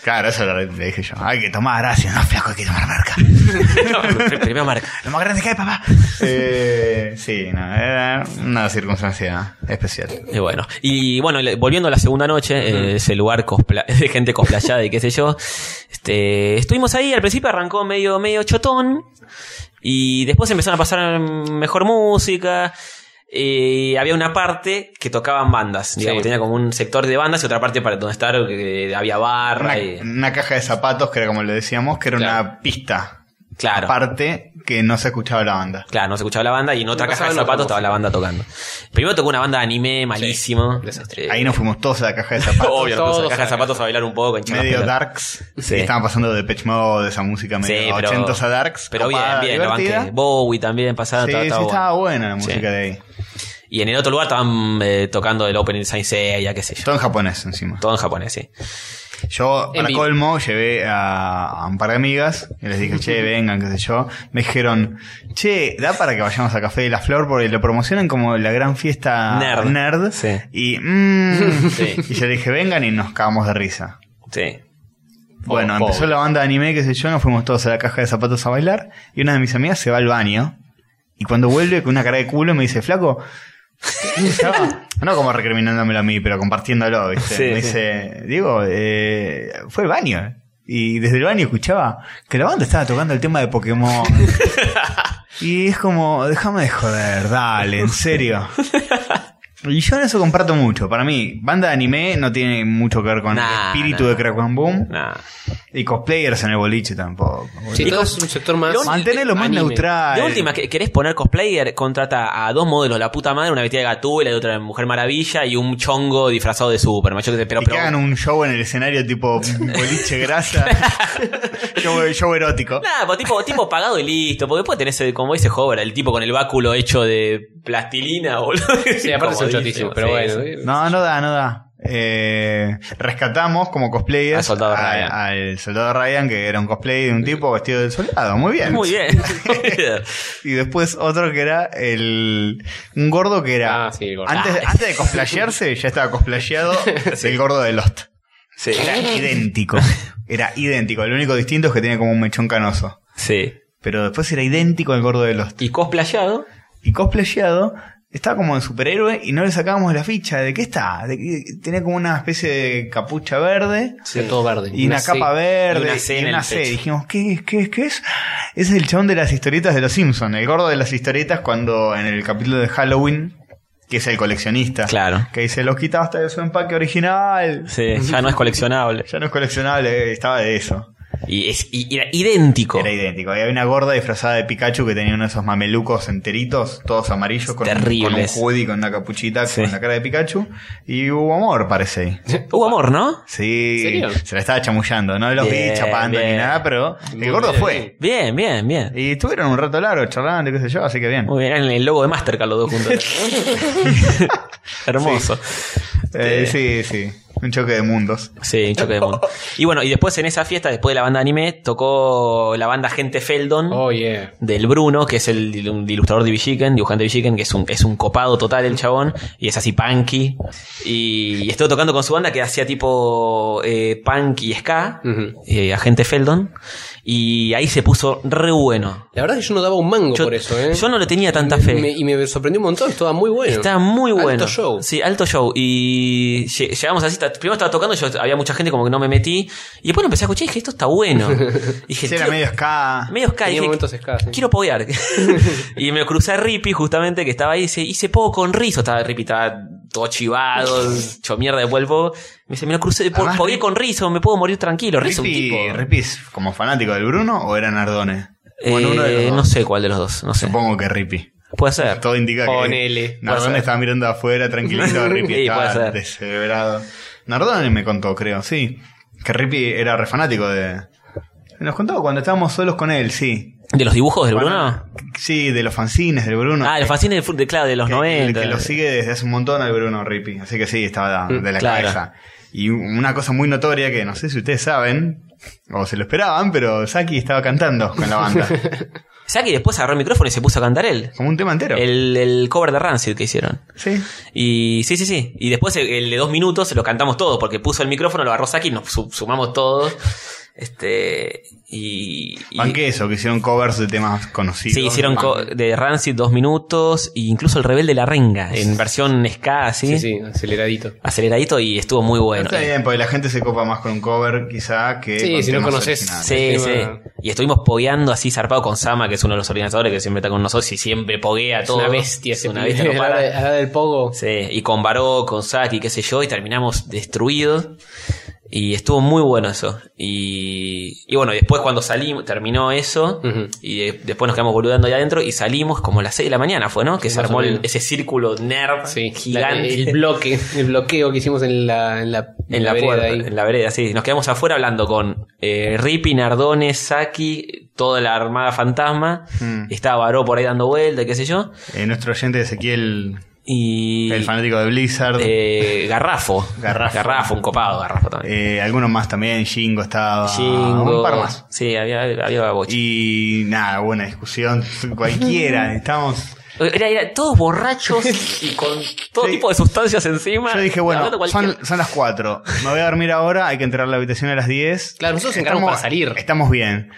Claro, eso lo- le dije yo. Hay que tomar ácido, no, flaco, hay que tomar marca. No, pr- primero marca. Lo más grande que hay, papá. Eh, sí, no, era una circunstancia especial. Y bueno, y bueno, le- volviendo a la segunda noche, eh, ese lugar cospla- de gente cosplayada y qué sé yo, este, estuvimos ahí, al principio arrancó medio, medio chotón, y después empezaron a pasar mm, mejor música, eh, había una parte que tocaban bandas, digamos, Sí. tenía como un sector de bandas y otra parte para donde estar, eh, había barra Una, y... una caja de zapatos, que era como le decíamos, que era Claro. una pista. Claro. Aparte, que no se escuchaba la banda. Claro, no se escuchaba la banda y en otra No caja de pasaban otra zapatos estaba música. la banda tocando. Primero tocó una banda de anime malísimo. desastre. Eh, Ahí nos fuimos todos a la caja de zapatos. Obvio, nos pusimos Todos la caja de a la zapatos a bailar un poco. hinchar las medio pelotas. darks. Sí. Estaban pasando de Pitch Mode, esa música medio Sí, pero, 80s a darks. pero bien, copada, bien, lo divertida. banqué. Bowie también pasaba. Sí, estaba- sí, estaba bueno. estaba buena la Sí. música de ahí. Y en el otro lugar estaban eh, tocando el Open Saint Seiya, qué sé yo. Todo en japonés encima. Todo en japonés, sí. Yo, En para vivo. colmo, llevé a, a un par de amigas y les dije, che, vengan, qué sé yo. Me dijeron, che, da para que vayamos a Café de la Flor porque lo promocionan como la gran fiesta Nerd. Sí. Y, mm, Sí. y yo le dije, vengan y nos cagamos de risa. Sí. Bueno, pobre. empezó la banda de anime, qué sé yo, nos fuimos todos a la caja de zapatos a bailar y una de mis amigas se va al baño y cuando vuelve con una cara de culo me dice, flaco, estaba- no como recriminándomelo a mí, pero compartiéndolo, ¿viste? Sí, me sí. dice, Diego, eh, fue al baño y desde el baño escuchaba que la banda estaba tocando el tema de Pokémon. y es como, déjame de joder, dale, en serio. Y yo en eso comparto mucho. Para mí, banda de anime no tiene mucho que ver con Nah, el espíritu nah. de Crack Bang Boom. Nah. Y cosplayers en el boliche tampoco. Sí, todo es un sector más. Mantener lo más anime. neutral. De última, que- ¿querés poner cosplayer? Contrata a dos modelos, la puta madre, una vestida de Gatúbela y otra de Mujer Maravilla y un chongo disfrazado de Superman. Yo que te pero, y que pero- hagan un show en el escenario tipo boliche grasa. show, show erótico. Nah, pues tipo, tipo pagado y listo. Porque después tenés, eh, como dice Hover, el tipo con el báculo hecho de plastilina, boludo. Sí, aparte Como son dice, chotísimos, sí, pero bueno. sí. eh, No, no da, no da. Eh, rescatamos como cosplayers Al soldado Ryan. al soldado Ryan, que era un cosplay de un tipo vestido de soldado. Muy bien. Muy bien. Muy bien. Y después otro que era el. Un gordo que era. Ah, sí, el gordo. Antes, Ah. antes de cosplayarse, ya estaba cosplayado del gordo de Lost. Sí. Era idéntico. Era idéntico. Lo único distinto es que tenía como un mechón canoso. Sí. Pero después era idéntico al gordo de Lost. Y cosplayado. y cosplayado, estaba como de superhéroe y no le sacábamos la ficha. ¿De qué está? De que- tenía como una especie de capucha verde de todo verde. y una, C. capa verde y y una una C C. en el pecho. Dijimos, ¿qué es? ¿Qué es? ¿Qué es? Es el chabón de las historietas de los Simpsons, el gordo de las historietas cuando en el capítulo de Halloween, que es el coleccionista, Claro. que dice, los quitaste de su empaque original. Sí, ya no es coleccionable. Ya no es coleccionable, eh, estaba de eso. Y, es, y era idéntico. Era idéntico. Había una gorda disfrazada de Pikachu que tenía uno de esos mamelucos enteritos, todos amarillos, con, con un Terribles. hoodie, con una capuchita, Sí. con la cara de Pikachu. Y hubo amor, parece. Hubo amor, ¿no? Sí, serio? se la estaba chamullando. No los Bien, vi chapando bien. ni nada, pero Muy el gordo bien. fue. Bien, bien, bien. Y estuvieron un rato largo charlando y qué sé yo, así que bien. Muy bien, eran el logo de Mastercard los dos juntos. Hermoso. Eh, sí, sí. Un choque de mundos. Sí, un choque de mundo. Y bueno, y después en esa fiesta, después de la banda anime, tocó la banda Gente Feldon. Oh, yeah. del Bruno, que es el dil- un ilustrador de Villiquen, dibujante de Villiquen, que es un, es un copado total el chabón, y es así punky. Y, y estuvo tocando con su banda que hacía tipo eh, punk y ska, Ujú. eh, agente Feldon, y ahí se puso re bueno. La verdad es que yo no daba un mango Yo, por eso, ¿eh? yo no le tenía tanta Me- fe. me- y me sorprendió un montón, estaba muy bueno. Está muy bueno. Alto show. Sí, alto show. Y lle- llegamos así. ta- Primero estaba tocando, yo había mucha gente como que no me metí. Y después lo empecé a escuchar y dije, esto está bueno. Y dije, Sí, era "Tío, medio ska. medio ska". Y Tenía dije, momentos escasos. quiero poguear. y me crucé a Rippy, justamente, que estaba ahí. Dice, hice poco con Rizo. Estaba Rippy, estaba todo chivado, hecho mierda de vuelvo. Me dice, me lo crucé, po- Además, pogué con Rizo, me puedo morir tranquilo. Rizo, un tipo. ¿Ripi, Ripi es como fanático del Bruno o era Nardone? Eh, Bueno, uno de los dos. no sé cuál de los dos, no sé. Supongo que Ripi. Puede ser. Todo indica Ponele. que Nardone Puede estaba mirando afuera, tranquilito, Rippy Sí, puede estaba ser. descerebrado. Nardone me contó, creo, sí. Que Rippy era re fanático de. Nos contó cuando estábamos solos con él, sí. ¿De los dibujos del Cuando- Bruno? Sí, de los fanzines del Bruno. ah, los fanzines de, claro, de los eh, Que- 90. Que, lo sigue desde hace un montón al Bruno Rippy. Así que sí, estaba de, de la claro. cabeza. Y una cosa muy notoria que no sé si ustedes saben, o se lo esperaban, pero Saki estaba cantando con la banda. O sea que después agarró el micrófono y se puso a cantar él. Como un tema entero. El, el cover de Rancid que hicieron. Sí. Y sí, sí, sí. Y después el, el de dos minutos se lo cantamos todo, porque puso el micrófono, lo agarró Saki, nos su- sumamos todos. Este. Y. y- Banqué eso, que hicieron covers de temas Sí, conocidos. hicieron Banqué. co- de Rancid dos minutos, e incluso el rebelde la renga, en versión ska, así, Sí, sí, aceleradito. aceleradito, y estuvo muy bueno. eh, Está bien, porque la gente se copa más con un cover, quizá, que. Sí, con si no temas conoces. originales. Sí, Encima- sí. Y estuvimos pogueando así zarpado con Sama, que es uno de los organizadores que siempre está con nosotros y siempre poguea Es todo. una bestia Es ese una pibe. bestia, no a, la hora para. de- a la hora del pogo. Sí, y con Baró, con Saki, qué sé yo, y terminamos destruidos. Y estuvo muy bueno eso. Y, y bueno, después cuando salimos, terminó eso, Ujú. y de- después nos quedamos boludando ahí adentro y salimos como a las 6 de la mañana, fue, ¿no? Que Sí, se más armó o el- menos. ese círculo nerd Sí, gigante. la- el bloque, el bloqueo que hicimos en la, en la, en la, vereda puerta, ahí. en la vereda, sí. Nos quedamos afuera hablando con eh, Rippy, Nardone, Saki, toda la armada fantasma. Mm. Estaba Baró por ahí dando vuelta, qué sé yo. Eh, nuestro oyente Ezequiel, Y. el fanático de Blizzard. Eh, eh, Garrafo. Garrafo. un copado, Garrafo también. eh, algunos más también, Jingo estaba. Jingo. Ah, Un par más. Sí, había, había bocha. Y nada, buena discusión. Cualquiera, estamos. Era, era todos borrachos y con todo Sí. tipo de sustancias encima. Yo dije, bueno, Hablando cualquier- son, son las 4. Me voy a dormir ahora, hay que entrar a la habitación a las 10. Claro, nosotros nos encargamos para salir. Estamos bien.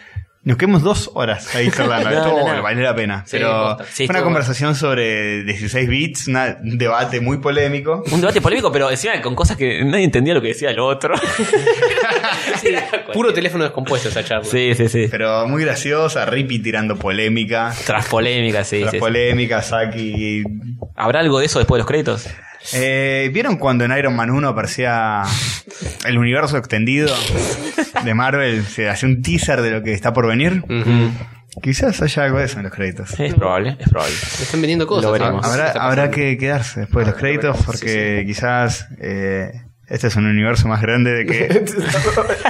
Nos quedamos dos horas ahí charlando. No, Estuvo no, no. bueno, valió la pena. Sí, Pero posta. Sí, fue una estuvo conversación sobre 16 bits, una- un debate muy polémico. Un debate polémico, pero encima con cosas que nadie entendía lo que decía el otro. Era cualquier- Puro teléfono descompuesto esa charla. Sí, sí, sí. Pero muy graciosa, Rippy tirando polémica. Tras polémica, sí. tras sí, sí. polémica, Saki. ¿Habrá algo de eso después de los créditos? Eh, ¿Vieron cuando en Iron Man 1 aparecía el universo extendido de Marvel? Se hacía un teaser de lo que está por venir. Ujú. Quizás haya algo de eso en los créditos. Es probable, es probable. Me están vendiendo cosas. Lo ¿no? veremos. Algo Habrá, está habrá pasando. Ah, que quedarse después de los créditos porque quizás eh, este es un universo más grande de que...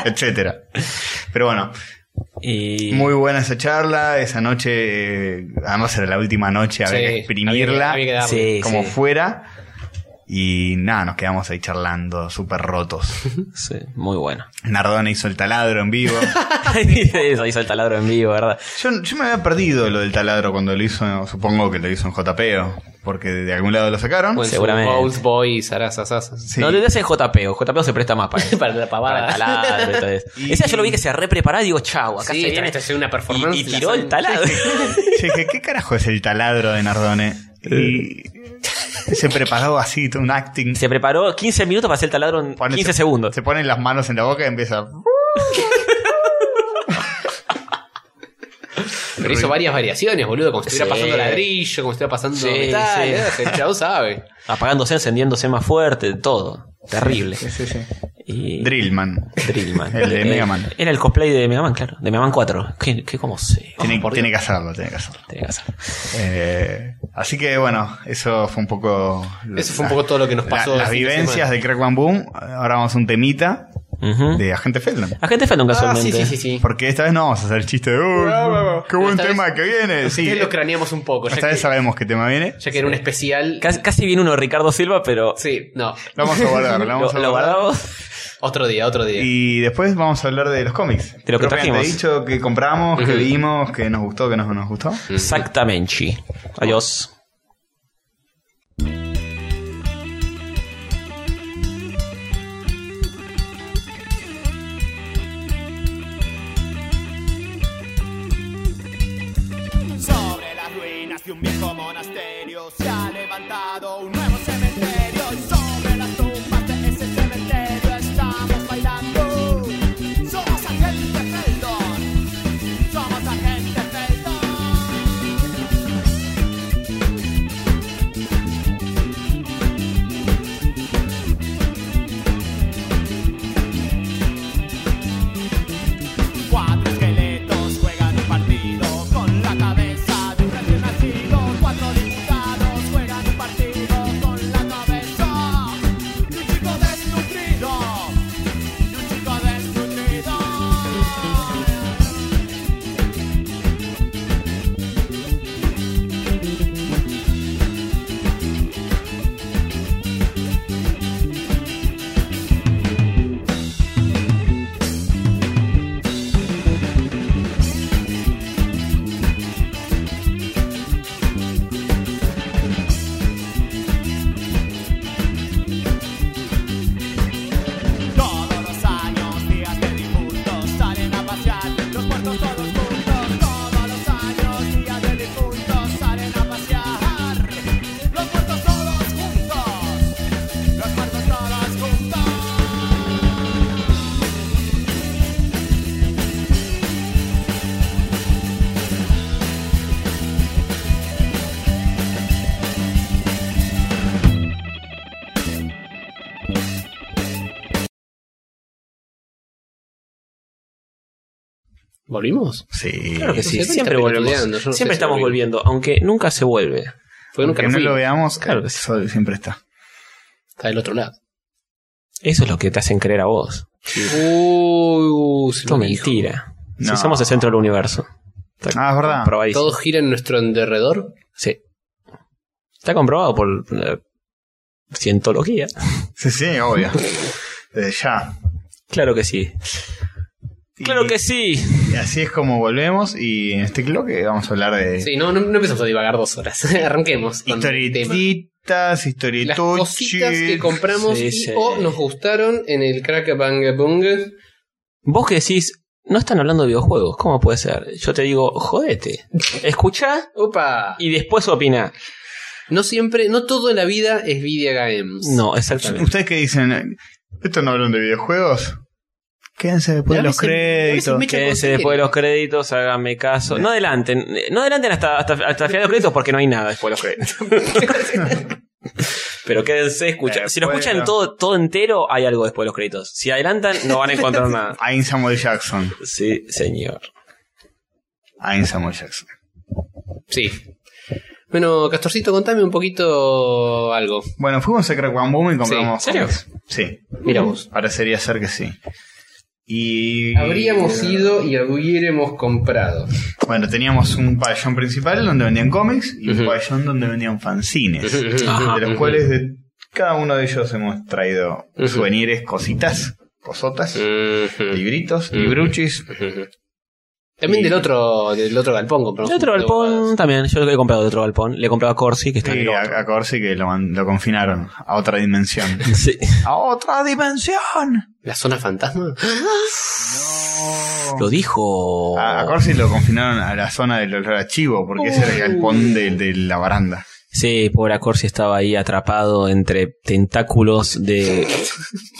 etcétera. Pero bueno, Y Muy buena esa charla, esa noche, eh, además era la última noche, había Sí, que exprimirla había que- había que darle. Sí, como sí. fuera. Y nada, nos quedamos ahí charlando, súper rotos. sí, muy bueno. Nardone hizo el taladro en vivo. Eso hizo el taladro en vivo, ¿verdad? Yo, yo me había perdido lo del taladro cuando lo hizo, supongo que lo hizo en JPO, porque de algún lado lo sacaron. Con su seguramente. Old Boy, Sarasa, Sasa. Sí. No, lo hace en JPO. JPO se presta más para, Para la para pavada. el taladro y todo eso. Y- Ese yo lo vi que se repreparaba y digo, chau, acá Sí, se esta viene. esta es una performance. Y, y tiró el taladro. Yo dije, ¿qué carajo es el taladro de Nardone? Y se preparó así, todo un acting. Eh. se preparó 15 minutos para hacer el taladro en Pone- 15 segundos. Se ponen las manos en la boca y empieza. Pero hizo varias variaciones, boludo. Como si estuviera Sí. pasando ladrillo, como si estuviera pasando Sí, metal. sí. ¿eh? El chavo sabe. Apagándose, encendiéndose más fuerte, todo. Terrible. Y- Drillman. Drillman. El de Eh, Mega Man. Era el cosplay de Mega Man, claro. De Mega Man 4. ¿Qué, qué cómo se? Tiene, por Dios. tiene que hacerlo, tiene que hacerlo. Tiene que hacer. Eh, así que bueno, eso fue un poco. Eso fue un poco todo lo que nos la- pasó. las el fin de vivencias semana. de Crack Bam Boom. Ahora vamos a un temita Ujú. de Agente Feldman. Agente Fandom Ah, casualmente. sí, sí, sí. sí. Porque esta vez no vamos a hacer el chiste de. "Uy, ¡Qué buen Esta tema vez- que viene! Sí, eh, Ustedes lo craneamos un poco. Ya esta que, vez sabemos qué tema viene. ya que era un especial. Casi, casi viene uno de Ricardo Silva, pero Sí, no. Lo vamos a guardar, lo lo, vamos a lo guardar. guardamos. Otro día, otro día. Y después vamos a hablar de los cómics. De lo que Propiamente trajimos. dicho, que compramos, que Ujú. vimos, que nos gustó, que no nos gustó. Exactamente. Adiós. Sobre las ruinas de un viejo monasterio se ha levantado un nuevo cementerio y sobre las tumbas de ese cementerio estamos bailando. Somos agente Feldon, somos agente Feldon. Cuatro esqueletos juegan un partido con la cabeza de un recién nacido. Cuatro diputados juegan un partido con la cabeza de un chico desnutrido. De un chico desnutrido. Todos los años, días de difuntos salen a pasear los muertos todos juntos. Todos los años, días de difuntos salen a pasear los muertos todos juntos. Los muertos todos juntos. ¿Volvimos? Sí. Claro que sí. siempre Siempre está volvemos. pelotudeando, yo no sé Siempre si estamos volví. volviendo, aunque nunca se vuelve. Fue un Que no lo veamos, Claro claro que que sí. siempre está. Está del otro lado. Eso es lo que te hacen creer a vos. Uy, se Esto lo es dijo. mentira. Si No. somos el centro del universo. Está Ah, es verdad. comprobadísimo. Todo gira en nuestro alrededor. Sí. Está comprobado por eh, cientología. Sí, sí, obvio. Desde ya. Claro que sí. Y- Claro que sí. y así es como volvemos y en este bloque vamos a hablar de Sí, no, no, no empezamos a divagar dos horas. Arranquemos. con temas. historietitas, Las cositas que historietuches. compramos Sí, y sí. o nos gustaron en el Crack Bang Bung. Vos que decís, no están hablando de videojuegos. ¿Cómo puede ser? Yo te digo, jodete. Escucha Opa. y después opina. No siempre, no toda la vida es video games. No, exactamente. Ustedes que dicen, ¿esto no hablan de videojuegos? Quédense después de Dame los ese- dame ese créditos. mecha Quédense consejero. después de los créditos, háganme caso. No adelanten, eh, no adelanten hasta, hasta, hasta el final de los créditos porque no hay nada después de los créditos. Pero quédense escuchando. Si lo Después escuchan no. todo, todo entero, hay algo después de los créditos. Si adelantan, no van a encontrar nada. Ayn Samuel Jackson. Sí, señor. Ayn Samuel Jackson. Sí. Bueno, Castorcito, contame un poquito algo. Bueno, fuimos a Crack One Boom y compramos. ¿serio? cómics. Sí. Mira vos. Parecería ser que sí. Y. Habríamos ido y hubiéramos comprado. Bueno, teníamos un pabellón principal donde vendían cómics y un Ujú. pabellón donde vendían fanzines. Ajá. de los cuales de cada uno de ellos hemos traído Ujú. souvenirs, cositas, cosotas, libritos, libruchis. También del otro, del otro galpón compramos. De otro un montón de galpón también, yo he comprado de otro galpón. Le he comprado a Corsi, que está en Y el a, otro. a Corsi que lo, man- lo confinaron a otra dimensión. Sí. ¡A otra dimensión! ¿La zona fantasma? Lo dijo. A, a Corsi lo confinaron a la zona del olor a chivo, porque ese era el Oh. galpón de, de la baranda. Sí, pobre Corsi estaba ahí atrapado entre tentáculos de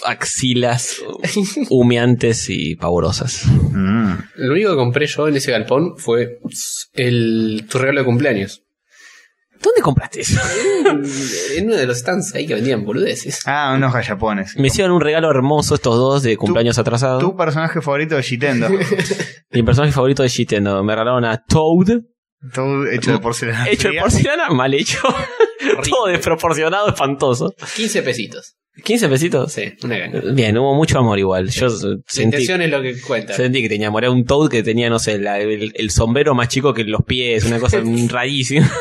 axilas humeantes y pavorosas. Mm. Lo único que compré yo en ese galpón fue el, tu regalo de cumpleaños. ¿Dónde compraste eso? en uno de los stands ahí que vendían boludeces. Ah, unos gallapones. Me hicieron un regalo hermoso estos dos de cumpleaños atrasados. Tu personaje favorito de Shitendo. Mi personaje favorito de Shitendo. Me regalaron a Toad, Todo hecho de porcelana. hecho de fría. porcelana, mal hecho. Todo desproporcionado, espantoso. 15 pesitos. 15 pesitos. Sí, una gana. Bien, hubo mucho amor igual. Yo La sentí, intención es lo que cuenta. sentí que tenía amor. Era un Toad que tenía, no sé, la- el, el sombrero más chico que los pies, una cosa rarísima. Habla-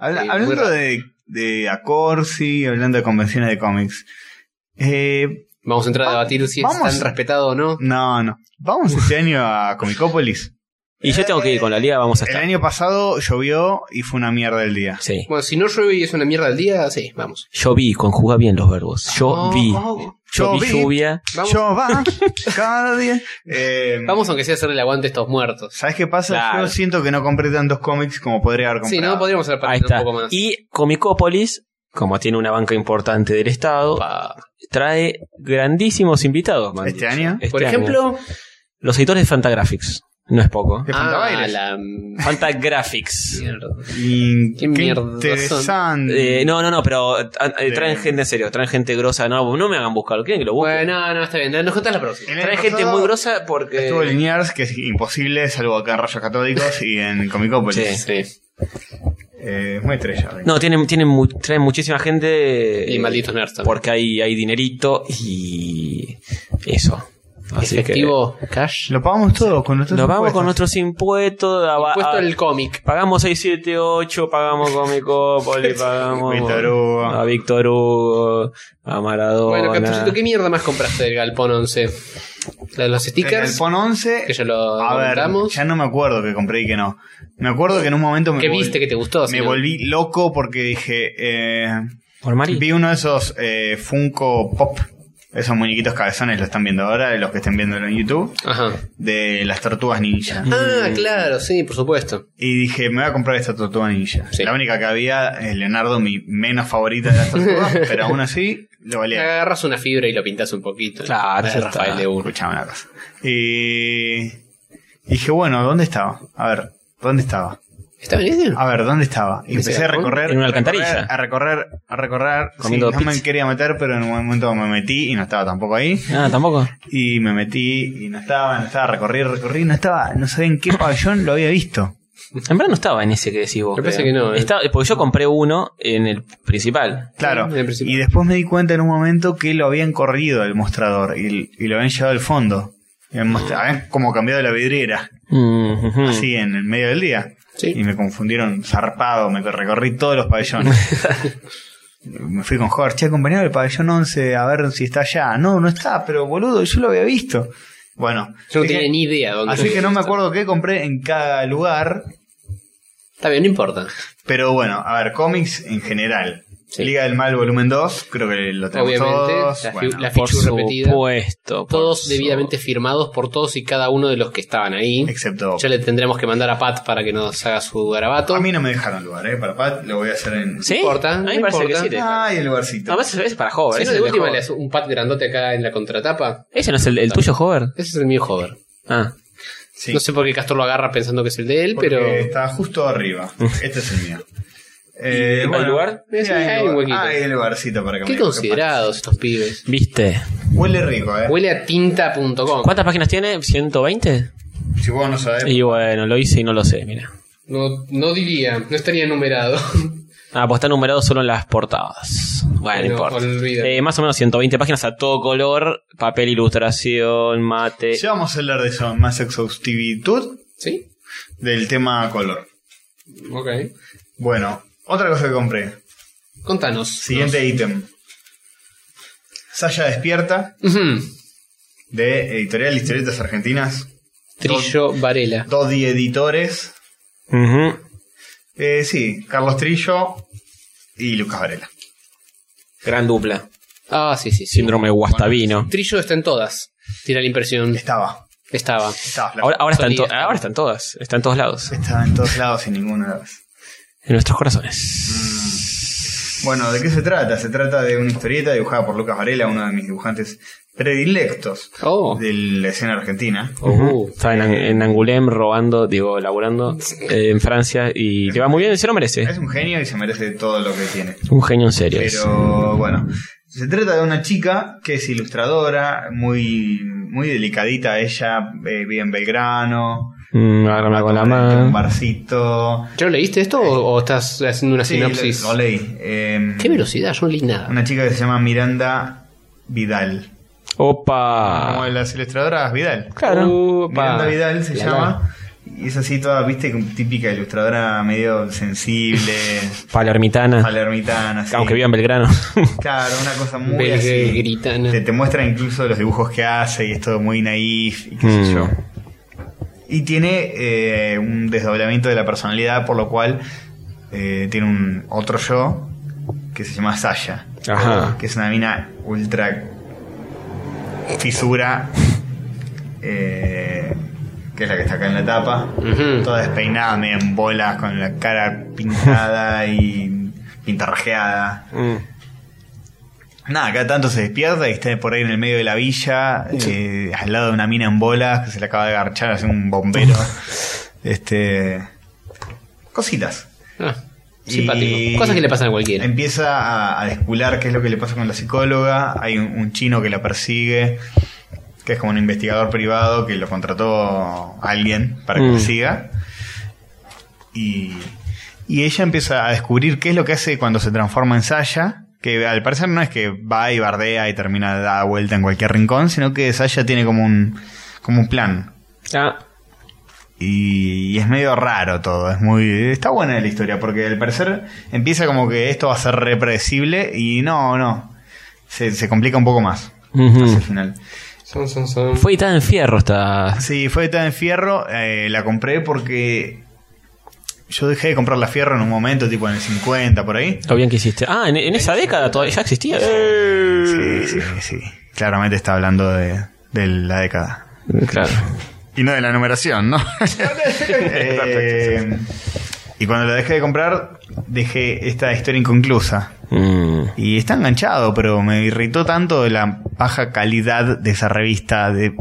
Sí, Eh, muy hablando raro. de, de Acorsi, hablando de convenciones de cómics. Eh, Vamos a entrar Ah, a debatir si es Vamos. tan respetado o no. no, no. Vamos este año a Comicópolis. Y yo tengo que ir con la liga, vamos a El estar. año pasado llovió y fue una mierda el día. Sí. Bueno, si no llueve y es una mierda el día, sí, vamos. Yo vi, conjuga bien los verbos. Yo Oh, vi. oh, Yo yo vi vi. lluvia. Vamos. Llova cada día. Eh, Vamos aunque sea hacerle el aguante a estos muertos. ¿Sabes qué pasa? Claro. Yo siento que no compré tantos cómics como podría haber Sí, comprado. no podríamos haber Ahí partido un está. poco más. Y Comicópolis, como tiene una banca importante del Estado, Pa. trae grandísimos invitados. me han ¿Este dicho. año? Este Por año. ejemplo, los editores de Fantagraphics. No es poco. De ah, Fantavailes. la Fantagraphics. mierda. Y Qué qué, mierda son. interesante. Eh, no, no, no, pero ah, ah, eh, traen De- gente en serio, traen gente grosa. No, no me hagan buscar, quieren que lo busque. Bueno, no, está bien. Nos contás la próxima. El año traen gente pasado muy grosa porque. eh, Estuvo Liniers, que es imposible, salvo acá en Rayos Catódicos y en Comicópolis. Sí. Eh, es muy estrella. ¿eh? No, tienen, tienen, mu- traen muchísima gente. Y eh, malditos nerds también. Porque hay, hay dinerito y. Eso. Así Efectivo, cash. Lo pagamos todo con que. nuestros Nos vamos con impuestos. nuestros impuestos. Ah, a- Puesto a- el cómic. Pagamos 678, pagamos Comicópolis, pagamos Víctor Hugo. a Víctor Hugo, a Maradona. Bueno, Castorcito, ¿qué mierda más compraste del Galpón 11? La de los En el stickers, Pon 11. que ya lo a ver, comentamos. ya no me acuerdo que compré y que no. Me acuerdo que en un momento me, Que vol- viste que te gustó. si me no. volví loco porque dije. Eh, Por Mari. Vi uno de esos eh, Funko Pop, esos muñequitos cabezones, lo están viendo ahora, los que estén viéndolo en YouTube, Ajá. Mm. de las tortugas ninja. Ah, claro, sí, por supuesto. Y dije, me voy a comprar esta tortuga ninja. Sí. La única que había, eh, Leonardo, mi menos favorita de las tortugas, pero aún así, lo valía. Agarras una fibra y lo pintas un poquito. Claro, Ah, ya Rafael está. de uno. Escuchaba una cosa. Y dije, bueno, ¿dónde estaba? A ver, ¿dónde estaba? ¿Está bien ese? A ver, ¿dónde estaba? Y ¿Ese empecé a galpón? recorrer. En una alcantarilla. recorrer, A recorrer, a recorrer. Sí, Comiendo no me pizza. quería meter, pero en un momento me metí y no estaba tampoco ahí. Ah, tampoco. Y me metí y no estaba, no estaba, recorrí, recorrí, no estaba, no sabía en qué pabellón lo había visto. En verdad no estaba en ese que decís vos. Me parece creo. que no, eh. Está- porque yo compré uno en el principal. Claro. En el principio. Y después me di cuenta en un momento que lo habían corrido el mostrador y, y lo habían llevado al fondo. Y habían most- habían como cambiado la vidriera, Mm, ujú. así en el medio del día. Sí. Y me confundieron zarpado, me recorrí todos los pabellones. me fui con Jorge, che, compañero, el pabellón 11, a ver si está allá. No, no está, pero boludo, yo lo había visto. Bueno, Yo no dije- tenía ni idea dónde así que no me acuerdo qué compré en cada lugar, Está bien, no importa. Pero bueno, a ver, cómics en general. Sí. Liga del Mal volumen 2, creo que lo tenemos Obviamente, todos. la fi- Bueno, la- Por Fichu repetida. supuesto. por Todos su- debidamente firmados por todos y cada uno de los que estaban ahí. excepto... Ya le tendremos que mandar a Pat para que nos haga su garabato. A mí no me dejaron lugar, ¿eh? Para Pat lo voy a hacer en... ¿Sí? importa, A mí no me parece que importa. sí. te- Ay, el lugarcito. No, pero ese es para Hover. Si ese, no, de es el última Hover. le haces un pat grandote acá en la contratapa. ¿Ese no es el, el tuyo, Hover. Ese es el mío hover. Ah. Sí, No sé por qué Castor lo agarra pensando que es el de él, porque pero. está justo arriba. Este es el mío. Eh, ¿Y- y bueno, hay lugar? sí, Sí, hay hay, un lugar. Ah, huequito. Hay el lugarcito para que Qué me- considerados estos pibes. Viste. Huele rico, ¿eh? Huele a tinta.com. ¿Cuántas páginas tiene? ¿120? Si vos no sabés... Y bueno, lo hice y no lo sé, mira. No, no diría, no estaría numerado. Ah, pues está numerado solo en las portadas. Bueno, no No, importa. olvídate. Eh, más o menos 120 páginas a todo color, papel, ilustración, eh, mate. Ya vamos a hablar de eso en más exhaustivitud ¿Sí? del tema color. Ok. Bueno, otra cosa que compré. Contanos. Siguiente ítem. Saya Despierta, Ujú. de Editorial Historietas Argentinas. Trillo Varela. Dodi Editores. Ujú. Eh, sí, Carlos Trillo y Lucas Varela. Gran dupla. Ah, sí, sí, sí. Síndrome Guastavino. Trillo está en todas. Tira la impresión. Estaba. Estaba. Estaba flaco. Ahora, ahora, están Solía to- estar. ahora están todas, están en todos lados. Estaba en todos lados y ninguna de las- En nuestros corazones. Bueno, ¿de qué se trata? Se trata de una historieta dibujada por Lucas Varela, uno de mis dibujantes predilectos Oh. de la escena argentina. Ujú. Uh. Estaba en, Ang- en Angulem robando, digo, laburando eh, en Francia y le va muy bien, se lo merece. Es un genio y se merece todo lo que tiene. Un genio en serio. es. Pero bueno, se trata de una chica que es ilustradora, muy, muy delicadita ella, eh, vive en Belgrano, Mm, agárrame va con a la tomar este, un mano. barcito. ¿Ya lo leíste esto o, o estás haciendo una Sí, sinopsis? lo, lo leí. Eh, ¿Qué velocidad? Yo no leí nada. Una chica que se llama Miranda Vidal. Como Opa. de las ilustradoras Vidal. Claro. Miranda Vidal se La llama. Y es así toda, viste, como típica ilustradora medio sensible, Palermitana. palermitana. así. Aunque viva en Belgrano. Claro, una cosa muy así. Belgritana. Te, te muestra incluso los dibujos que hace y es todo muy naif y qué sé Mm. yo. Y tiene eh, un desdoblamiento de la personalidad, por lo cual eh, tiene un otro yo que se llama Sasha. Ajá. Que es una mina ultra fisura, eh, que es la que está acá en la tapa. Ujú. Toda despeinada, medio en bolas, con la cara pintada y pintarrajeada. Mm. Nada, cada tanto se despierta y está por ahí en el medio de la villa, eh, al lado de una mina en bolas que se le acaba de agarchar hace un bombero. este. Cositas. Ah, Y- simpático. Cosas que le pasan a cualquiera. Empieza a, a descular qué es lo que le pasa con la psicóloga. Hay un, un chino que la persigue, que es como un investigador privado que lo contrató alguien para que Mm. la siga. Y, y ella empieza a descubrir qué es lo que hace cuando se transforma en Saya. Que al parecer no es que va y bardea y termina de dar vuelta en cualquier rincón, sino que Saya tiene como un, como un plan. Ah, Y, y es medio raro todo, es muy... Está buena la historia, porque al parecer empieza como que esto va a ser represible y no, no. Se, se complica un poco más ujú. hacia el final. Son, son, son. Fue editada en fierro esta. Sí, fue tan en fierro, eh, la compré porque yo dejé de comprar la fierro en un momento, tipo en el 50, por ahí. Lo bien que hiciste. Ah, en, en esa década todavía ya existía. Sí, sí, sí. Claramente está hablando de, de la década. Claro. Y no de la numeración, ¿no? Eh, y cuando lo dejé de comprar, dejé esta historia inconclusa. Mm. Y está enganchado, pero me irritó tanto la baja calidad de esa revista de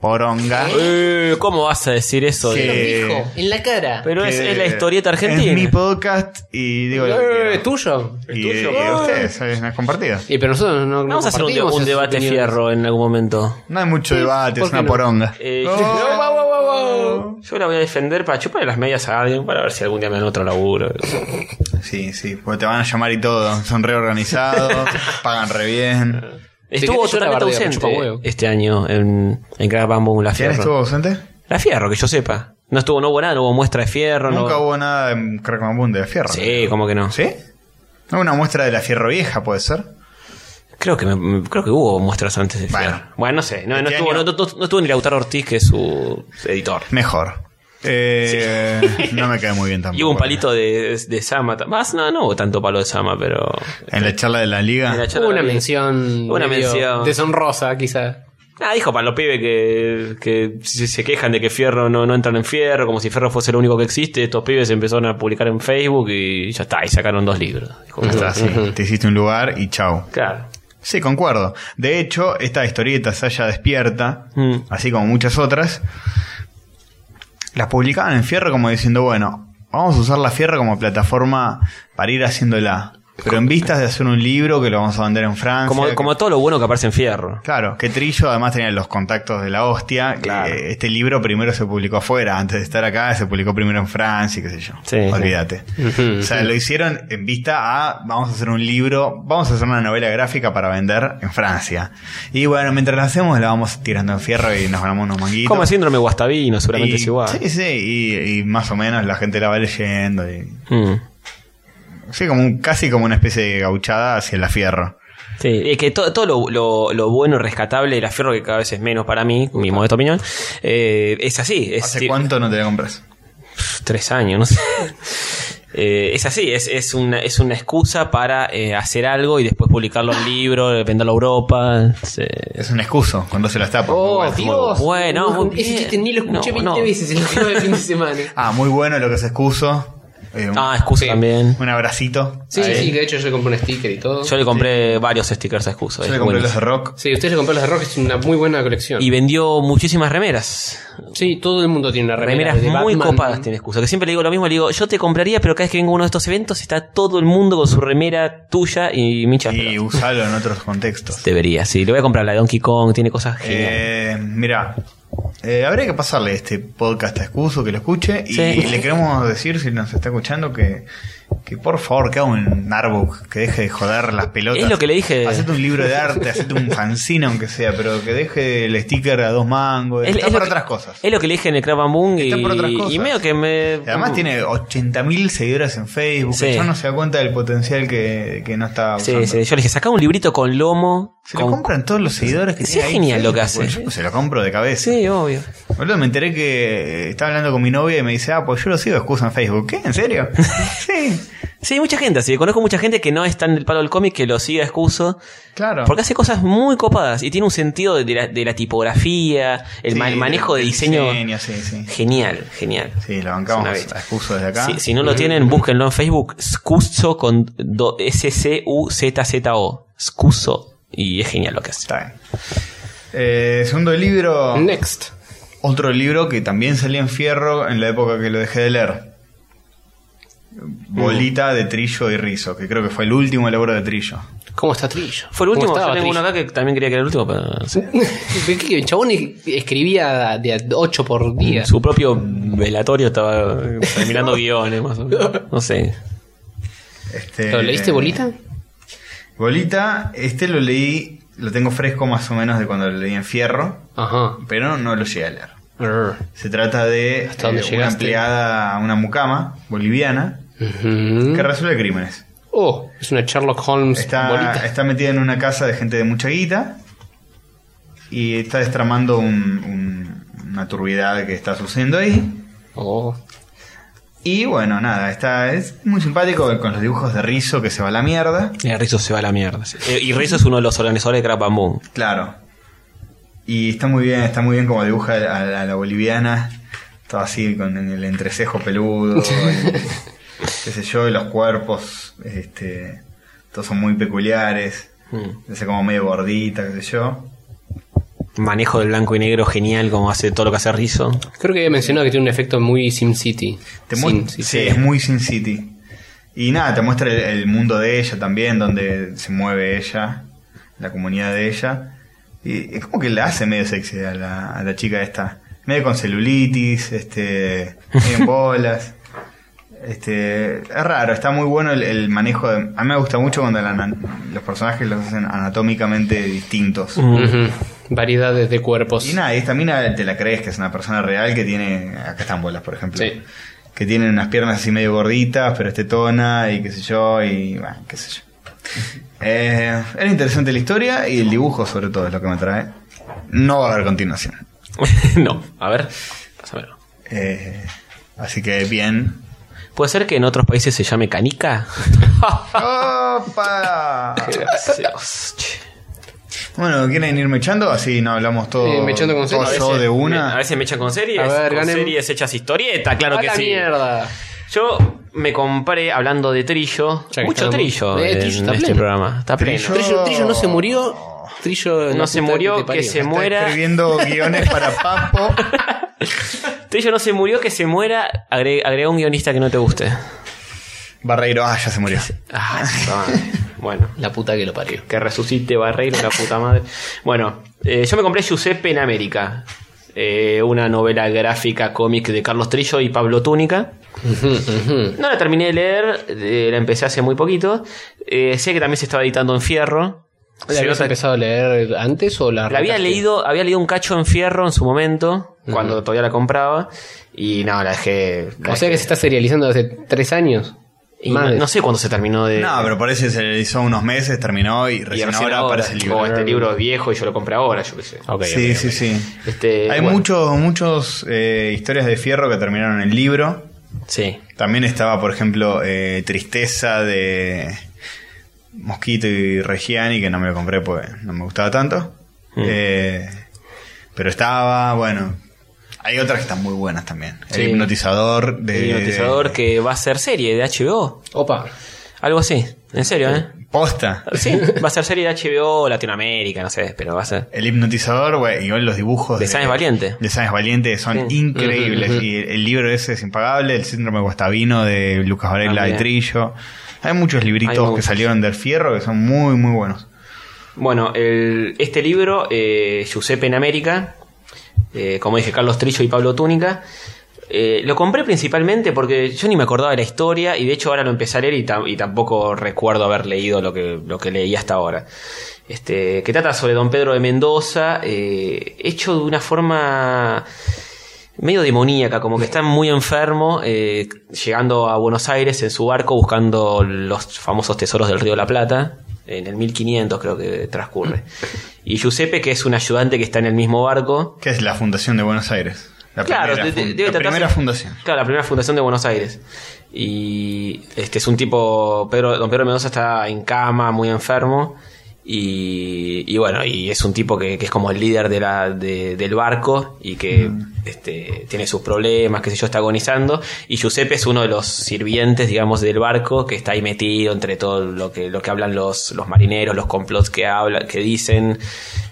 poronga. Eh, ¿Cómo vas a decir eso? Sí. Diego? Hijo, en la cara. Pero es, que es la historieta argentina. Es mi podcast y digo lo que Eh, quiero. ¿Es tuyo? Y, y ustedes, eh, me han compartido. Y pero nosotros no, no Vamos a hacer un, de- compartimos un esas debate opiniones. fierro en algún momento. No hay mucho debate, ¿por es qué una no? poronga. Eh, Oh. yo- No, guau, guau, guau, guau. Yo la voy a defender para chuparle las medias a alguien para ver si algún día me dan otro laburo. Sí, sí, porque te van a llamar y todo. Son reorganizados, pagan re bien. Estuvo yo te totalmente bardeo, me chupa ausente huevo. este año en, en Crack Bamboo La ¿Quién Fierro. estuvo ausente? La Fierro, que yo sepa. No estuvo, no hubo nada, no hubo muestra de fierro. no- Nunca hubo nada en Crack Bamboo de fierro. Sí, como que no. ¿Sí? ¿No una muestra de la fierro vieja, puede ser? Creo que me- me- creo que hubo muestras antes de Bueno. Fierro. Bueno, no sé. No, no Este estuvo, año- no, no- no estuvo ni Lautaro Ortiz, que es su editor. Mejor. Eh, No me cae muy bien tampoco. Y hubo un palito de, de Sama. ta- Más, no, no hubo tanto palo de Sama, pero. En la charla de la liga. en la charla Hubo una vi- mención. Una medio mención. Deshonrosa, quizá. Ah, dijo para los pibes que, que se se quejan de que Fierro no, no entran en Fierro, como si Fierro fuese lo único que existe. Estos pibes empezaron a publicar en Facebook y ya está, y sacaron dos libros. Dijo, Ya está, sí. Ujú. Te hiciste un lugar y chau. Claro. Sí, concuerdo. De hecho, esta historieta Saya Despierta, Mm. así como muchas otras, las publicaban en Fierro como diciendo, bueno, vamos a usar la Fierro como plataforma para ir haciéndola. Pero en vistas de hacer un libro que lo vamos a vender en Francia. Como, que- como todo lo bueno que aparece en Fierro. Claro, que Trillo además tenía los contactos de la hostia. que, Claro. eh, Este libro primero se publicó afuera, antes de estar acá, se publicó primero en Francia y qué sé yo. Sí, Olvídate. O sea, lo hicieron en vista a, vamos a hacer un libro, vamos a hacer una novela gráfica para vender en Francia. Y bueno, mientras lo hacemos, la vamos tirando en fierro y nos ganamos unos manguitos. Como el síndrome guastavino, seguramente Y- es igual. Sí, sí, y, y más o menos la gente la va leyendo. Y, Mm. sí, como un- casi como una especie de gauchada hacia la fierro. Sí, es que todo, todo lo, lo- lo bueno, rescatable de la Fierro, que cada vez es menos para mí, mi modesta opinión, eh, es así. Es ¿Hace ti- cuánto no te la compras? tres años, no sé. Eh, es así, es, es, una, es una excusa para eh, hacer algo y después publicarlo en libro, eh, venderlo a Europa. se- Es un excuso cuando se las tapa. Oh, Muy bueno. Dios. Bueno, No, muy ese bien. chiste ni lo escuché No, no. 20 veces en lo que va del fin de semana. Ah, muy bueno lo que es excuso. Eh, un- Ah, excusa Sí. también. Un abracito. Sí, Ahí. sí, de hecho yo le compré un sticker y todo. Yo le compré varios stickers a excusa. Yo es le compré los buenísimo. de rock. Sí, usted le compró los de Rock, es una muy buena colección. Y vendió muchísimas remeras. Sí, todo el mundo tiene una remera. Remeras de muy Batman. copadas tiene excusa. Que siempre le digo lo mismo, le digo, yo te compraría, pero cada vez que vengo a uno de estos eventos está todo el mundo con su remera tuya y mi chapa. Y usalo en otros contextos. Debería, sí. Le voy a comprar la de Donkey Kong, tiene cosas geniales. Eh, mira, eh, habría que pasarle este podcast a Excuso que lo escuche. Y Sí. le queremos decir, si nos está escuchando, que, que por favor que haga un artbook, que deje de joder las pelotas. Es lo que le dije. Hacete un libro de arte, hacete un fanzine, aunque sea, pero que deje el sticker a dos mangos. Es- está es lo para que- otras cosas. Es lo que le dije en el Crab and Boom y, Está por otras cosas. y medio que me. Mm. Y Además tiene 80.000 seguidores en Facebook. Uh. Sí. Yo no se da cuenta del potencial que, que no está usando. Sí, sí. Yo le dije, saca un librito con lomo. Se con- lo compran todos los seguidores que Sí, tiene es ahí. genial lo que Pues hace. yo se lo compro de cabeza. Sí, obvio. Boludo, me enteré que eh, estaba hablando con mi novia y me dice, ah, pues yo lo sigo excusa en Facebook. ¿Qué? ¿En serio? sí, Sí, hay mucha gente así. Conozco mucha gente que no está en el palo del cómic, que lo sigue a excuso. claro. Porque hace cosas muy copadas y tiene un sentido de la, de la tipografía, el, Sí, ma- el manejo de del diseño. sí, sí. Genial, genial. Sí, lo Es una bancamos bestia. a excusa desde acá. Si, si no lo tienen, búsquenlo en Facebook. Scuso con do- S-C-U-Z-Z-O. Scuso. Y es genial lo que hace. Está bien. Eh, segundo libro, Next. otro libro que también salía en fierro en la época que lo dejé de leer. Bolita de Trillo y Rizo, que creo que fue el último laburo de Trillo. ¿Cómo está Trillo? Fue el último. ¿Cómo Yo estaba tengo uno acá que también quería que era el último, pero. sí. Trillo? ¿Qué- qué- El chabón es- escribía de a 8 por día. Su propio velatorio estaba terminando guiones, más o menos. No sé. Este, ¿Lo leíste, Bolita? Bolita, este lo leí, lo tengo fresco más o menos de cuando lo leí en Fierro, Ajá. pero no lo llegué a leer. Arr. Se trata de eh, Hasta dónde una llegaste. empleada, una mucama boliviana, Ujú. que resuelve crímenes. Oh, es una Sherlock Holmes Está, bolita. está metida en una casa de gente de mucha guita y está destramando un- un- una turbidad que está sucediendo ahí. Oh. Y bueno, nada, está, es muy simpático con los dibujos de rizo que se va a la mierda. Eh, Rizzo se va a la mierda. sí. Eh, Y Rizzo es uno de los organizadores de Crap and Boom. Claro. Y está muy bien, está muy bien como dibuja a, la- a la boliviana. Todo así con el entrecejo peludo. y qué sé yo, y los cuerpos, este, todos son muy peculiares. Ese como medio gordita, qué sé yo. Manejo del blanco y negro genial, como hace todo lo que hace Rizzo. Creo que había mencionado que tiene un efecto muy SimCity. Te Sim muest- City. sí, es muy Sin City. Y nada, te muestra el, el mundo de ella también, donde se mueve ella, la comunidad de ella. Y es como que la hace medio sexy a la, a la chica esta. Medio con celulitis, este, medio en bolas. Este, es raro, está muy bueno el, el manejo. de- a mí me gusta mucho cuando la ana- los personajes los hacen anatómicamente distintos. Mm. Ujú. Variedades de cuerpos. Y nada, y esta mina te la crees que es una persona real que tiene. Acá están bolas, por ejemplo. Sí. Que tienen unas piernas así medio gorditas, pero estetona y qué sé yo, y bueno, qué sé yo. Eh, era interesante la historia y el dibujo, sobre todo, es lo que me atrae. No va a haber continuación. no, a ver, pásamelo. Eh, así que bien. ¿Puede ser que en otros países se llame canica? ¡Opa! Gracias, oh, che. Bueno, ¿quieren irme echando? Así no hablamos todo, Sí, me echando con todo serio. yo de una. Eh, A veces me echan con series. A ver, con ganen. series hechas historieta, claro ¡A que Ah, la sí. mierda! Yo me compré, hablando de trillo, Ya que mucho estamos- trillo Eh, en Trillo está este pleno. programa. Está Trillo. pleno. Trillo, Trillo no se murió. Trillo la No se puta murió, te parió. que se Está muera. escribiendo guiones para Papo. Trillo no se murió, que se muera. agre- Agrega un guionista que no te guste. Barreiro, ah, ya se murió. Ah, puta madre. Bueno. La puta que lo parió. Que resucite Barreiro, la puta madre. Bueno, eh, yo me compré Giuseppe en América. Eh, una novela gráfica cómic de Carlos Trillo y Pablo Túnica. No la terminé de leer, eh, la empecé hace muy poquito. Eh, sé que también se estaba editando en Fierro. ¿La Se habías nota que- empezado a leer antes o la la había arrancaste? leído, había leído un cacho en Fierro en su momento, cuando todavía la compraba. Y no, la dejé. la O sea que dejé. se está serializando hace tres años. Y Más no, de- no sé cuándo se terminó de. No, pero parece que se le hizo unos meses, terminó Eh, y y recién, ahora, aparece el libro. O este libro es viejo y yo lo compré ahora, yo qué sé. Ok, sí, ok, ok. sí, sí. Este, Hay bueno, muchos, muchos eh, historias de fierro que terminaron en el libro. Sí. También estaba, por ejemplo, eh, Tristeza de Mosquito y Reggiani, que no me lo compré porque no me gustaba tanto. Mm. Eh, pero estaba, bueno. Hay otras que están muy buenas también. Sí. El hipnotizador de. El hipnotizador que va a ser serie de HBO. Opa. Algo así. En serio, ¿eh? Posta. Sí, va a ser serie de HBO Latinoamérica, no sé, pero va a ser. El hipnotizador, güey, igual los dibujos. De Sáenz Valiente. De Sáenz Valiente son Sí. increíbles. Y el, el libro ese es impagable. El síndrome guastavino de Lucas Varela y También. Trillo. Hay muchos libritos Hay muchos. que salieron del fierro que son muy, muy buenos. Bueno, el- este libro, eh, Giuseppe en América, eh, como dije, Carlos Trillo y Pablo Túnica, eh, lo compré principalmente porque yo ni me acordaba de la historia y de hecho ahora lo empecé a leer y, tam- y tampoco recuerdo haber leído lo que, lo que leí hasta ahora. Este, que trata sobre don Pedro de Mendoza, eh, hecho de una forma medio demoníaca, como que está muy enfermo, eh, llegando a Buenos Aires en su barco buscando los famosos tesoros del Río de la Plata, en el 1500 creo que transcurre. Y Giuseppe, que es un ayudante que está en el mismo barco, ¿Qué es la Fundación de Buenos Aires? La Claro, primera, de- de- fun- debe la tratarse- primera fundación. Claro, la primera fundación de Buenos Aires. Y este es un tipo, Pedro, don Pedro Mendoza está en cama, muy enfermo. Y, y bueno, y es un tipo que, que es como el líder de la, de- del barco y que Mm. este, tiene sus problemas, qué sé yo, está agonizando. Y Giuseppe es uno de los sirvientes, digamos, del barco que está ahí metido entre todo lo que, lo que hablan los, los marineros, los complots que, hablan, que dicen.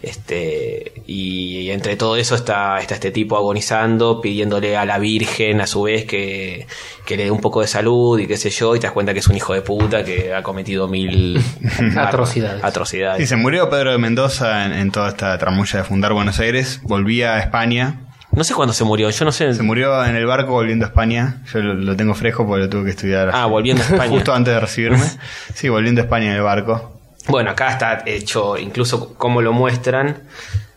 Este, y, y entre todo eso está, está este tipo agonizando, pidiéndole a la Virgen a su vez que, que le dé un poco de salud y qué sé yo, y te das cuenta que es un hijo de puta que ha cometido mil Atrocidades. Y atrocidades. se murió Pedro de Mendoza en, en toda esta tramulla de fundar Buenos Aires. Volvía a España. No sé cuándo se murió, yo no sé. Se murió en el barco volviendo a España. Yo lo, lo tengo fresco porque lo tuve que estudiar. Ah, volviendo a España. Justo antes de recibirme. Sí, volviendo a España en el barco. Bueno, acá está hecho, incluso como lo muestran,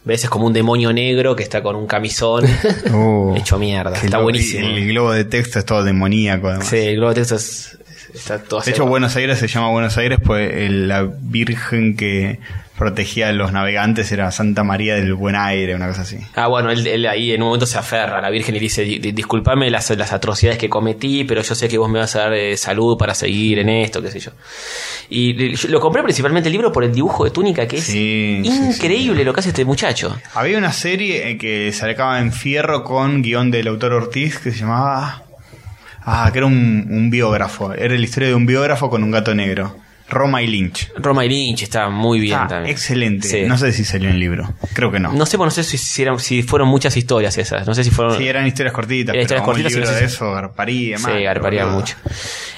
ves es como un demonio negro que está con un camisón Uh, hecho mierda. que Está lo- buenísimo. El globo de texto es todo demoníaco. además. Sí, el globo de texto es- es- está todo De hecho, Buenos Aires se llama Buenos Aires, pues el- la virgen que protegía a los navegantes era Santa María del Buen Aire, una cosa así. Ah, bueno, él, él ahí en un momento se aferra a la Virgen y le dice, "Di- di- disculpame las, las atrocidades que cometí, pero yo sé que vos me vas a dar eh, salud para seguir en esto, qué sé yo. Y le- yo lo compré principalmente el libro por el dibujo de túnica, que es Sí, sí, increíble lo que hace este muchacho. Había una serie eh, que se sacaba en fierro con guión del autor Ortiz que se llamaba. Ah, que era un, un biógrafo. Era la historia de un biógrafo con un gato negro. Roma y Lynch. Roma y Lynch está muy bien Ah, también. excelente. Sí. No sé si salió en el libro. Creo que no. No sé, bueno, no sé si, si eran- si fueron muchas historias esas. No sé si fueron... Sí, eran historias cortitas, Eran historias pero cortitas, un libro sí, sí, de sí. eso garparía más. Sí, garparía boludo. mucho.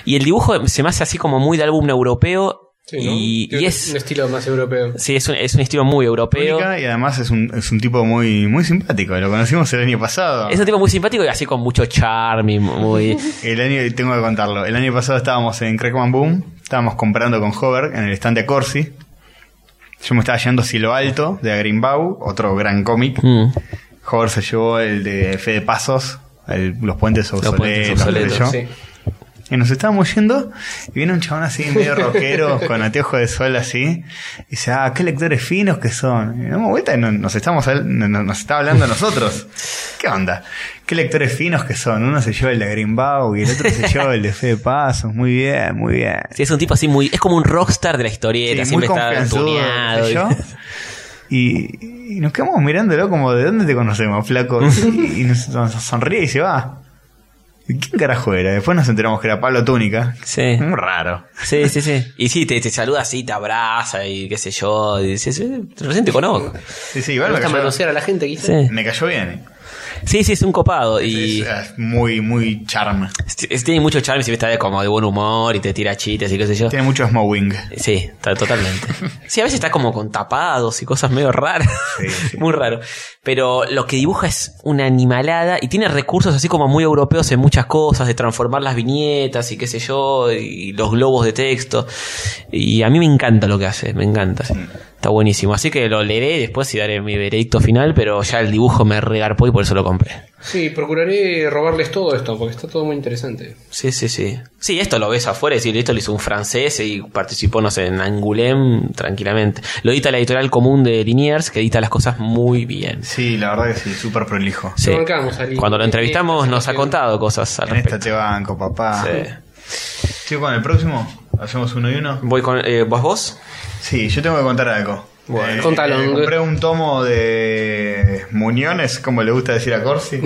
Y el dibujo se me hace así como muy de álbum europeo. Sí, ¿no? y, Tiene y Un es... estilo más europeo. Sí, es un, es un estilo muy europeo. Y además es un, es un tipo muy, muy simpático. Lo conocimos el año pasado. Es un tipo muy simpático y así con mucho charme, y muy... El año, tengo que contarlo. El año pasado estábamos en Crackman Boom, estábamos comprando con Hover en el stand de Corsi. Yo me estaba llevando Cielo Alto de Agrimbau, otro gran cómic. Mm. Hover se llevó el de Fede Pasos, el- los puentes Puentes obsoletos. qué sé Obsoletos, yo. Sí. Y nos estábamos yendo y viene un chabón así, medio rockero, con anteojo de sol así. Y dice, ah, qué lectores finos que son. Y damos vuelta y no- nos, estamos, al- no- no- nos está hablando a nosotros. ¿Qué onda? Qué lectores finos que son. Uno se lleva el de Greenbow y el otro se lleva el de Fede Pasos. Muy bien, muy bien. Sí, es un tipo así muy. Es como un rockstar de la historieta, Sí, siempre está confianzudo, tuneado. qué sé yo. Y, y nos quedamos mirándolo como, ¿de dónde te conocemos, flaco? Y, y nos, nos sonríe y se va. ¿Y ¿Quién carajo era? Después nos enteramos que era Pablo Túnica. Sí. Muy Mm, raro. Sí, sí, sí. Y sí, te, te saluda así, te abraza y qué sé yo. Y dices, "Eh, recién te conozco. Sí, sí, Me igual me gusta cayó, manosear a la gente, quizás. Sí. me cayó bien. Sí, sí, es un copado. Y Es, es muy, muy charm. es- tiene mucho charme, si está de- como de buen humor y te tira chistes y qué sé yo. Tiene mucho smowing. Sí, to- totalmente. Sí, a veces está como con tapados y cosas medio raras. Sí, sí. Muy raro. Pero lo que dibuja es una animalada y tiene recursos así como muy europeos en muchas cosas, de transformar las viñetas y qué sé yo, y los globos de texto. Y a mí me encanta lo que hace, me encanta. Mm. Está buenísimo. Así que lo leeré después y daré mi veredicto final, pero ya el dibujo me regarpó y por eso lo compré. Sí, procuraré robarles todo esto, porque está todo muy interesante. Sí, sí, sí. Sí, esto lo ves afuera y decís, esto lo hizo un francés y participó, no sé, en Angoulême tranquilamente. Lo edita la editorial común de Liniers, que edita las cosas muy bien. Sí, la verdad que sí, súper prolijo. Sí. bancamos, Ali. Cuando lo entrevistamos Esta nos ha situación. contado cosas al En esta respecto. te banco, papá. Sí. Sigo con el próximo. Hacemos uno y uno. Voy con... eh, ¿Vos vos? Sí, yo tengo que contar algo. Eh, Bueno, contalo. compré un tomo de Muñones, como le gusta decir a Corsi,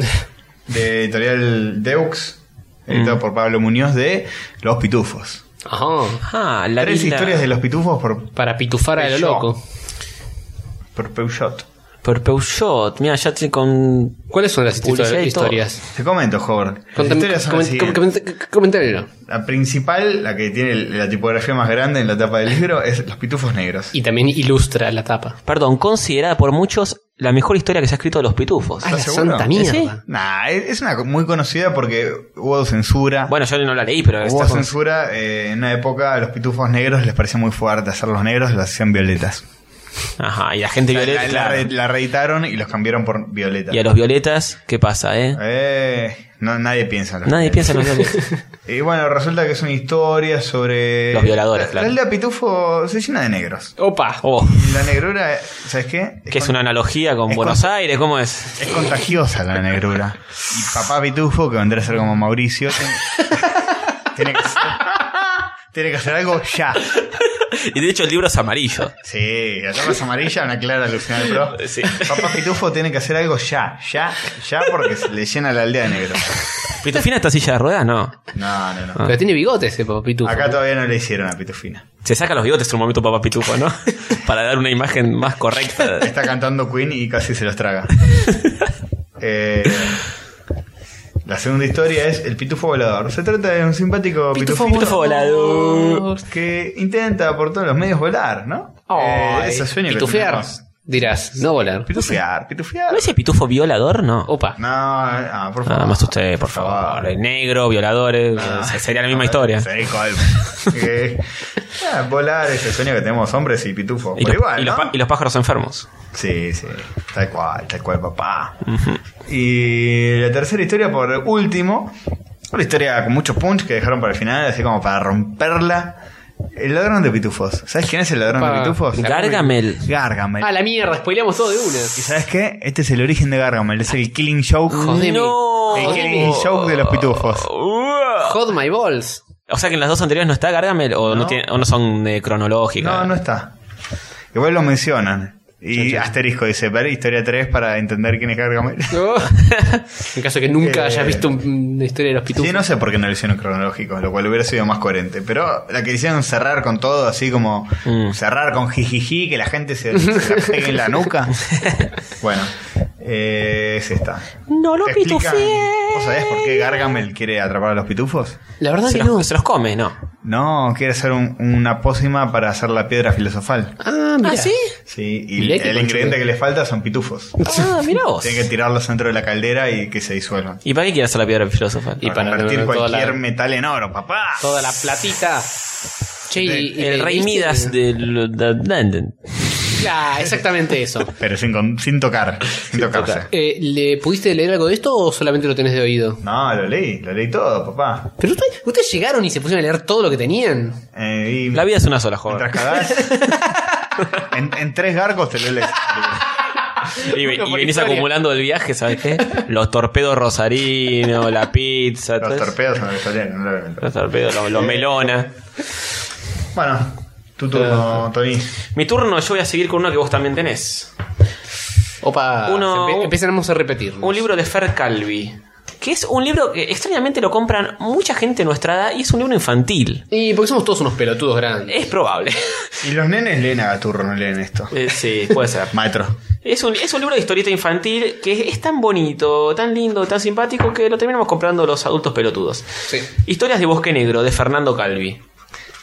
de editorial Deux, editado Mm. por Pablo Muñoz, de Los Pitufos. Ajá. Ah, la Tres linda- historias de Los Pitufos por, Para pitufar a lo Yo. loco. por Peugeot. Por Peugeot. Mira, ya te con... ¿Cuáles son las Publicidad histo- y todo. historias? Te comento, Howard. Las Contame- historias son las comen- siguientes. comen- Comentámelo. La principal, la que tiene la tipografía más grande en la tapa del libro, es Los Pitufos Negros. Y también ilustra la tapa. Perdón, considerada por muchos la mejor historia que se ha escrito de los pitufos. ¡Ay, Ah, la seguro? santa mierda! Nah, es es una co- muy conocida porque hubo censura. Bueno, yo no la leí, pero... Hubo está con- censura, eh, en una época a los pitufos negros les parecía muy fuerte hacer los negros, los hacían violetas. Ajá, y la gente La, violeta... la- claro. la re- la reeditaron y los cambiaron por violeta. Y a los violetas, ¿qué pasa, eh? Eh, no, nadie piensa en los Nadie violetas. piensa en los violetas. Y bueno, resulta que es una historia sobre... Los violadores, La- claro. La aldea pitufo se llena de negros. ¡Opa! Oh, Y la negrura, ¿sabes qué? que es con- una analogía con es Buenos con- Aires, ¿cómo es? Es contagiosa la negrura. Y papá pitufo, que vendría a ser como Mauricio, tiene, tiene que hacer, tiene que hacer algo ya. Y de hecho el libro es amarillo. Sí, la tapa es amarilla, una clara alusión al pro. Sí. Papá Pitufo tiene que hacer algo ya, ya, ya, porque se le llena la aldea de negro. Pitufina está silla de ruedas, no. No, no, no. Pero tiene bigotes ese papá Ah, pitufo. Acá todavía no le hicieron a Pitufina. Se saca los bigotes en un momento papá pitufo, ¿no? Para dar una imagen más correcta. Está cantando Queen y casi se los traga. Eh, la segunda historia es El Pitufo Volador. Se trata de un simpático Pitufo, pitufino pitufo volador. que intenta por todos los medios volar, ¿no? Eh, Ay, ese sueño que pitufear, tenemos. dirás, no volar. Pitufear, pitufear. ¿No es el pitufo violador? No. Opa. No, ah, por favor. Ah, me asusté, por favor. El negro, violadores. eh, Sería la misma historia. Sí, colmo. Eh, ah, volar es el sueño que tenemos hombres y pitufo. Y Por los, igual, y los ¿no? pa- y los pájaros enfermos. Sí, sí. Tal cual, tal cual, papá. Y la tercera historia, por último, una historia con mucho punch que dejaron para el final, así como para romperla. El ladrón de pitufos. ¿Sabes quién es el ladrón Opa. de pitufos? Gargamel. Gargamel. A la mierda, spoileamos todo de una. ¿Y sabes qué? Este es el origen de Gargamel, es el killing joke. Jodeme. No. El killing joke de los pitufos. Uah. Hot my balls. O sea que en las dos anteriores no está Gargamel o no, No. tiene- o no son eh, cronológicas. No, no está. Igual lo mencionan. Y asterisco dice, ver historia 3 para entender quién es Gargamel. en caso que nunca Eh. hayas visto un- una historia de los pitufos. Sí, no sé por qué no lo hicieron cronológico, lo cual hubiera sido más coherente. Pero la que hicieron cerrar con todo, así como Mm. cerrar con jijiji, que la gente se, se la pegue en la nuca. bueno, eh, es esta. No lo ¿Te explican- pitufié. ¿Vos sabés por qué Gargamel quiere atrapar a los pitufos? La verdad Se que los, no. se los come, ¿no? Ah, No, quiere hacer un- una pócima para hacer la piedra filosofal. Ah, mira. Sí, y Mirá qué el ingrediente que le falta son pitufos. Ah, mira vos. Tienen que tirarlos dentro de la caldera y que se disuelvan. ¿Y para qué quiere hacer la piedra filosofal? Y para para convertir toda cualquier la- metal en oro, papá. Toda la platita. Che, y- y- El rey ¿viste? Midas de London. Ah, exactamente eso. Pero sin, con- sin tocar, sin tocarse. Eh, ¿Le pudiste leer algo de esto o solamente lo tenés de oído? No, lo leí, lo leí todo, papá. Pero ustedes, ustedes llegaron y se pusieron a leer todo lo que tenían. Eh, y La vida es una sola, joven. mientras cagás, en, en tres gargos te lo lees. Y, ve- Bueno, y por venís historia. acumulando el viaje, ¿sabes qué? Los torpedos rosarinos, la pizza, todo Los eso. torpedos son los italianos, no lo voy a inventar. Los torpedos, los, los melona. Bueno, tu turno, Tony. Mi turno, yo voy a seguir con uno que vos también tenés. Opa, Uno- empe- empezamos a repetir. Un libro de Fer Calvi. que es un libro que extrañamente lo compran mucha gente de nuestra edad y es un libro infantil. Y porque somos todos unos pelotudos grandes. Es probable. Y los nenes leen a Gaturro, no leen esto. Eh, sí, puede ser. Maestro. Es un, es un libro de historieta infantil que es tan bonito, tan lindo, tan simpático que lo terminamos comprando los adultos pelotudos. Sí. Historias de Bosque Negro, de Fernando Calvi.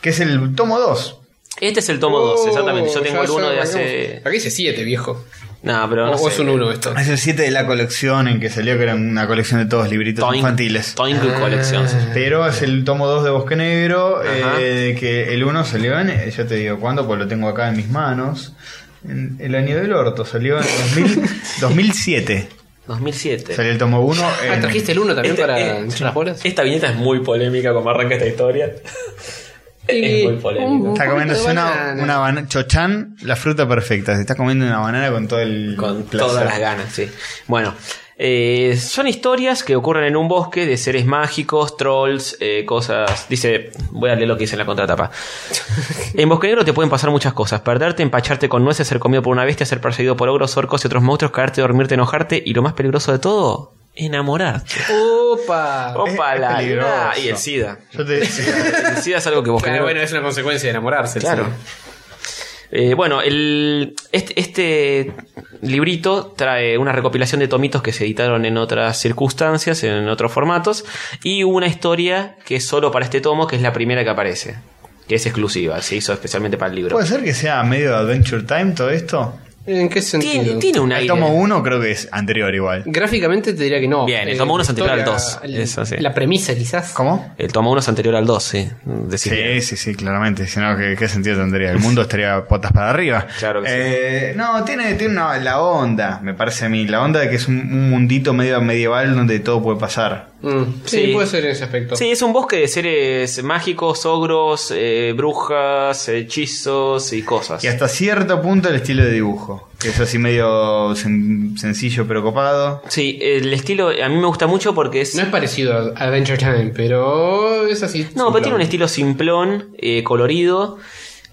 Que es el tomo 2. Este es el tomo 2, Oh, exactamente. Yo tengo el 1 de hace. Aquí dice 7, viejo. No, pero no o sé. es un eh, 1 esto. Es el 7 de la colección en que salió, que era una colección de todos libritos Toink- infantiles. Toink Ah. Collections. Pero es el tomo 2 de Bosque Negro, Ajá. eh, que el 1 salió en, eh, ya te digo cuándo, pues lo tengo acá en mis manos. En el año del orto, salió en 2000 2007. 2007. Salió el tomo 1. Ah, trajiste el 1 también Este- para este- hinchar las bolas. Esta viñeta es muy polémica como arranca esta historia. es muy polémica. Está Un comiendo poquito de una, banana. una banana. Chochán, la fruta perfecta. Se está comiendo una banana con todo el. Con placer. todas las ganas, sí. Bueno, eh, son historias que ocurren en un bosque de seres mágicos, trolls, eh, cosas. Dice, voy a leer lo que dice en la contratapa. en Bosque Negro te pueden pasar muchas cosas: perderte, empacharte con nueces, ser comido por una bestia, ser perseguido por ogros, orcos y otros monstruos, caerte, dormirte, enojarte y lo más peligroso de todo, enamorarte. Opa. es Opa, la peligroso. la- y el SIDA. Yo te decía. El SIDA es algo que Bosque Claro, Negro- bueno, es una consecuencia de enamorarse. Claro. sí. Eh, bueno, el, este, este librito trae una recopilación de tomitos que se editaron en otras circunstancias, en otros formatos, y una historia que es solo para este tomo, que es la primera que aparece, que es exclusiva, se hizo especialmente para el libro. ¿Puede ser que sea medio Adventure Time todo esto? ¿En qué tiene, sentido? tiene un El aire. tomo 1 creo que es anterior igual. Gráficamente te diría que no. Bien, el Eh, tomo uno la es anterior al historia, dos. el- Eso sí. La premisa, quizás. ¿Cómo? El tomo 1 es anterior al 2, sí. ¿eh? decir Sí, sí, sí, claramente. Si no, ¿qué, qué sentido tendría? El mundo estaría patas para arriba. Claro que sí. Eh, No, tiene, tiene una, la onda, me parece a mí. La onda de que es un, un mundito medio medieval donde todo puede pasar. Mm, sí, Sí. puede ser en ese aspecto. Sí, es un bosque de seres mágicos, ogros, eh, brujas, hechizos y cosas. Y hasta cierto punto el estilo de dibujo. Que es así medio sen- sencillo pero copado. Sí, el estilo a mí me gusta mucho porque es... No es parecido a Adventure Time, pero es así. No, pero tiene un estilo. estilo simplón, eh, colorido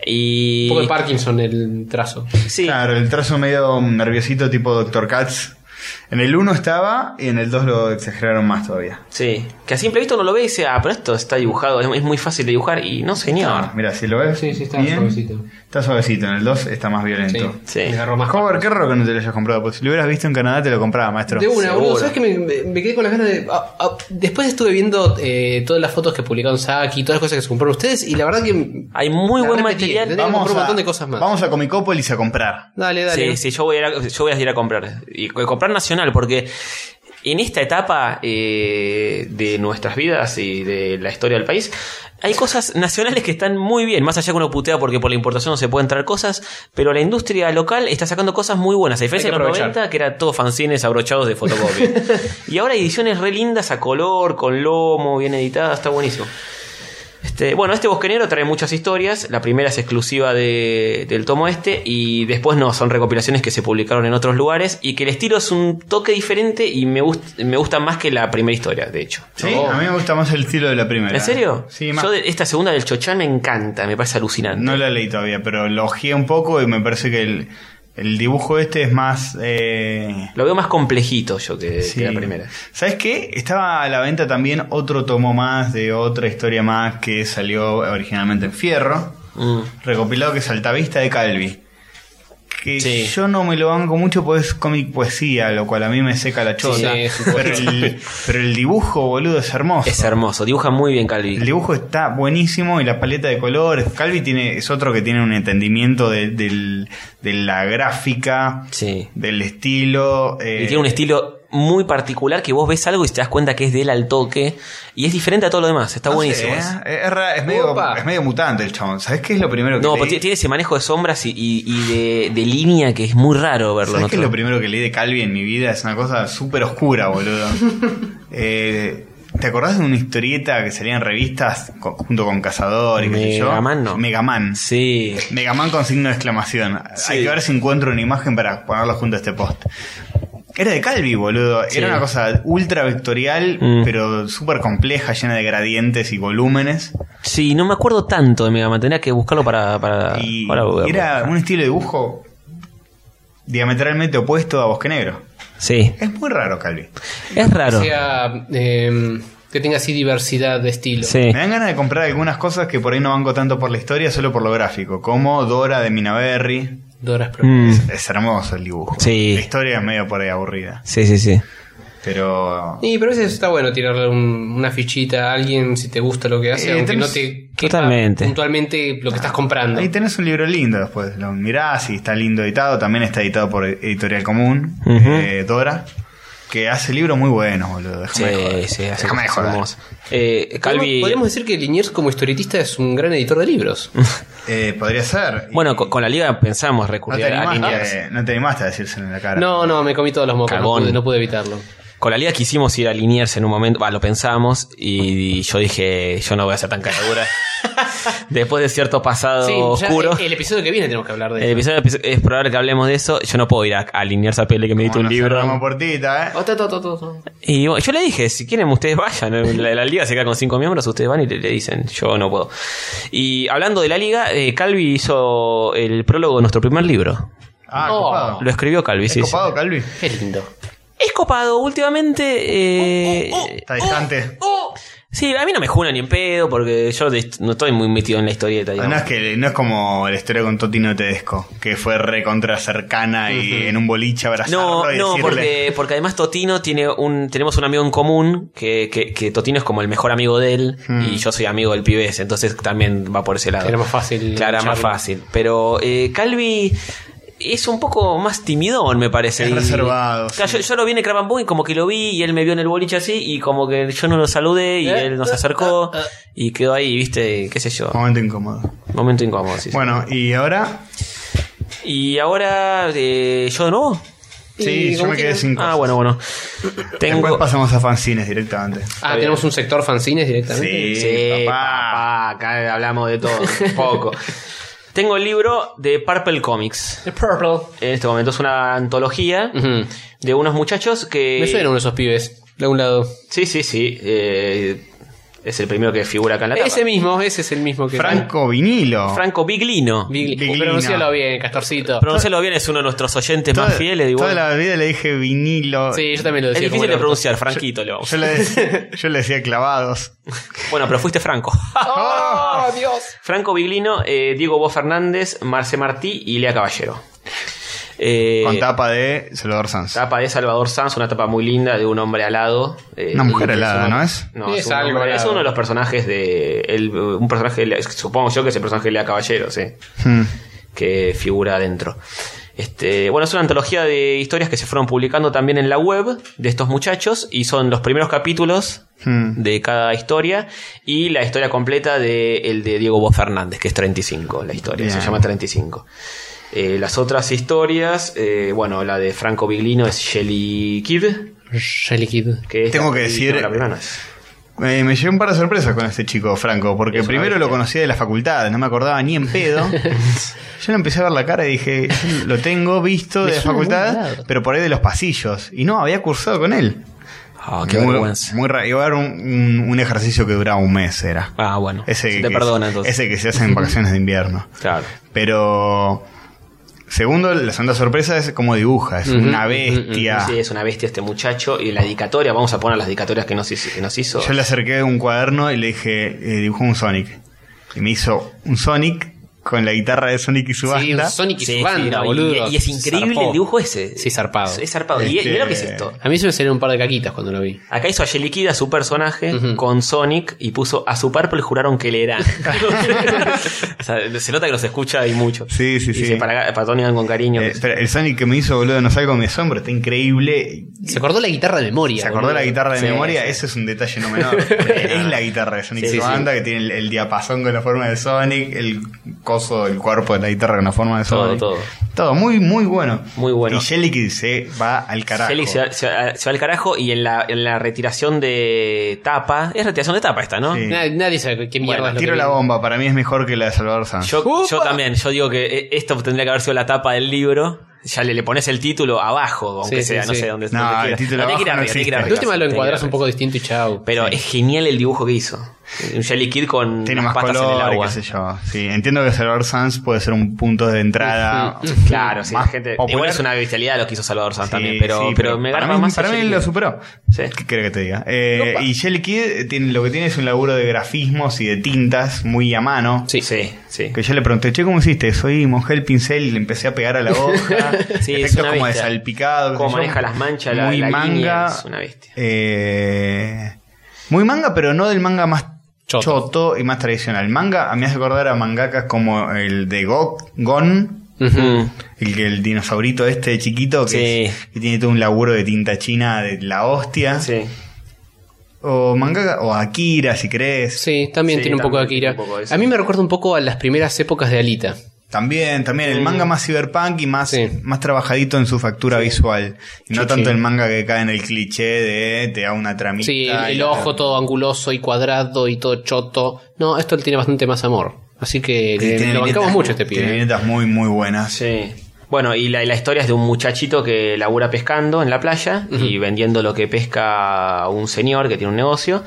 y... Un poco de Ah. Parkinson el trazo. Sí, Claro, el trazo medio nerviosito tipo Dr. Katz. En el 1 estaba y en el 2 lo exageraron más todavía. sí. Que a simple visto uno lo ve y dice, ah, pero esto está dibujado, es, es muy fácil de dibujar. Y no, señor. Mira, si lo ves. Sí, sí, está bien, suavecito. Está suavecito. En el 2 está más violento. Sí. Le agarró más Hover, qué raro que no te lo hayas comprado. Porque si lo hubieras visto en Canadá, te lo compraba, maestro. De una, Seguro. boludo. ¿Sabes que me, me- me quedé con las ganas de. ah, ah, después estuve viendo eh, todas las fotos que publicaron Saki, todas las cosas que se compraron ustedes, y la verdad que. Hay muy La buen repetí, material. tenés- que comprar un montón de cosas más. Vamos a Comicopolis a comprar. Dale, dale. Sí, sí, yo voy, a ir a, yo voy a ir a comprar. Y co- comprar nacional, porque en esta etapa eh, de nuestras vidas y de la historia del país, hay cosas nacionales que están muy bien. Más allá que uno putea porque por la importación no se pueden traer cosas, pero la industria local está sacando cosas muy buenas. A diferencia Hay de que los aprovechar. 90, que era todo fanzines abrochados de fotocopia. y ahora hay ediciones re lindas a color, con lomo, bien editadas, está buenísimo. Este, bueno, este Bosquenero trae muchas historias. La primera es exclusiva de- del tomo este. Y después no, son recopilaciones que se publicaron en otros lugares. Y que el estilo es un toque diferente y me, gust- me gusta más que la primera historia, de hecho. Sí, Oh. a mí me gusta más el estilo de la primera. ¿En serio? Sí, más. Yo de- esta segunda del Chochán me encanta, me parece alucinante. No la leí todavía, pero lo ojeé un poco y me parece que el, el dibujo este es más. Eh, Lo veo más complejito yo que, que sí. la primera. ¿Sabes qué? Estaba a la venta también otro tomo más de otra historia más que salió originalmente en Fierro. Mm. recopilado que es Altavista de Calvi. Que Sí. yo no me lo banco mucho pues es cómic poesía, lo cual a mí me seca la chota. Sí, sí, pero, el, pero el dibujo, boludo, es hermoso. Es hermoso, dibuja muy bien Calvi. el dibujo está buenísimo y la paleta de colores. Calvi tiene, es otro que tiene un entendimiento de, del- de la gráfica, Sí. del estilo. eh, Y tiene un estilo muy particular que vos ves algo y te das cuenta que es de él al toque. Y es diferente a todo lo demás, está no buenísimo. sé, eso. ¿eh? Es, ra- es medio, Opa. es medio mutante el chabón. ¿Sabes qué es lo primero que No, leí? pero ti- tiene ese manejo de sombras y, y- y de, de línea que es muy raro verlo. ¿Sabes en qué es otro- lo primero que leí de Calvi en mi vida? Es una cosa súper oscura, boludo. Eh, ¿Te acordás de una historieta que salía en revistas co- junto con Cazador y qué sé yo? Megaman, ¿no? Megaman. Sí. Megaman con signo de exclamación. Sí. Hay que ver si encuentro una imagen para ponerla junto a este post. Era de Calvi, boludo. Sí. Era una cosa ultra vectorial, Mm. pero súper compleja, llena de gradientes y volúmenes. Sí, no me acuerdo tanto de Mega Man. Tendría que buscarlo para. para, Y para- era un estilo de dibujo diametralmente opuesto a Bosque Negro. Sí. Es muy raro, Calvi. Es raro. sea, eh, que tenga así diversidad de estilo. Sí. Me dan ganas de comprar algunas cosas que por ahí no banco tanto por la historia, solo por lo gráfico, como Dora de Minaberry. Doras Pro. Mm. Es hermoso el dibujo. Sí. La historia es medio por ahí aburrida. Sí, sí, sí. Pero. Y pero a veces está bueno tirarle un- una fichita a alguien si te gusta lo que hace, Eh, aunque tenés- no te quepa Totalmente. puntualmente lo que estás comprando. Ahí tenés un libro lindo después. Lo mirás y está lindo editado. También está editado por Editorial Común, Ujú. eh, Dora, que hace libros muy buenos, boludo. Déjame de joder. hace Déjame de cosas joder. hermosas. Eh, Calvi. Podemos- Podríamos decir que Liniers como historietista es un gran editor de libros. Eh, podría ser. Bueno, con, con la liga pensamos no recurrir te, a Liniers. animaste, eh, no te animaste a decírselo en la cara. No, no, me comí todos los mocos, no Cagón. pude, no pude evitarlo. Con la liga quisimos ir a Liniers en un momento, va, lo pensamos y yo dije, yo no voy a ser tan caradura. Después de cierto pasado Sí, ya, oscuro, eh, el episodio que viene tenemos que hablar de el eso. episodio es probable que hablemos de eso. Yo no puedo ir a, a Liniers a pele que me edite un Como libro. portita, eh. Ota, to, to, to, to. Y bueno, yo le dije, si quieren ustedes vayan, la, la liga se queda con cinco miembros, ustedes van y le, le dicen, yo no puedo. Y hablando de la liga, eh, Calvi hizo el prólogo de nuestro primer libro. Ah, Oh. copado. Lo escribió Calvi, ¿Es sí. sí. copado, Calvi? Qué lindo. Es copado, últimamente... eh, Oh, oh, Está distante. Sí, a mí no me juna ni en pedo porque yo de- no estoy muy metido en la historieta. No digamos. es, que, no es como la historia con Totino Tedesco, que fue recontra cercana y en un boliche abrazarlo No, y no, decirle. porque, porque además Totino tiene un, tenemos un amigo en común que, que- que Totino es como el mejor amigo de él Hmm. y yo soy amigo del pibes, entonces también va por ese lado. Era más fácil. Claro, era más charlar. fácil. Pero eh, Calvi es un poco más timidón, me parece. Es y- reservado, Claro, sí. yo, yo lo vi en el Crabambú y como que lo vi y él me vio en el boliche así y como que yo no lo saludé y Eh, él nos eh, acercó eh, eh. y quedó ahí, viste, qué sé yo. Momento incómodo. Momento incómodo, sí, sí. Bueno, y ahora. Y ahora, eh, ¿yo de nuevo? Y Sí, yo como me quedé quieran. sin cosas. Ah, bueno, bueno. Después Tengo. pasamos a fanzines directamente. Ah, tenemos un sector fanzines directamente. Sí, papá. papá, acá hablamos de todo, un poco. Tengo el libro de Purple Comics. The Purple. En este momento es una antología Ujú. de unos muchachos que. Me suena uno de esos pibes, de algún lado. Sí, sí, sí. eh, es el primero que figura acá en la tapa. Ese mismo, ese es el mismo que. Franco Vinilo. Franco Biglino. Big- Biglina. Pronuncialo bien, Castorcito. Pronunciarlo bien, es uno de nuestros oyentes Toda- más fieles. digo, Toda la vida le dije vinilo. Sí, yo también lo es decía. difícil como de el orto. pronunciar, Franquito. le vamos. Yo le, decía, yo le decía clavados. Bueno, pero fuiste Franco. ¡Oh, Dios! Franco Biglino, eh, Diego Bo Fernández, Marce Martí y Lea Caballero. Eh, con tapa de Salvador Sanz. tapa de Salvador Sanz, una tapa muy linda de un hombre alado. eh, Una mujer que alada, uno- ¿no es? No, Sí, es, es un algo hombre- es alado. uno de los personajes de. el- un personaje, de Lea- supongo yo que es el personaje de Lea Caballero, sí, Hmm. que figura adentro. Este, bueno, es una antología de historias que se fueron publicando también en la web de estos muchachos y son los primeros capítulos Hmm. de cada historia y la historia completa de el de Diego Bo Fernández, que es 35 la historia, se Bien. llama 35. Eh, las otras historias, eh, bueno, la de Franco Biglino es Shelly Kid, Shelly Kid. que es Tengo que y- decir- no, la primera no es. Eh, me llevé un par de sorpresas con este chico, Franco, porque Es una primero bestia. lo conocía de la facultad, no me acordaba ni en pedo. yo le empecé a ver la cara y dije, yo lo tengo visto Me de la suena muy facultad, raro. pero por ahí de los pasillos. Y no, había cursado con él. Ah, qué muy, vergüenza. muy raro. Iba a dar un, un- un ejercicio que duraba un mes, era. Ah, bueno. Ese se que, te perdona entonces. ese que se hace en vacaciones de invierno. Claro. Pero. Segundo, la segunda sorpresa es cómo dibuja. Es una bestia. Sí, es una bestia este muchacho y la dedicatoria, vamos a poner las dedicatorias que nos hizo. Que nos hizo. Yo le acerqué un cuaderno y le dije, eh, dibujó un Sonic. Y me hizo un Sonic con la guitarra de Sonic y Eh, su Sí, banda. un Sonic y Sí, su sí, banda, no, y- boludo. Y, es increíble Zarpó. el dibujo ese. Sí, zarpado. Es zarpado. Y- Este- y mira lo que es esto. A mí se me salieron un par de caquitas cuando lo vi. Acá hizo a Yeliquida su personaje Ujú. con Sonic y puso a su Purple juraron que le era. o sea, se nota que nos escucha y mucho. Sí, sí, Y sí. dice, para, para Tony Dan con cariño. Eh, pero el Sonic que me hizo, boludo, no salgo de mi asombro, está increíble. Se acordó la guitarra de memoria. ¿Se acordó boludo. la guitarra de Sí, memoria? sí. Ese es un detalle no menor. es la guitarra de Sonic y Sí, su sí, banda, que tiene el, el diapasón con la forma de Sonic, el coso, el cuerpo de la guitarra con la forma de Todo, Sonic. todo. Todo, muy, muy bueno. Muy bueno. Y Jellic se va al carajo. Jelly se, va- se va- se va al carajo y en la, en la retiración de tapa. Es retiración de tapa esta, ¿no? Sí. Nadie, nadie sabe qué mierda Bueno, es lo que Tiro la vi. bomba, para mí es mejor que la de Salvador Sanz. Yo, ¡Upa! yo también, yo digo que eh, esto tendría que haber sido la tapa del libro. Ya le, le pones el título abajo, aunque Sí, sea, sí, no sí. sé dónde No, dónde el quieras. tiene título que ir abajo no arriba, tiene que ir existe. arriba. De última lo Tiene que ir encuadras un arriba. poco distinto y chau. Pero es genial el dibujo que hizo. Un Jelly Kid con Tiene las más patas en el color, agua. qué sé yo. Sí, entiendo que Salvador Sanz puede ser un punto de entrada. Claro, sí, la Ah, más gente. popular. Igual es una bestialidad lo que hizo Salvador Sanz Sí, también, pero, sí, pero, me para garba mí, más. Para el mí Jelly lo Kid. superó. Sí. ¿Qué querés que te diga? Eh, y Jelly Kid tiene, lo que tiene es un laburo de grafismos y de tintas muy a mano. Sí. Sí, sí. Que yo le pregunté, che, ¿cómo hiciste? Soy mojé el pincel y le empecé a pegar a la hoja. Sí, es efectos una como de bestia. salpicado. qué Cómo sé yo. maneja las manchas, la- Muy la manga. línea, es una bestia. eh, muy manga, pero no del manga más Choto. choto, y más tradicional. Manga, a mí me hace acordar a mangakas como el de Go- Gon. Ujú. El, que- el dinosaurito este chiquito que, Sí. es- que tiene todo un laburo de tinta china de la hostia. Sí. O mangaka, o Akira, si crees. Sí, también Sí, tiene un poco de también tiene Akira. un poco de eso. A mí me recuerda un poco a las primeras épocas de Alita. También, también. El manga más cyberpunk y más, Mm. Sí. más trabajadito en su factura visual. Y no Sí, tanto sí. el manga que cae en el cliché de te da una tramita. Sí, el, y- el ojo todo anguloso y cuadrado y todo choto. No, esto le tiene bastante más amor. Así que que le- tiene lo bancamos viñetas- mucho a este Tiene pibe. ¿eh? viñetas muy, muy buenas. Sí. Bueno, y la, y la historia es de un muchachito que labura pescando en la playa y vendiendo lo que pesca a un señor que tiene un negocio.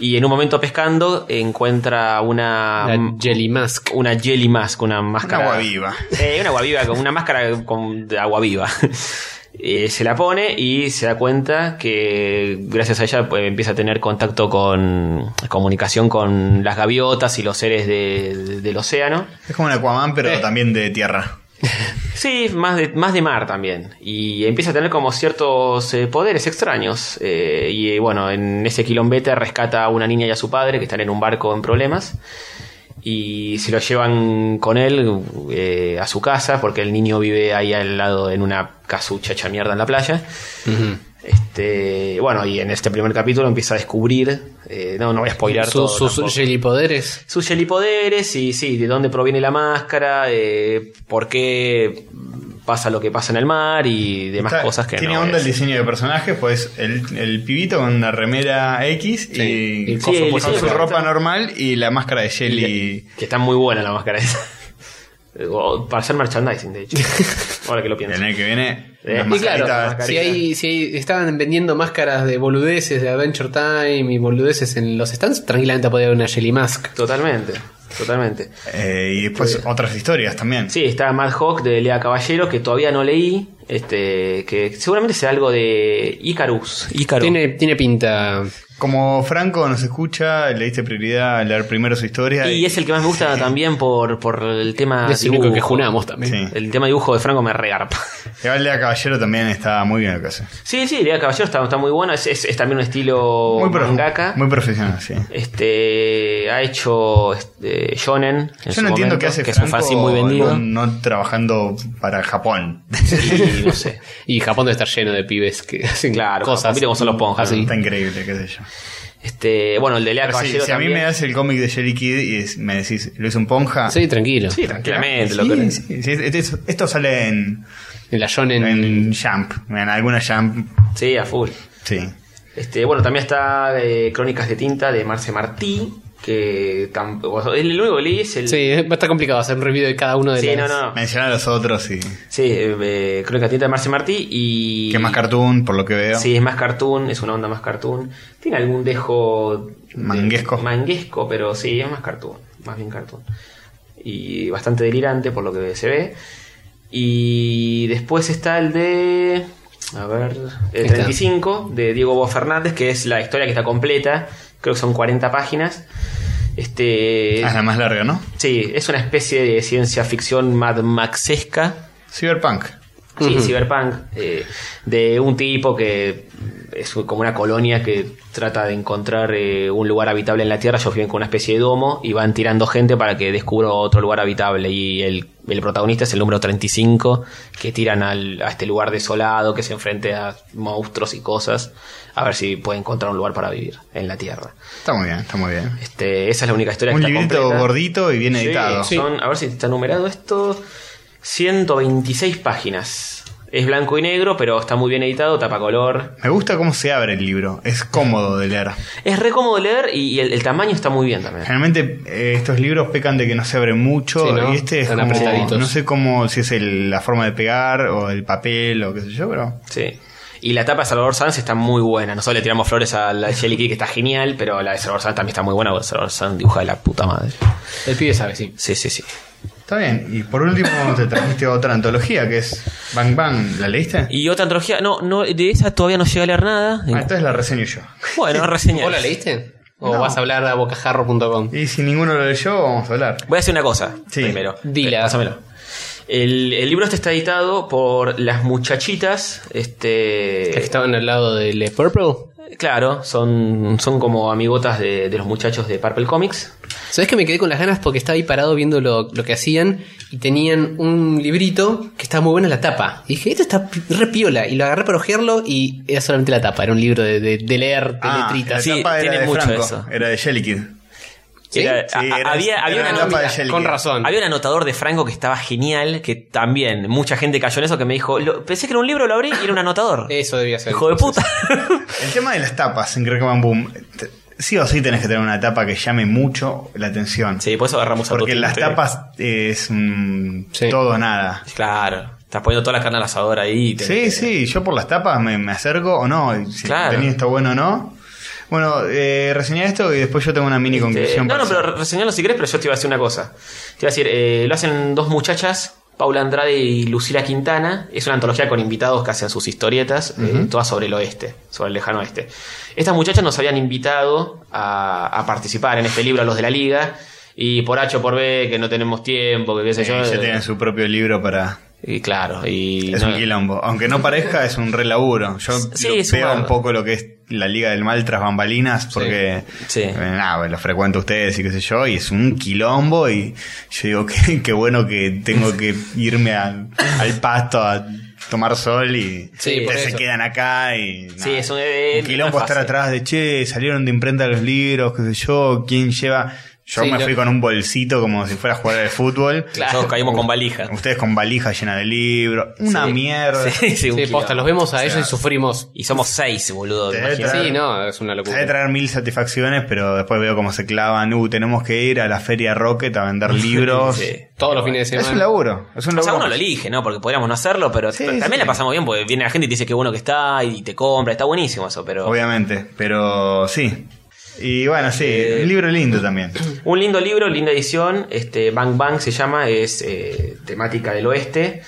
Y en un momento pescando encuentra una. La Jelly Mask. una jelly mask, una máscara. agua viva. Eh, una agua viva, con una máscara con, de agua viva. Eh, se la pone y se da cuenta que gracias a ella pues, empieza a tener contacto con comunicación con las gaviotas y los seres de- del océano. Es como un Aquaman, pero también de tierra. Sí, más de, más de mar también. Y empieza a tener como ciertos eh, poderes extraños. Eh, y eh, bueno, en ese quilombete rescata a una niña y a su padre que están en un barco en problemas. Y se lo llevan con él eh, a su casa porque el niño vive ahí al lado en una casucha hecha mierda en la playa. Este, bueno, y en este primer capítulo empieza a descubrir. eh, no, no voy a spoiler todo. Sus, sus tampoco Jelly poderes. sus gelipoderes y sí, de dónde proviene la máscara, eh, por qué pasa lo que pasa en el mar y demás Está- cosas que Tiene no onda es. el diseño de personajes, pues el, el pibito con una remera X Sí. y, Y con sí, su- el con diseño su de- ropa normal y la máscara de Jelly. Que está muy buena la máscara esa. O para hacer merchandising, de hecho. Ahora que lo Y pienso. el año que viene, Eh, las y Y claro, mascaritas- si, hay, si hay- estaban vendiendo máscaras de boludeces de Adventure Time y boludeces en los stands, tranquilamente podía haber una Jelly Mask. Totalmente, totalmente. Eh, y después otras historias también. Sí, está Mad Hawk de Lea Caballero, que todavía no leí. Este, que seguramente sea algo de Icarus. Ícaro. Tiene, tiene pinta. Como Franco nos escucha, le diste prioridad a leer primero su historia. Y es el que más me gusta también por, por el tema es el único dibujo. que junamos uh, también. Sí. El tema dibujo de Franco me regarpa. Igual Lea Caballero también está muy bien lo que hace. Sí, sí, Lea Caballero está, está muy bueno. Es, es- es también un estilo Muy, profe- mangaka. muy profesional, sí. Este ha hecho este, shonen. en Yo su no entiendo momento, qué hace que es un Franco fanzine muy vendido. No, no trabajando para Japón. Y no sé. Y Japón debe estar lleno de pibes que hacen Claro, cosas. mira cómo son los ponjas. así. Está increíble, qué sé yo. Este, bueno, el de Lea Pero sí, Caballero si a mí también. me das el cómic de Jerry Kid y es- me decís, ¿lo hizo un ponja? Sí, tranquilo. Ah. Sí, tranquilamente. Sí, lo que- sí, sí, esto- Esto sale en, En la Shonen. en Jump, en alguna Jump, sí, a full. sí. Este, bueno, también está eh, Crónicas de Tinta de Marce Martí. Que tampoco. El único que leí es el. Sí, va a estar complicado hacer un review de cada uno de Sí, no, las- no. Mencionar a los otros y... Sí, eh, eh, Crónicas de Tinta de Marce Martí y. Que es más cartoon, por lo que veo. Sí, es más cartoon, es una onda más cartoon. Tiene algún dejo. de- Manguesco. manguesco, pero sí, es más cartoon. Más bien cartoon. Y bastante delirante por lo que se ve. Y después está el de. A ver. El está. 35 de Diego Bo Fernández, que es la historia que está completa. Creo que son 40 páginas. Este. Ah, es la más larga, ¿no? Sí, es una especie de ciencia ficción Mad Maxesca. Cyberpunk. Sí, Cyberpunk, eh, de un tipo que es como una colonia que trata de encontrar eh, un lugar habitable en la Tierra, ellos viven con una especie de domo y van tirando gente para que descubra otro lugar habitable y el, el protagonista es el número 35 que tiran al- a este lugar desolado que se enfrente a monstruos y cosas a ver si puede encontrar un lugar para vivir en la Tierra. Está muy bien, está muy bien. Este, esa es la única historia Un que está librito completa. gordito y bien Sí, editado. son- a ver si está numerado esto. 126 páginas. Es blanco y negro, pero está muy bien editado, tapa color. Me gusta cómo se abre el libro. Es cómodo de leer. Es re cómodo de leer y, y el, el tamaño está muy bien también. Generalmente eh, estos libros pecan de que no se abre mucho Sí, ¿no? y este es Están como- apretaditos. no sé cómo si es el- la forma de pegar o el papel o qué sé yo, pero Sí. Y la etapa de Salvador Sanz está muy buena. Nosotros le tiramos flores a la de Jelly Key, que está genial, pero la de Salvador Sanz también está muy buena, porque Salvador Sanz dibuja de la puta madre. El pibe sabe, sí. Sí, sí, sí. Está bien. Y por último te trajiste otra antología que es Bang Bang. ¿La leíste? Y otra antología, no, no, de esa todavía no llegué a leer nada. Ah, entonces la reseño yo. Bueno, reseñar. ¿Vos la leíste? ¿O No. vas a hablar a bocajarro.com? Y si ninguno lo leyó, vamos a hablar. Voy a hacer una cosa Sí. primero. Eh, Dila. Pásamelo. El, el libro este está editado por las muchachitas. Este. ¿Que estaban al lado del eh, Purple? Claro, son, son como amigotas de, de los muchachos de Purple Comics. ¿Sabes que me quedé con las ganas porque estaba ahí parado viendo lo, lo que hacían y tenían un librito que estaba muy buena la tapa? Y dije, esto está pi- re piola. Y lo agarré para ojearlo y era solamente la tapa. Era un libro de, de- de leer, de Ah, letritas. sí, la tapa era tiene de mucho Franco. eso. Era de Jelly Kid. ¿Sí? Era- Sí, a- a- era- había, había era una la nómina- tapa de Jelly Con Kid. razón. Había un anotador de Franco que estaba genial, que también mucha gente cayó en eso, que me dijo, "Lo- pensé que era un libro, lo abrí y era un anotador. Eso debía ser. Hijo de puta. El tema de las tapas en Crack Bang Boom. te- Sí o sí tenés que tener una tapa que llame mucho la atención. sí, por eso agarramos a Porque Tutti. las tapas eh, es un Sí. todo o nada. Claro, estás poniendo toda la carne al asador ahí. te- Sí, sí, yo por las tapas me, me acerco o no, y si Claro. el contenido está bueno o no. Bueno, eh, reseñá esto y después yo tengo una mini Este, conclusión. no, para no, pero hacer. re- reseñalo si querés, pero yo te iba a decir una cosa. Te iba a decir, eh, lo hacen dos muchachas, Paula Andrade y Lucila Quintana. Es una antología con invitados que hacen sus historietas, eh, todas sobre el oeste, sobre el lejano oeste. Estas muchachas nos habían invitado a, a participar en este libro, a los de la liga. Y por H o por B, que no tenemos tiempo, que qué sé Sí, yo. eh, ya tienen su propio libro para... Y claro, y. es no- un quilombo. Aunque no parezca, es un re laburo. Yo Sí, lo- es veo una- un poco lo que es la Liga del Mal tras bambalinas porque... Sí. eh, nada, lo frecuento a ustedes y qué sé yo, y es un quilombo y yo digo que, qué bueno que tengo que irme al, al pasto a tomar sol y Sí, por ustedes se eso. quedan acá y... Sí, nada. es un- eh, Un quilombo no es estar fácil. atrás de, che, salieron de imprenta los libros, qué sé yo, quién lleva... Yo Sí, me lo- fui con un bolsito como si fuera a jugar al fútbol. Nosotros caímos con valija. Ustedes con valija llena de libros. Una Sí. Sí, mierda. sí, un Sí, quilombo. posta, los vemos a ellos y sufrimos. Y somos seis, boludo. Te- imagínate. Claro. Sí, no, es una Debe locura. traer mil satisfacciones, pero después veo cómo se clavan. Uh, tenemos que ir a la feria Rocket a vender libros. Sí. Todos los fines de Es un semana. laburo. Es un O sea, laburo. uno lo elige, ¿no? Porque podríamos no hacerlo, pero Sí, t- también sí. la pasamos bien porque viene la gente y te dice qué bueno que está y te compra, está buenísimo eso, pero... Obviamente, pero sí. Y bueno, sí, Eh, un libro lindo también. Un lindo libro, linda edición, este Bang Bang se llama, es eh, temática del oeste.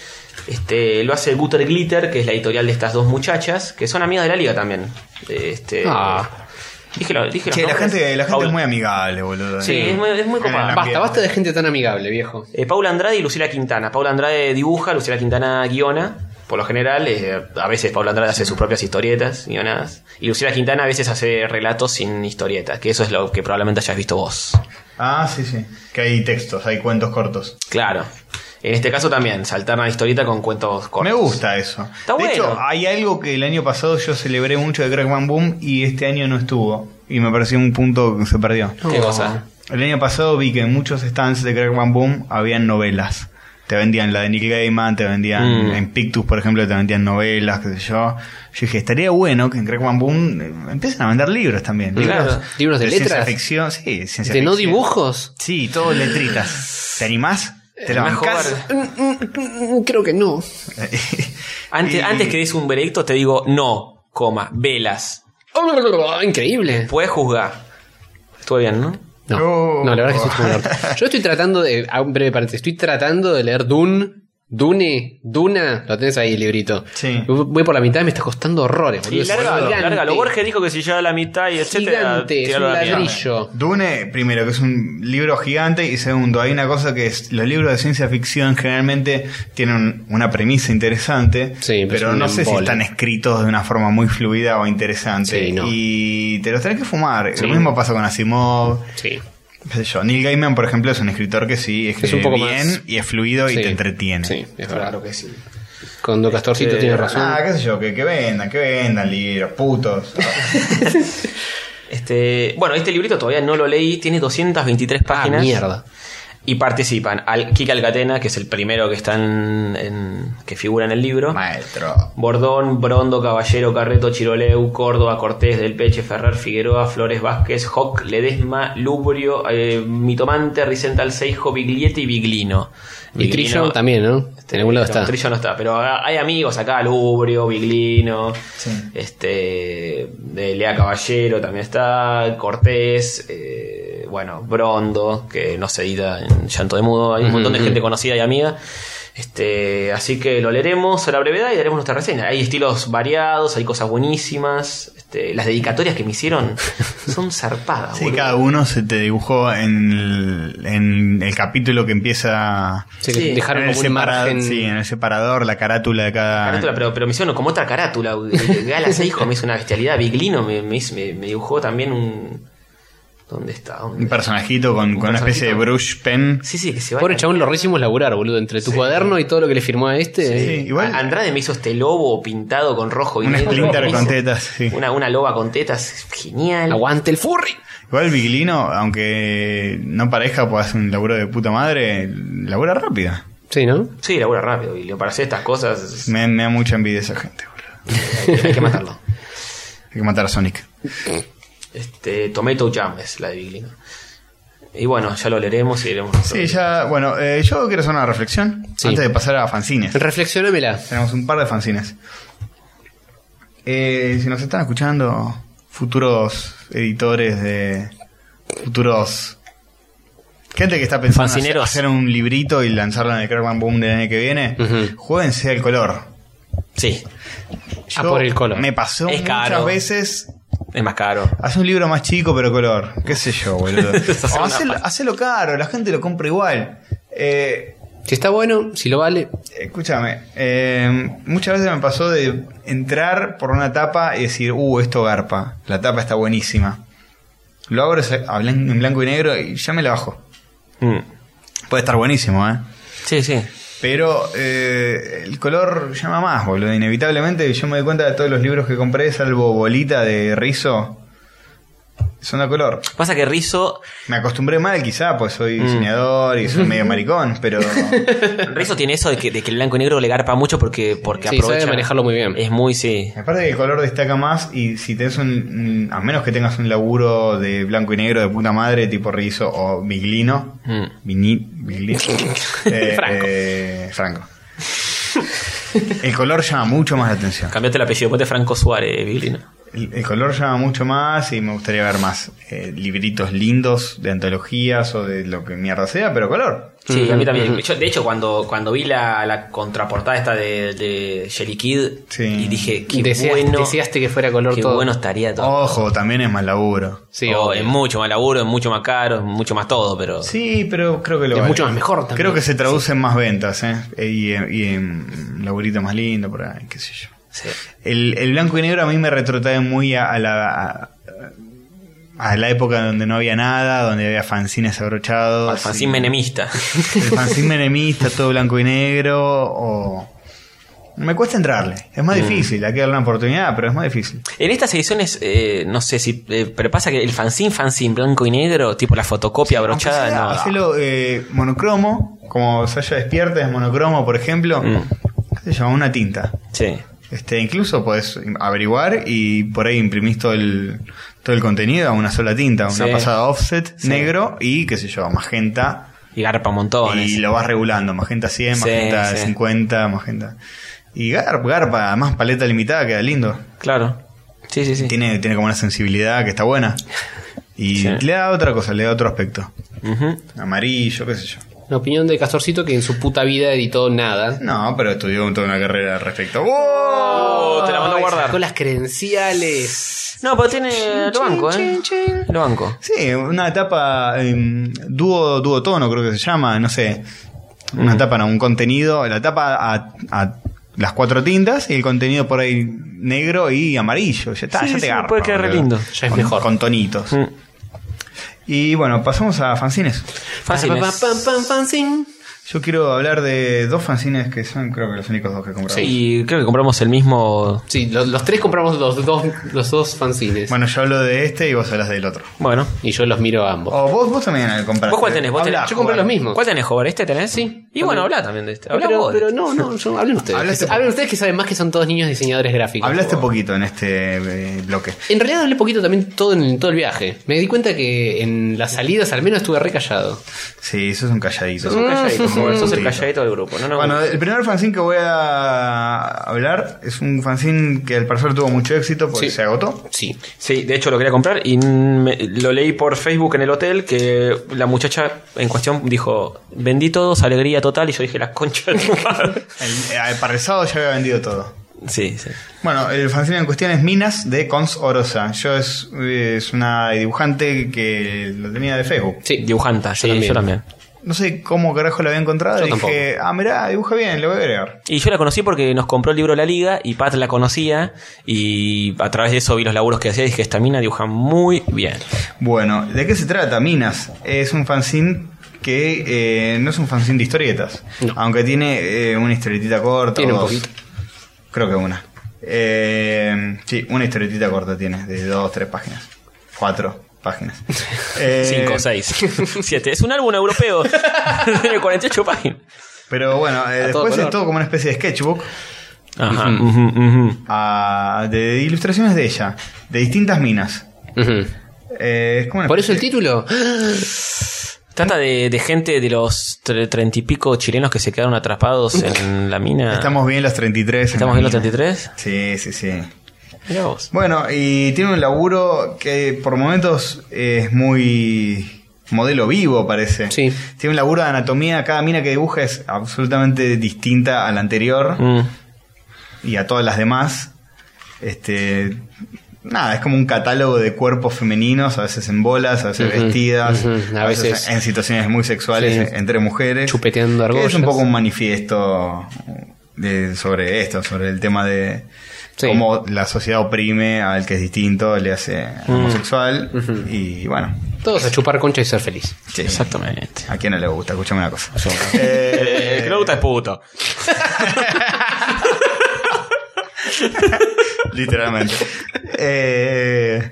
Este, lo hace Gutter Glitter, que es la editorial de estas dos muchachas, que son amigas de la liga también. Este, Ah. dije lo- dije los Che, la nombres. gente, la gente Paula- es muy amigable, boludo. Sí, es muy- es muy En el copada. ambiente. Basta, basta de gente tan amigable, viejo. Eh, Paula Andrade y Lucila Quintana. Paula Andrade dibuja, Lucila Quintana guiona. Por lo general, eh, a veces Paula Andrade hace sus propias historietas, guionadas. Y Lucila Quintana a veces hace relatos sin historietas, que eso es lo que probablemente hayas visto vos. Ah, sí, sí. Que hay textos, hay cuentos cortos. Claro. En este caso también, se alterna la historieta con cuentos cortos. Me gusta eso. Está de bueno. hecho, hay algo que el año pasado yo celebré mucho de Crack Bang Boom y este año no estuvo. Y me pareció un punto que se perdió. ¿Qué Oh. cosa? El año pasado vi que en muchos stands de Crack Bang Boom habían novelas. Te vendían la de Neil Gaiman, te vendían Mm. en Pictus, por ejemplo, te vendían novelas, qué sé yo. Yo dije, estaría bueno que en Crack Bang Boom eh, empiecen a vender libros también. Libros, Claro. Libros de letras. Ciencia ficción, sí, ciencia ¿De no ficción. dibujos? Sí, todo letritas. ¿Te animás? ¿Te la Mejor. bancás? Creo que no. Antes, Y- antes que des un veredicto, te digo no, coma, velas. Oh, Increíble. Puedes juzgar. Estuvo bien, ¿no? No, No. no, la verdad es que sí fue un orto. Yo estoy tratando de, a un breve paréntesis, estoy tratando de leer Dune, Dune, Duna, lo tenés ahí el librito. Sí. Voy por la mitad y me está costando horrores, boludo. Y Es lárgalo, gigante. lárgalo. Borges dijo que si llegaba a la mitad y etcétera. Gigante, es tiralo un a la mierda. ladrillo. Dune, primero, que es un libro gigante, y segundo, hay una cosa que es, los libros de ciencia ficción generalmente tienen una premisa interesante, Sí, pero pero es un no sé si embole. están escritos de una forma muy fluida o interesante. Sí, no. Y te los tenés que fumar. Lo mismo pasa con Asimov. Sí. qué sé yo. Neil Gaiman, por ejemplo, es un escritor que sí escribe un poco bien más- y es fluido y Sí. te entretiene. Sí, es verdad. Claro que sí. Cuando Castorcito Este, tiene razón. Ah, qué sé yo, que, que vendan, que vendan libros, putos. Este, bueno, este librito todavía no lo leí, tiene 223 Ah, páginas. mierda. Y participan al Kika Alcatena, que es el primero que está en- en- que figura en el libro. Maestro. Bordón, Brondo, Caballero, Carreto, Chiroleu, Córdoba, Cortés, Del Peche, Ferrer, Figueroa, Flores, Vázquez, Hock, Ledesma, Lubrio, eh, Mitomante, Ricenta Alceijo, Biglietti y Biglino. Y Trillo también, ¿no? Este, En algún lado está. Trillo Este no está, pero ha- hay amigos acá, Lubrio, Biglino, Sí. este, de Lea Caballero también está, Cortés, eh, bueno, Brondo, que no se edita en Llanto de Mudo, hay un montón de ujú. gente conocida y amiga. Este, así que lo leeremos a la brevedad y daremos nuestra reseña. Hay estilos variados, hay cosas buenísimas. Este, las dedicatorias que me hicieron son zarpadas. Sí, boludo. cada uno se te dibujó en el, en el capítulo que empieza. Sí, Sí, dejaron en el como un separado- margen. Sí, en el separador, la carátula de cada. Carátula, pero, pero me hicieron como otra carátula. Gala hijo me hizo una bestialidad. Biglino me, me, hizo- me- me dibujó también un. ¿Dónde está? ¿Dónde Un personajito con, Un con una especie de personajito. brush pen. Sí, sí, que se va. Pobre chabón, lo re hicimos laburar, boludo. Entre tu cuaderno y todo lo que le firmó a este. Sí, igual. Andrade me hizo este lobo pintado con rojo y un negro. splinter Me con hizo tetas, sí. Una, una loba con tetas. Genial. Aguante el furry. Igual Biglino, aunque no parezca, pues hace un laburo de puta madre, labura rápida. Sí, ¿no? Sí, labura rápido. Y para hacer estas cosas Me, me da mucha envidia esa gente, boludo. hay, hay que matarlo. Hay que matar a Sonic. Este, Tomato Jam es la de Biglino. Y bueno, ya lo leeremos y leeremos Sí, ya, bueno, eh, yo quiero hacer una reflexión Sí. antes de pasar a fanzines. Reflexionamela. Tenemos un par de fanzines. Eh, si nos están escuchando futuros editores de futuros gente que está pensando en hacer, Fanzineros. hacer un librito y lanzarlo en el Crackman Boom del año que viene, Ujú. jueguense al color. Sí, A Yo- por el color. Me pasó Es muchas caro. veces es más caro. Haz un libro más chico pero color. Qué sé yo, boludo. O hacelo, hacelo caro, la gente lo compra igual. Eh, Si está bueno, si lo vale. escúchame, eh, muchas veces me pasó de entrar por una tapa y decir, uh, esto garpa, la tapa está buenísima. Lo abro se- a blan- en blanco y negro y ya me la bajo. Mm. Puede estar buenísimo, ¿eh? Sí, sí. Pero eh, el color llama más, boludo. Inevitablemente yo me doy cuenta de todos los libros que compré, salvo bolita de rizo, son de color. Pasa que Rizo Me acostumbré mal, quizá, pues soy diseñador y soy medio maricón, pero. Rezo tiene eso de que, de que el blanco y negro le garpa mucho porque, porque Sí, aprovecha. sabe manejarlo muy bien. Es muy, sí. Aparte que el color destaca más y si tenés un, un- A menos que tengas un laburo de blanco y negro de puta madre, tipo Rizo o Biglino. Mm. Vini- Biglino. Eh, eh, Franco. El color llama mucho más la atención. Cambiate el apellido, ponte Franco Suárez, Biglino. El, el color llama mucho más y me gustaría ver más eh, libritos lindos de antologías o de lo que mierda sea, pero color. Sí, a mí también. Yo, de hecho, cuando, cuando vi la, la contraportada esta de, de Jelly Kid Sí. y dije, qué Deseas- bueno, Deseaste que fuera este color qué todo. bueno estaría todo. Ojo, también es más laburo. sí, Oh, obvio. es mucho más laburo, es mucho más caro, es mucho más todo, pero... Sí, pero creo que lo Es vale. mucho más mejor también. Creo que se traduce en más ventas, ¿eh? Y, en- y en laburito más lindo, por ahí, qué sé yo. sí. El, el blanco y negro a mí me retrotrae muy a, a la... a- a la época donde no había nada, donde había fanzines abrochados. Al fanzine y- menemista. El fanzine menemista, todo blanco y negro, o... Me cuesta entrarle. Es Mm. más difícil, hay que darle una oportunidad, pero es más difícil. en estas ediciones, eh, no sé si... eh, pero pasa que el fanzine, fanzine blanco y negro, tipo la fotocopia abrochada, Aunque sea, no. hacelo, eh, monocromo, como Saya Despierta es monocromo, por ejemplo. Mm. ¿Qué se llama? Una tinta. Sí. Este, incluso podés averiguar y por ahí imprimís todo el, todo el contenido a una sola tinta, una Sí. pasada offset negro y qué sé yo, magenta. Y garpa montones. Y lo vas regulando, magenta 100, Oh, Sí, magenta sí. 50, magenta. Y Garp, Garpa, más paleta limitada, queda lindo. Claro. Sí, sí, sí. Tiene, tiene como una sensibilidad que está buena. Y Sí. le da otra cosa, le da otro aspecto. Ujú. Amarillo, qué sé yo. La opinión de Castorcito que en su puta vida editó nada. No, pero estudió toda una carrera al respecto. ¡Wow! Oh, te la mandó a Ay, guardar. Sacó las credenciales. No, pero tiene. Lo banco, ¿eh? Lo banco. Sí, una etapa em, dúo, dúo tono, creo que se llama, no sé. Mm. Una etapa, no, un contenido, la tapa a, a las cuatro tintas y el contenido por ahí negro y amarillo. Ya está, Sí, ya te sí, garpa, puede quedar re boludo. lindo. Ya es con, mejor. Con tonitos. Mm. Y bueno, pasamos a fanzines. Fácil. Pa, pa, pa, pam, pam, fanzine. Yo quiero hablar de dos fanzines que son, creo que los únicos dos que compramos. Y creo que compramos el mismo. Sí, lo- los, tres compramos los dos, los dos fanzines. Bueno, yo hablo de este y vos hablas del otro. Bueno. Y yo los miro a ambos. O vos, vos también compraste. ¿Vos cuál tenés? ¿Vos Habla, tenés? Yo compré Juan. los mismos. ¿Cuál tenés, Jover? ¿Este tenés? Sí. Y bueno, habla también de este. Habla pero, vos. este de pero este. no, no, yo- hablen ustedes. Hablaste hablen ustedes que saben más que son todos niños diseñadores gráficos. Hablaste poquito en este eh, bloque. En realidad hablé poquito también todo en todo el viaje. Me di cuenta que en las salidas al menos estuve re callado. Sí, sos un calladito. Sos un calladito, Jover. Sos el Puntito. calladito del grupo. No, no. Bueno, el primer fanzine que voy a hablar es un fanzine que al parecer tuvo mucho éxito porque Sí. se agotó. Sí. Sí, de hecho lo quería comprar y me- lo leí por Facebook en el hotel que la muchacha en cuestión dijo, vendí todos, alegría total y yo dije, la concha de tu madre". El, eh, para el sábado ya había vendido todo. Sí, sí. Bueno, el fanzine en cuestión es Minas de Cons Orosa. Yo es, eh, es una dibujante que lo tenía de Facebook. Sí. Dibujanta, sí, también. yo también. No sé cómo carajo la había encontrado. Yo y dije, ah, mirá, dibuja bien, le voy a agregar. Y yo la conocí porque nos compró el libro La Liga y Pat la conocía y a través de eso vi los laburos que hacía y dije, esta mina dibuja muy bien. Bueno, ¿de qué se trata? Minas. Es un fanzine que eh, no es un fanzine de historietas. No. Aunque tiene eh, una historietita corta. Tiene o un dos. poquito. Creo que una. Eh, sí, una historietita corta tiene, de dos, tres páginas. Cuatro páginas. Eh, 5, 6, 7. Es un álbum europeo. Tiene 48 páginas. Pero bueno, eh, todo después es color. todo como una especie de sketchbook. Ajá. ujú, ujú. ah, de ilustraciones de ella, de distintas minas. Ujú. Eh, es Ah. como una Por eso el especie- título. Trata de, de gente de los tre- treinta y pico chilenos que se quedaron atrapados en la mina. Estamos bien los 33. ¿Estamos en en la los mina. 33? Sí, sí, sí. Mira vos. Bueno, y tiene un laburo que por momentos es muy modelo vivo, parece. Sí. Tiene un laburo de anatomía, cada mina que dibuja es absolutamente distinta a la anterior Mm. y a todas las demás. Este, nada, es como un catálogo de cuerpos femeninos, a veces en bolas, a veces Ujú, vestidas, ujú, a a veces, veces- en situaciones muy sexuales Sí. entre mujeres. Chupeteando Que Es un argollas. poco un manifiesto de- sobre esto, sobre el tema de Sí. cómo la sociedad oprime al que es distinto, le hace homosexual y bueno. Todos a chupar concha y ser feliz. sí. Exactamente. ¿A quién no le gusta? Escúchame una cosa. Eh, El, el que no le gusta es puto. Literalmente. Eh,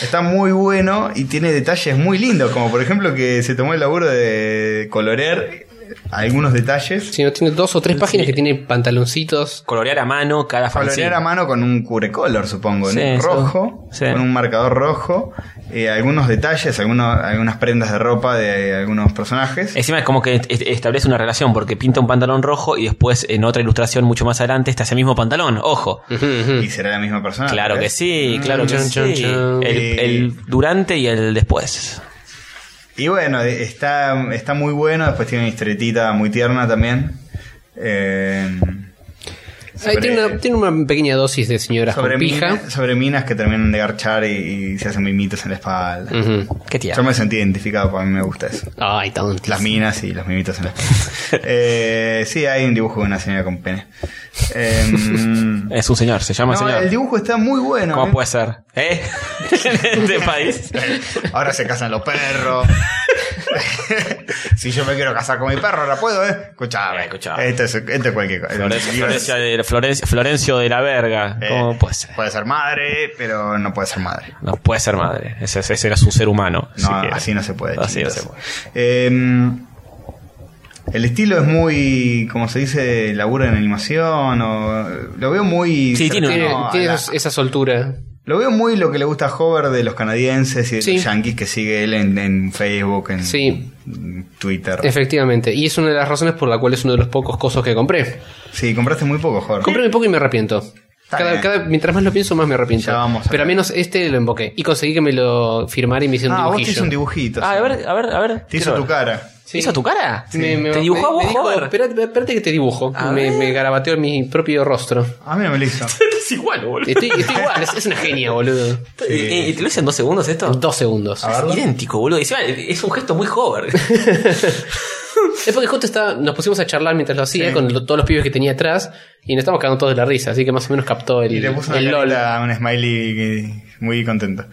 está muy bueno y tiene detalles muy lindos, como por ejemplo que se tomó el laburo de colorear algunos detalles. Si no tiene dos o tres páginas que tiene pantaloncitos. Colorear a mano cada fanzine. Colorear a mano con un curecolor, supongo, Sí, ¿no? eso. rojo, Sí. con un marcador rojo, eh, algunos detalles, algunos, algunas prendas de ropa de algunos personajes. Encima es como que est- est- establece una relación porque pinta un pantalón rojo y después en otra ilustración mucho más adelante está ese mismo pantalón. Ojo. Ujú, ujú. Y será la misma persona. Claro ¿eh? que sí, claro que Chan, chan, sí. chan. El, el durante y el después. Y bueno, de- está, está muy bueno, después tiene una historietita muy tierna también. Eh, Ahí sobre- tiene, una, tiene una pequeña dosis de señoras sobre, con pija. mina- sobre minas que terminan de garchar y, y se hacen mimitos en la espalda. Ujú. Qué Yo tierno. me sentí identificado porque a mí me gusta eso. Ay, tontis. Las minas y los mimitos en la espalda. Eh, sí, hay un dibujo de una señora con pene. Em, Es un señor, se llama no, señor. el dibujo está muy bueno. ¿Cómo ¿eh? puede ser? ¿Eh? en este país. Ahora se casan los perros. si yo me quiero casar con mi perro, ahora puedo, ¿eh? Escuchame. Eh, escuchame. Esto es, esto es cualquier cosa. Florencia, Digo, Florencia de, Florencia- Florencio de la Verga. eh, ¿Cómo puede ser? Puede ser madre, pero no puede ser madre. No puede ser madre. Ese, ese era su ser humano. No, Así que- así no se puede. Así no chicos. se puede. Em, el estilo es muy, como se dice, laburo en animación. O, lo veo muy. Sí, tiene un- Tiene, cercano a tiene la- esos- esa soltura. Lo veo muy lo que le gusta a Hover de los canadienses y de Sí. los yankees que sigue él en, en Facebook, en Sí. Twitter. Efectivamente. Y es una de las razones por la cual es uno de los pocos cosos que compré. Sí, compraste muy poco, Hover. Compré muy poco y me arrepiento. Está Cada, bien. cada- mientras más lo pienso, más me arrepiento. Ya vamos a Pero al ver. menos este lo emboqué. Y conseguí que me lo firmara y me hice un ah, vos te hizo dibujillo. un dibujito. Ah, sí. a ver, a ver, a ver. Te hizo tu cara. Sí. ¿Hizo tu cara? Me- me- ¿Te dibujó a me- vos, me dijo, Hover? Espérate, espérate que te dibujo. A Me, ver. me garabateó mi propio rostro. A mí no me lo hizo. Es igual, boludo. Estoy, estoy igual, es, es una genia, boludo. ¿Y, y- y Eh, te lo hice en dos segundos esto? En dos segundos. ver. Es idéntico, boludo. Encima, eh, Es un gesto muy Hover. Es porque justo estaba, nos pusimos a charlar mientras lo hacía Sí. con lo- todos los pibes que tenía atrás y nos estamos cagando todos de la risa, así que más o menos captó el, Y le puso el una LOL. carita, un smiley que- muy contento.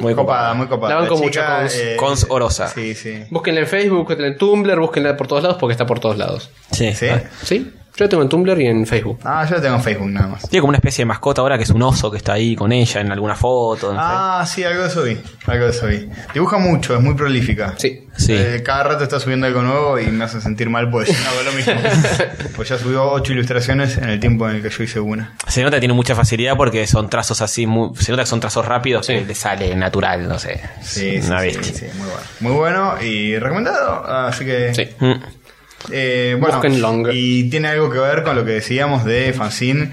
Muy copada, muy copada. eh, La banco mucho, Cons. Cons Orosa. Sí, sí. Búsquenla en Facebook, búsquenla en Tumblr, búsquenla por todos lados porque está por todos lados. Sí. ¿Sí? ¿Sí? Yo la tengo en Tumblr y en Facebook. Ah, yo la tengo en Facebook nada más. Tiene como una especie de mascota ahora que es un oso que está ahí con ella en alguna foto. no sé. Ah, sí, algo de eso vi. Algo de eso vi. Dibuja mucho, es muy prolífica. Sí. Sí. Eh, cada rato está subiendo algo nuevo y me hace sentir mal porque yo no hago lo mismo. pues ya subió ocho ilustraciones en el tiempo en el que yo hice una. Se nota que tiene mucha facilidad porque son trazos así, muy- se nota que son trazos rápidos Sí. que le sale natural, no sé. Sí, Es sí, una sí, bestia. sí, muy bueno. Muy bueno y recomendado. Así que. Sí. Mm. Eh, bueno, Busquen Longer. y tiene algo que ver con lo que decíamos de fanzine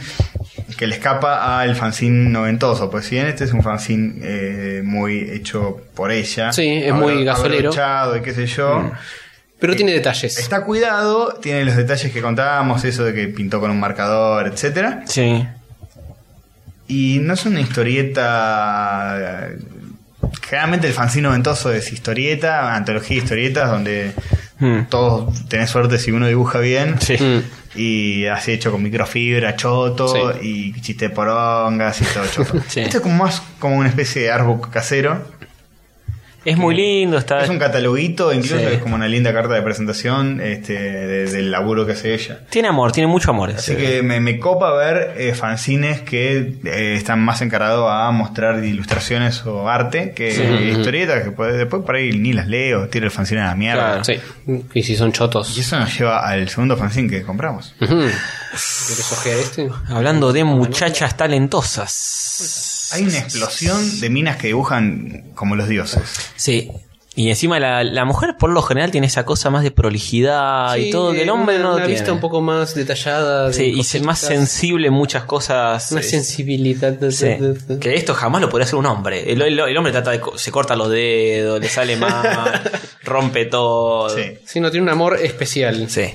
que le escapa al fanzine noventoso. Pues si bien este es un fanzine eh, muy hecho por ella, Sí, es muy abro- gasolero. Mm. abrochado y qué sé yo. Pero tiene Eh, detalles. Está cuidado, tiene los detalles que contábamos, eso de que pintó con un marcador, etcétera. Sí. Y no es una historieta. Generalmente el fanzine noventoso es historieta, antología de historietas, donde Mm. todos tenés suerte si uno dibuja bien. Sí. Mm. Y así hecho con microfibra, choto y chiste porongas y todo choto. Sí. Esto es como más como una especie de artbook casero. Es muy lindo, está. Es un cataloguito, incluso Ah. Sí. es como una linda carta de presentación este, de- del laburo que hace ella. Tiene amor, tiene mucho amor. Así ese. que me, me copa ver eh, fanzines que eh, están más encarados a mostrar ilustraciones o arte que historietas que puede- después por ahí ni las leo, tiro el fanzine a la mierda. Claro. Sí. Y si son chotos. Y eso nos lleva al segundo fanzine que compramos. Ujú. ¿Quieres ojear este? Hablando de muchachas talentosas. Hay una explosión de minas que dibujan como los dioses. Sí. Y encima la, la mujer por lo general tiene esa cosa más de prolijidad y Sí, eh, todo que el hombre una, no lo una tiene. vista un poco más detallada. de Sí, y se- más cositas, sensible en muchas cosas. Una eh, sensibilidad. de- sí. de- de- Que esto jamás lo podría hacer un hombre. El, el- el hombre trata de, co- se corta los dedos, le sale mal, rompe todo. Sí. Sí, no, tiene un amor especial. Sí.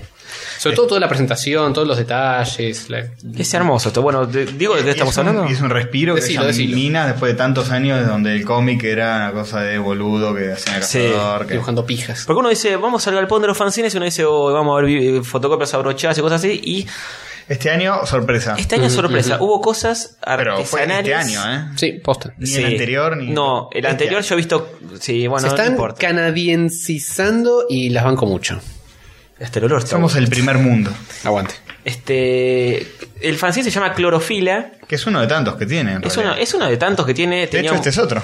Sobre todo toda la presentación, todos los detalles. la- Es hermoso esto. Bueno, de- digo de qué este Y estamos es un- hablando. y Es un respiro que Decilo, hayan decilo. minas después de tantos años donde el cómic era una cosa de boludo que hacían el Sí, cazador. que- Dibujando pijas. Porque uno dice, vamos al galpón de los fanzines, y uno dice, oh, vamos a ver vi- fotocopias abrochadas y cosas así. Y Este año, sorpresa. este año, sorpresa, hubo cosas Pero artesanales. fue este año, ¿eh? Sí, posta. Ni el anterior, ni- No, el Este anterior año. yo he visto. Sí, bueno, se no están importa. canadiencizando y las banco mucho. Hasta el olor está Somos el primer mundo. Aguante. bueno. Este. El fanzine se llama Clorofila. Que es uno de tantos que tiene. en Es uno, realidad. es uno de tantos que tiene. de tenía hecho, un- este es otro.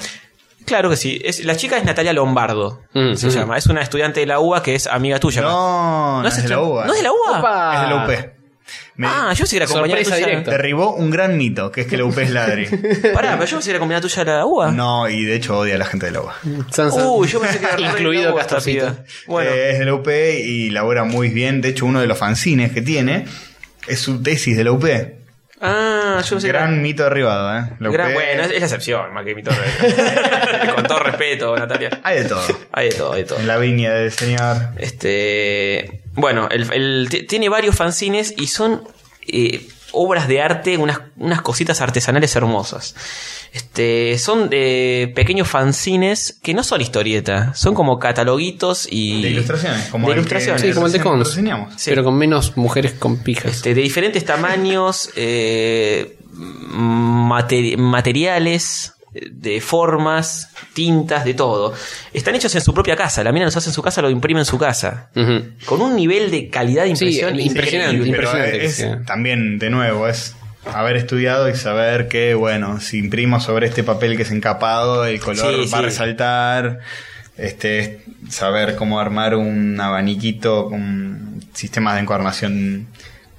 Claro que sí. Es, la chica es Natalia Lombardo. Mm, se mm. llama. Es una estudiante de la UBA que es amiga tuya. No, no, es de la estu- UBA. ¿No es de la UBA? Opa. Es de la UP. Me Ah, yo sí que era compañera Sorpresa tuya. directa. derribó un gran mito, que es que la UP es ladri. Pará, pero yo pensé que era compañera tuya de la UBA. no, y de hecho odia a la gente de la UBA. San, san. Uy, yo pensé que era re Incluido lobo esta Castorcito. piba. Bueno, Eh, es de la UP y labora muy bien. De hecho, uno de los fanzines que tiene es su tesis de la UP. ah, yo pensé que Gran era- mito derribado, ¿eh? La UP- gran- bueno, es, es la excepción, más que mi torre. Con todo respeto, Natalia. Hay de todo. Hay de todo, hay de todo. En la viña del señor. Este, bueno, el, el- t- tiene varios fanzines y son eh, obras de arte, unas, unas cositas artesanales hermosas. Este, son de pequeños fanzines que no son historieta, son como cataloguitos y De ilustraciones. Como de el que ilustraciones. Sí, como el de recién Cons. reseñamos. Sí. Pero con menos mujeres con pijas. Este, de diferentes tamaños, eh, materi- materiales, eh, de formas, tintas, de todo. Están hechos en su propia casa. La mina los hace en su casa, lo imprime en su casa. Ujú. Con un nivel de calidad de Sí, impresión impresionante, increíble. Pero Impresionante que es, sea. también, de nuevo, es haber estudiado y saber que, bueno, si imprimo sobre este papel que es encapado, el color Sí, va a sí. resaltar. Este, es saber cómo armar un abaniquito con sistemas de encuadernación,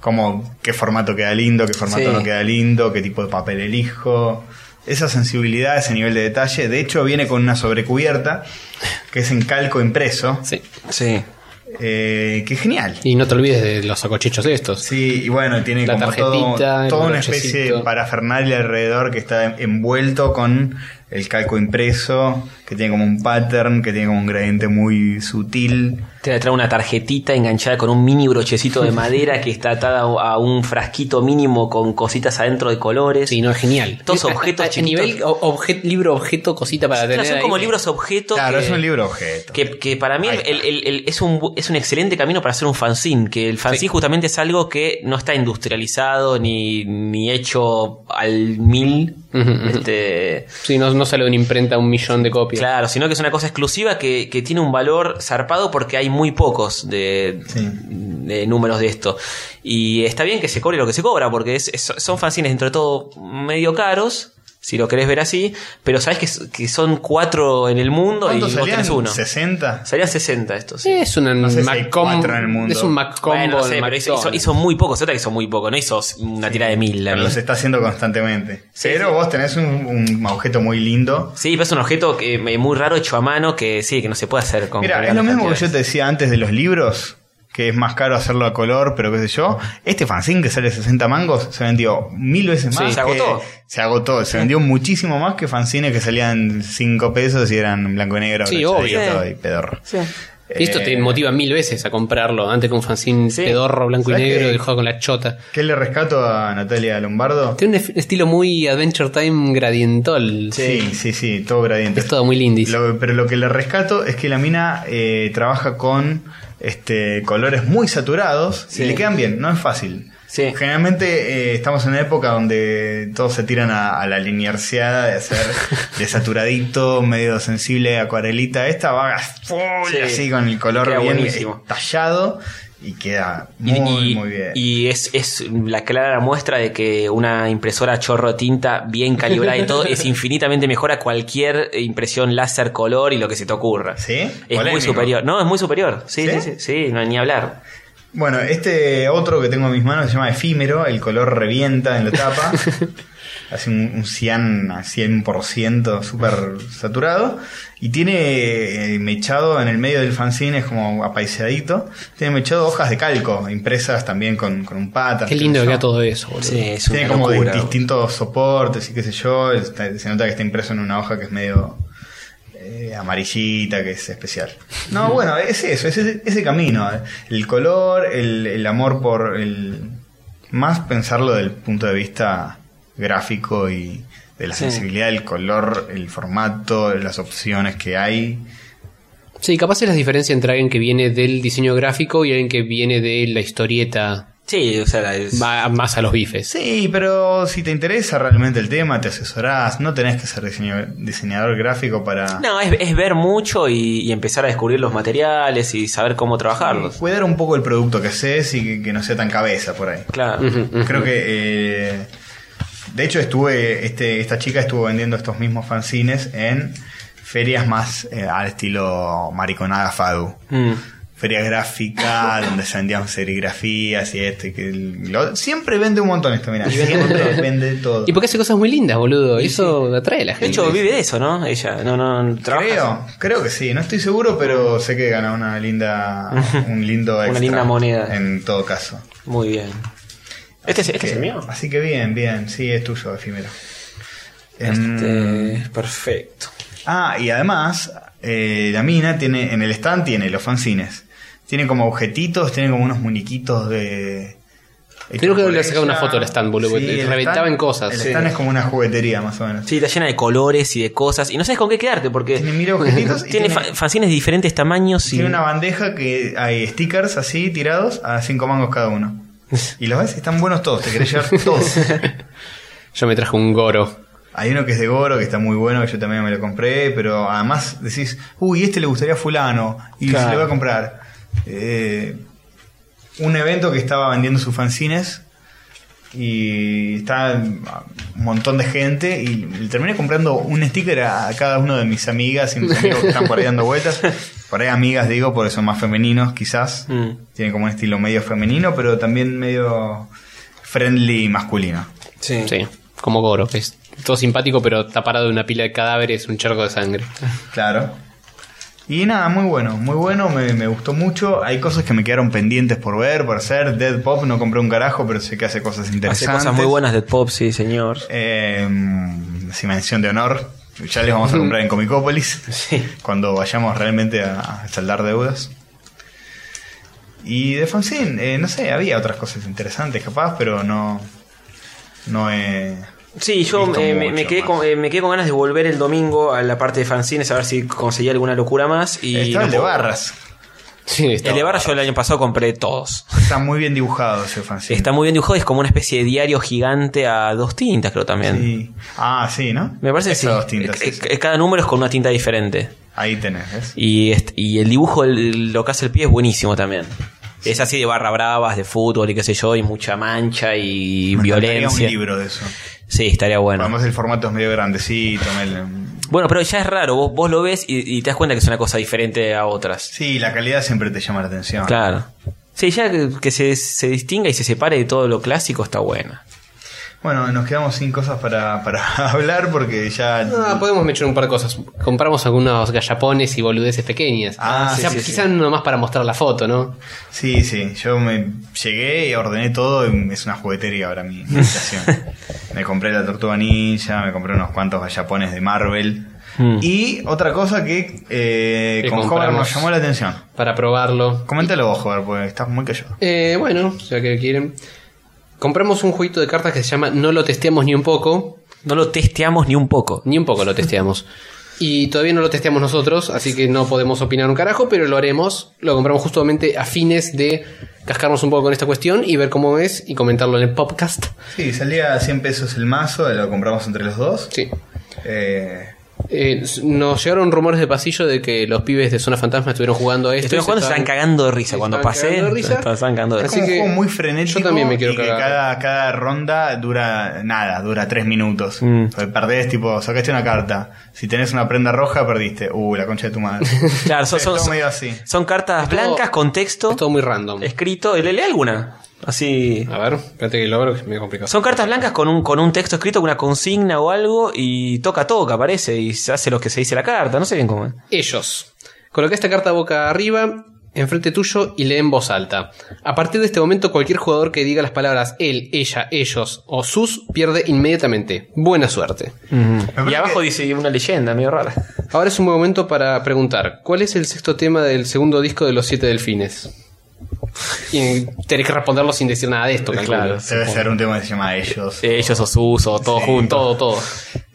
cómo, qué formato queda lindo, qué formato Sí. no queda lindo, qué tipo de papel elijo. Esa sensibilidad, ese nivel de detalle, de hecho viene con una sobrecubierta que es en calco impreso, Sí. Sí. eh, que es genial. Y no te olvides de los sacochichos estos. Sí, y bueno, tiene La como todo- tarjetita, el toda una brochecito. especie de parafernalia alrededor que está envuelto con el calco impreso, que tiene como un pattern, que tiene como un gradiente muy sutil. Te trae una tarjetita enganchada con un mini brochecito de madera que está atada a un frasquito mínimo con cositas adentro de colores. Sí, no, es genial. Todos objetos A- a- a chiquitos. nivel o- obje- libro, objeto, cosita para Claro, tener. son ahí como que- libros objetos. Claro, que- es un libro objeto. Que, que para mí Ahí está. el- el- el- es, un, bu- es un excelente camino para hacer un fanzine, que el fanzine justamente es algo que no está industrializado ni, ni hecho al mil, Ujú, ujú. Este, Sí, no, no sale de una imprenta un millón de copias. Claro, sino que es una cosa exclusiva que, que tiene un valor zarpado porque hay muy pocos de, Sí. de números de esto. Y está bien que se cobre lo que se cobra, porque es- es- son fanzines entre todo medio caros, si lo querés ver así, pero sabes que, s- que son cuatro en el mundo y ¿Cuánto vos salían? tenés uno. ¿60? Salían 60 estos. sí. Es un No sé si Mac hay com- cuatro en el mundo. Es un Mac combo. Bueno, no sé, en pero hizo, hizo- McDonald's. hizo muy poco, se nota que hizo muy poco, no hizo una tira de mil. la Pero verdad. los está haciendo constantemente. pero vos tenés un, un objeto muy lindo. Sí, pero es un objeto que, eh, muy raro hecho a mano que sí, que no se puede hacer con. Mira, con es lo grandes mismo que yo cantidades. te decía antes de los libros, que es más caro hacerlo a color, pero qué sé yo. Este fanzine que sale 60 mangos se vendió mil veces más. Sí, se que- agotó. Se agotó, se vendió muchísimo más que fanzines que salían 5 pesos y eran blanco y negro, Sí, brochadito obvio. y pedorro. Y esto te Eh, motiva mil veces a comprarlo antes que un fanzine Sí. pedorro, blanco y ¿Sabés negro, qué? del juego con la chota. ¿Qué le rescato a Natalia Lombardo? Tiene un ef- estilo muy Adventure Time gradientol. Sí, sí, sí, todo gradiente. Es todo muy lindis. Lo- pero lo que le rescato es que la mina eh, trabaja con este colores muy saturados Sí. y le quedan bien, no es fácil. Sí. Generalmente eh, estamos en una época donde todos se tiran a, a la linearciada de hacer de saturadito, medio sensible, acuarelita. Esta va a full, Sí. así con el color Queda bien buenísimo. tallado y queda Y- muy, y, muy bien. y es, es la clara muestra de que una impresora chorro tinta bien calibrada y todo es infinitamente mejor a cualquier impresión láser color y lo que se te ocurra. ¿Sí? Es Polémico. muy superior. No, es muy superior. Sí, ¿Sí? sí, sí, sí, no, ni hablar. Bueno, este otro que tengo en mis manos se llama efímero, el color revienta en la tapa, hace un, un cian a 100% súper saturado y tiene eh, mechado en el medio del fanzine, es como apaiseadito, tiene mechado hojas de calco, impresas también con, con un pata. Qué lindo que queda todo eso, boludo. Sí, es una Tiene como de locura. distintos soportes y qué sé yo, está- se nota que está impreso en una hoja que es medio eh, amarillita, que es especial. No, bueno, es eso, es ese, ese camino. eh. El color, el, el amor por el... Más pensarlo del punto de vista gráfico y de la Sí. sensibilidad, el color, el formato, las opciones que hay. Sí, capaz es la diferencia entre alguien que viene del diseño gráfico y alguien que viene de la historieta Sí, o sea, es- va más a los bifes. Sí, pero si te interesa realmente el tema, te asesorás, no tenés que ser diseño- diseñador gráfico para... no, es, es ver mucho y, y empezar a descubrir los materiales y saber cómo trabajarlos. Cuidar un poco el producto que haces y que, que no sea tan cabeza por ahí. Claro. Ujú, ujú. Creo que. eh, de hecho, estuve. Este, esta chica estuvo vendiendo estos mismos fanzines en ferias más eh, al estilo mariconada Fadu. Mm. Feria gráfica, donde se vendían serigrafías y esto y que el- lo- siempre vende un montón esto, mira, siempre vende todo. Y porque hace cosas muy lindas, boludo. eso atrae a la De gente. hecho, vive de eso, ¿no? Ella, no, no, trabaja. Creo, creo que sí, no estoy seguro, pero sé que gana una linda, un lindo Una extra linda moneda. En todo caso. Muy bien. ¿Este, es- este es el mío? Así que bien, bien, sí, es tuyo, efímero. Em, Este, perfecto. ah, y además, eh, la mina tiene, en el stand tiene los fanzines. Tiene como objetitos, tiene como unos muñequitos de. Creo que hechos le por sacaba una ella. foto al stand, boludo, porque el reventaba stand- en cosas. El Sí. stand es como una juguetería, más o menos. Sí, está llena de colores y de cosas. Y no sabes con qué quedarte porque Tiene tiene, mil objetitos. y tiene, fa- fanzines de diferentes tamaños. Y... tiene una bandeja que hay stickers así tirados a cinco mangos cada uno. Y los ves, están buenos todos, te querés llevar todos. Yo me traje un goro. Hay uno que es de Goro, que está muy bueno, que yo también me lo compré, pero además decís, uy, este le gustaría a fulano, y se lo voy a comprar. Eh, un evento que estaba vendiendo sus fanzines y está un montón de gente y le terminé comprando un sticker a a cada uno de mis amigas y mis amigos que están por ahí dando vueltas. Por ahí amigas digo, porque son más femeninos quizás. Mm. Tienen como un estilo medio femenino, pero también medio friendly masculino. Sí. Sí, como Goro, que es todo simpático, pero está parado de una pila de cadáveres, un charco de sangre. Claro. Y nada, muy bueno, muy bueno, me, me gustó mucho. Hay cosas que me quedaron pendientes por ver, por hacer. Dead Pop no compré un carajo, pero sé que hace cosas Hace interesantes. cosas muy buenas de pop, sí, señor. Eh, sin mención de honor, ya les vamos a comprar en Comicópolis Sí. cuando vayamos realmente a, a saldar deudas. Y de Fanzine, eh, no sé, había otras cosas interesantes capaz, pero no. No eh, Sí, yo Listo, eh, me, mucho me quedé más. con, eh, me quedé con ganas de volver el domingo a la parte de fanzines a ver si conseguía alguna locura más. Y Estaba no el de puedo. barras. Sí, está- el de Barra yo el año pasado compré todos. Está muy bien dibujado ese fanzine. Está muy bien dibujado, es como una especie de diario gigante a dos tintas, creo también. Sí. Ah, sí, ¿no? Me parece que Esas sí. dos tintas, Eh, sí, sí. eh, Cada número es con una tinta diferente. Ahí tenés, ¿ves? Y, est- y el dibujo, el- lo que hace el pie es buenísimo también. Es así de barra bravas, de fútbol y qué sé yo, y mucha mancha y Me encantaría violencia. un libro de eso. Sí, estaría bueno. Además el formato es medio grandecito. medio- Bueno, pero ya es raro, vos, vos lo ves y, y te das cuenta que es una cosa diferente a otras. Sí, la calidad siempre te llama la atención. Claro. Sí, ya que, que se, se distinga y se separe de todo lo clásico está buena. Bueno, nos quedamos sin cosas para, para hablar porque ya... No, Ah, podemos meter un par de cosas. Compramos algunos gallapones y boludeces pequeñas. Ah, quizá, sí, sí, sí. quizá uno más para mostrar la foto, ¿no? Sí, sí, yo me llegué y ordené todo y es una juguetería ahora mi, mi habitación. me compré la tortuga ninja, me compré unos cuantos gallapones de Marvel. Mm. Y otra cosa que eh, Que con Hover compramos. nos llamó la atención. Para probarlo. Coméntalo vos, Hover, porque estás muy callado. Eh, bueno, ya que quieren. Compramos un jueguito de cartas que se llama No lo testeamos ni un poco. No lo testeamos ni un poco. Ni un poco lo testeamos. Y todavía no lo testeamos nosotros, así que no podemos opinar un carajo, pero lo haremos. Lo compramos justamente a fines de cascarnos un poco con esta cuestión y ver cómo es y comentarlo en el podcast. Sí, salía a 100 pesos el mazo, lo compramos entre los dos. Sí. Eh, Eh, s- nos llegaron rumores de pasillo de que los pibes de Zona Fantasma estuvieron jugando a este, esto. Estuvieron y jugando y se están estaban- cagando de risa. se Cuando estaban pasé, cagando de risa. se estaban cagando de es Así risa. un que juego muy frenético. yo también me quiero y que cagar. cada, cada ronda dura nada, dura tres minutos. Mm. Porque Perdés, tipo, sacaste una carta. Si tenés una prenda roja, perdiste. Uh, la concha de tu madre. Claro, son, Sí, son- todo son- medio así. son cartas Es todo- blancas con texto Es todo muy random. escrito. ¿Le lee alguna? Así. A ver, espérate que lo abro que es medio complicado. Son cartas blancas con un, con un texto escrito, una consigna o algo, y toca toca, parece, y se hace lo que se dice la carta, no sé bien cómo es. Ellos. Coloca esta carta boca arriba, enfrente tuyo y lee en voz alta. A partir de este momento, cualquier jugador que diga las palabras él, ella, ellos o sus pierde inmediatamente. Buena suerte. parece Y abajo que- dice una leyenda, medio rara. Ahora es un buen momento para preguntar: ¿Cuál es el sexto tema del segundo disco de Los Siete Delfines? Y tenés que responderlo sin decir nada de esto, claro. Debe ser un tema que se llama Ellos. Ellos o sus o todo Sí. junto. Todo, todo.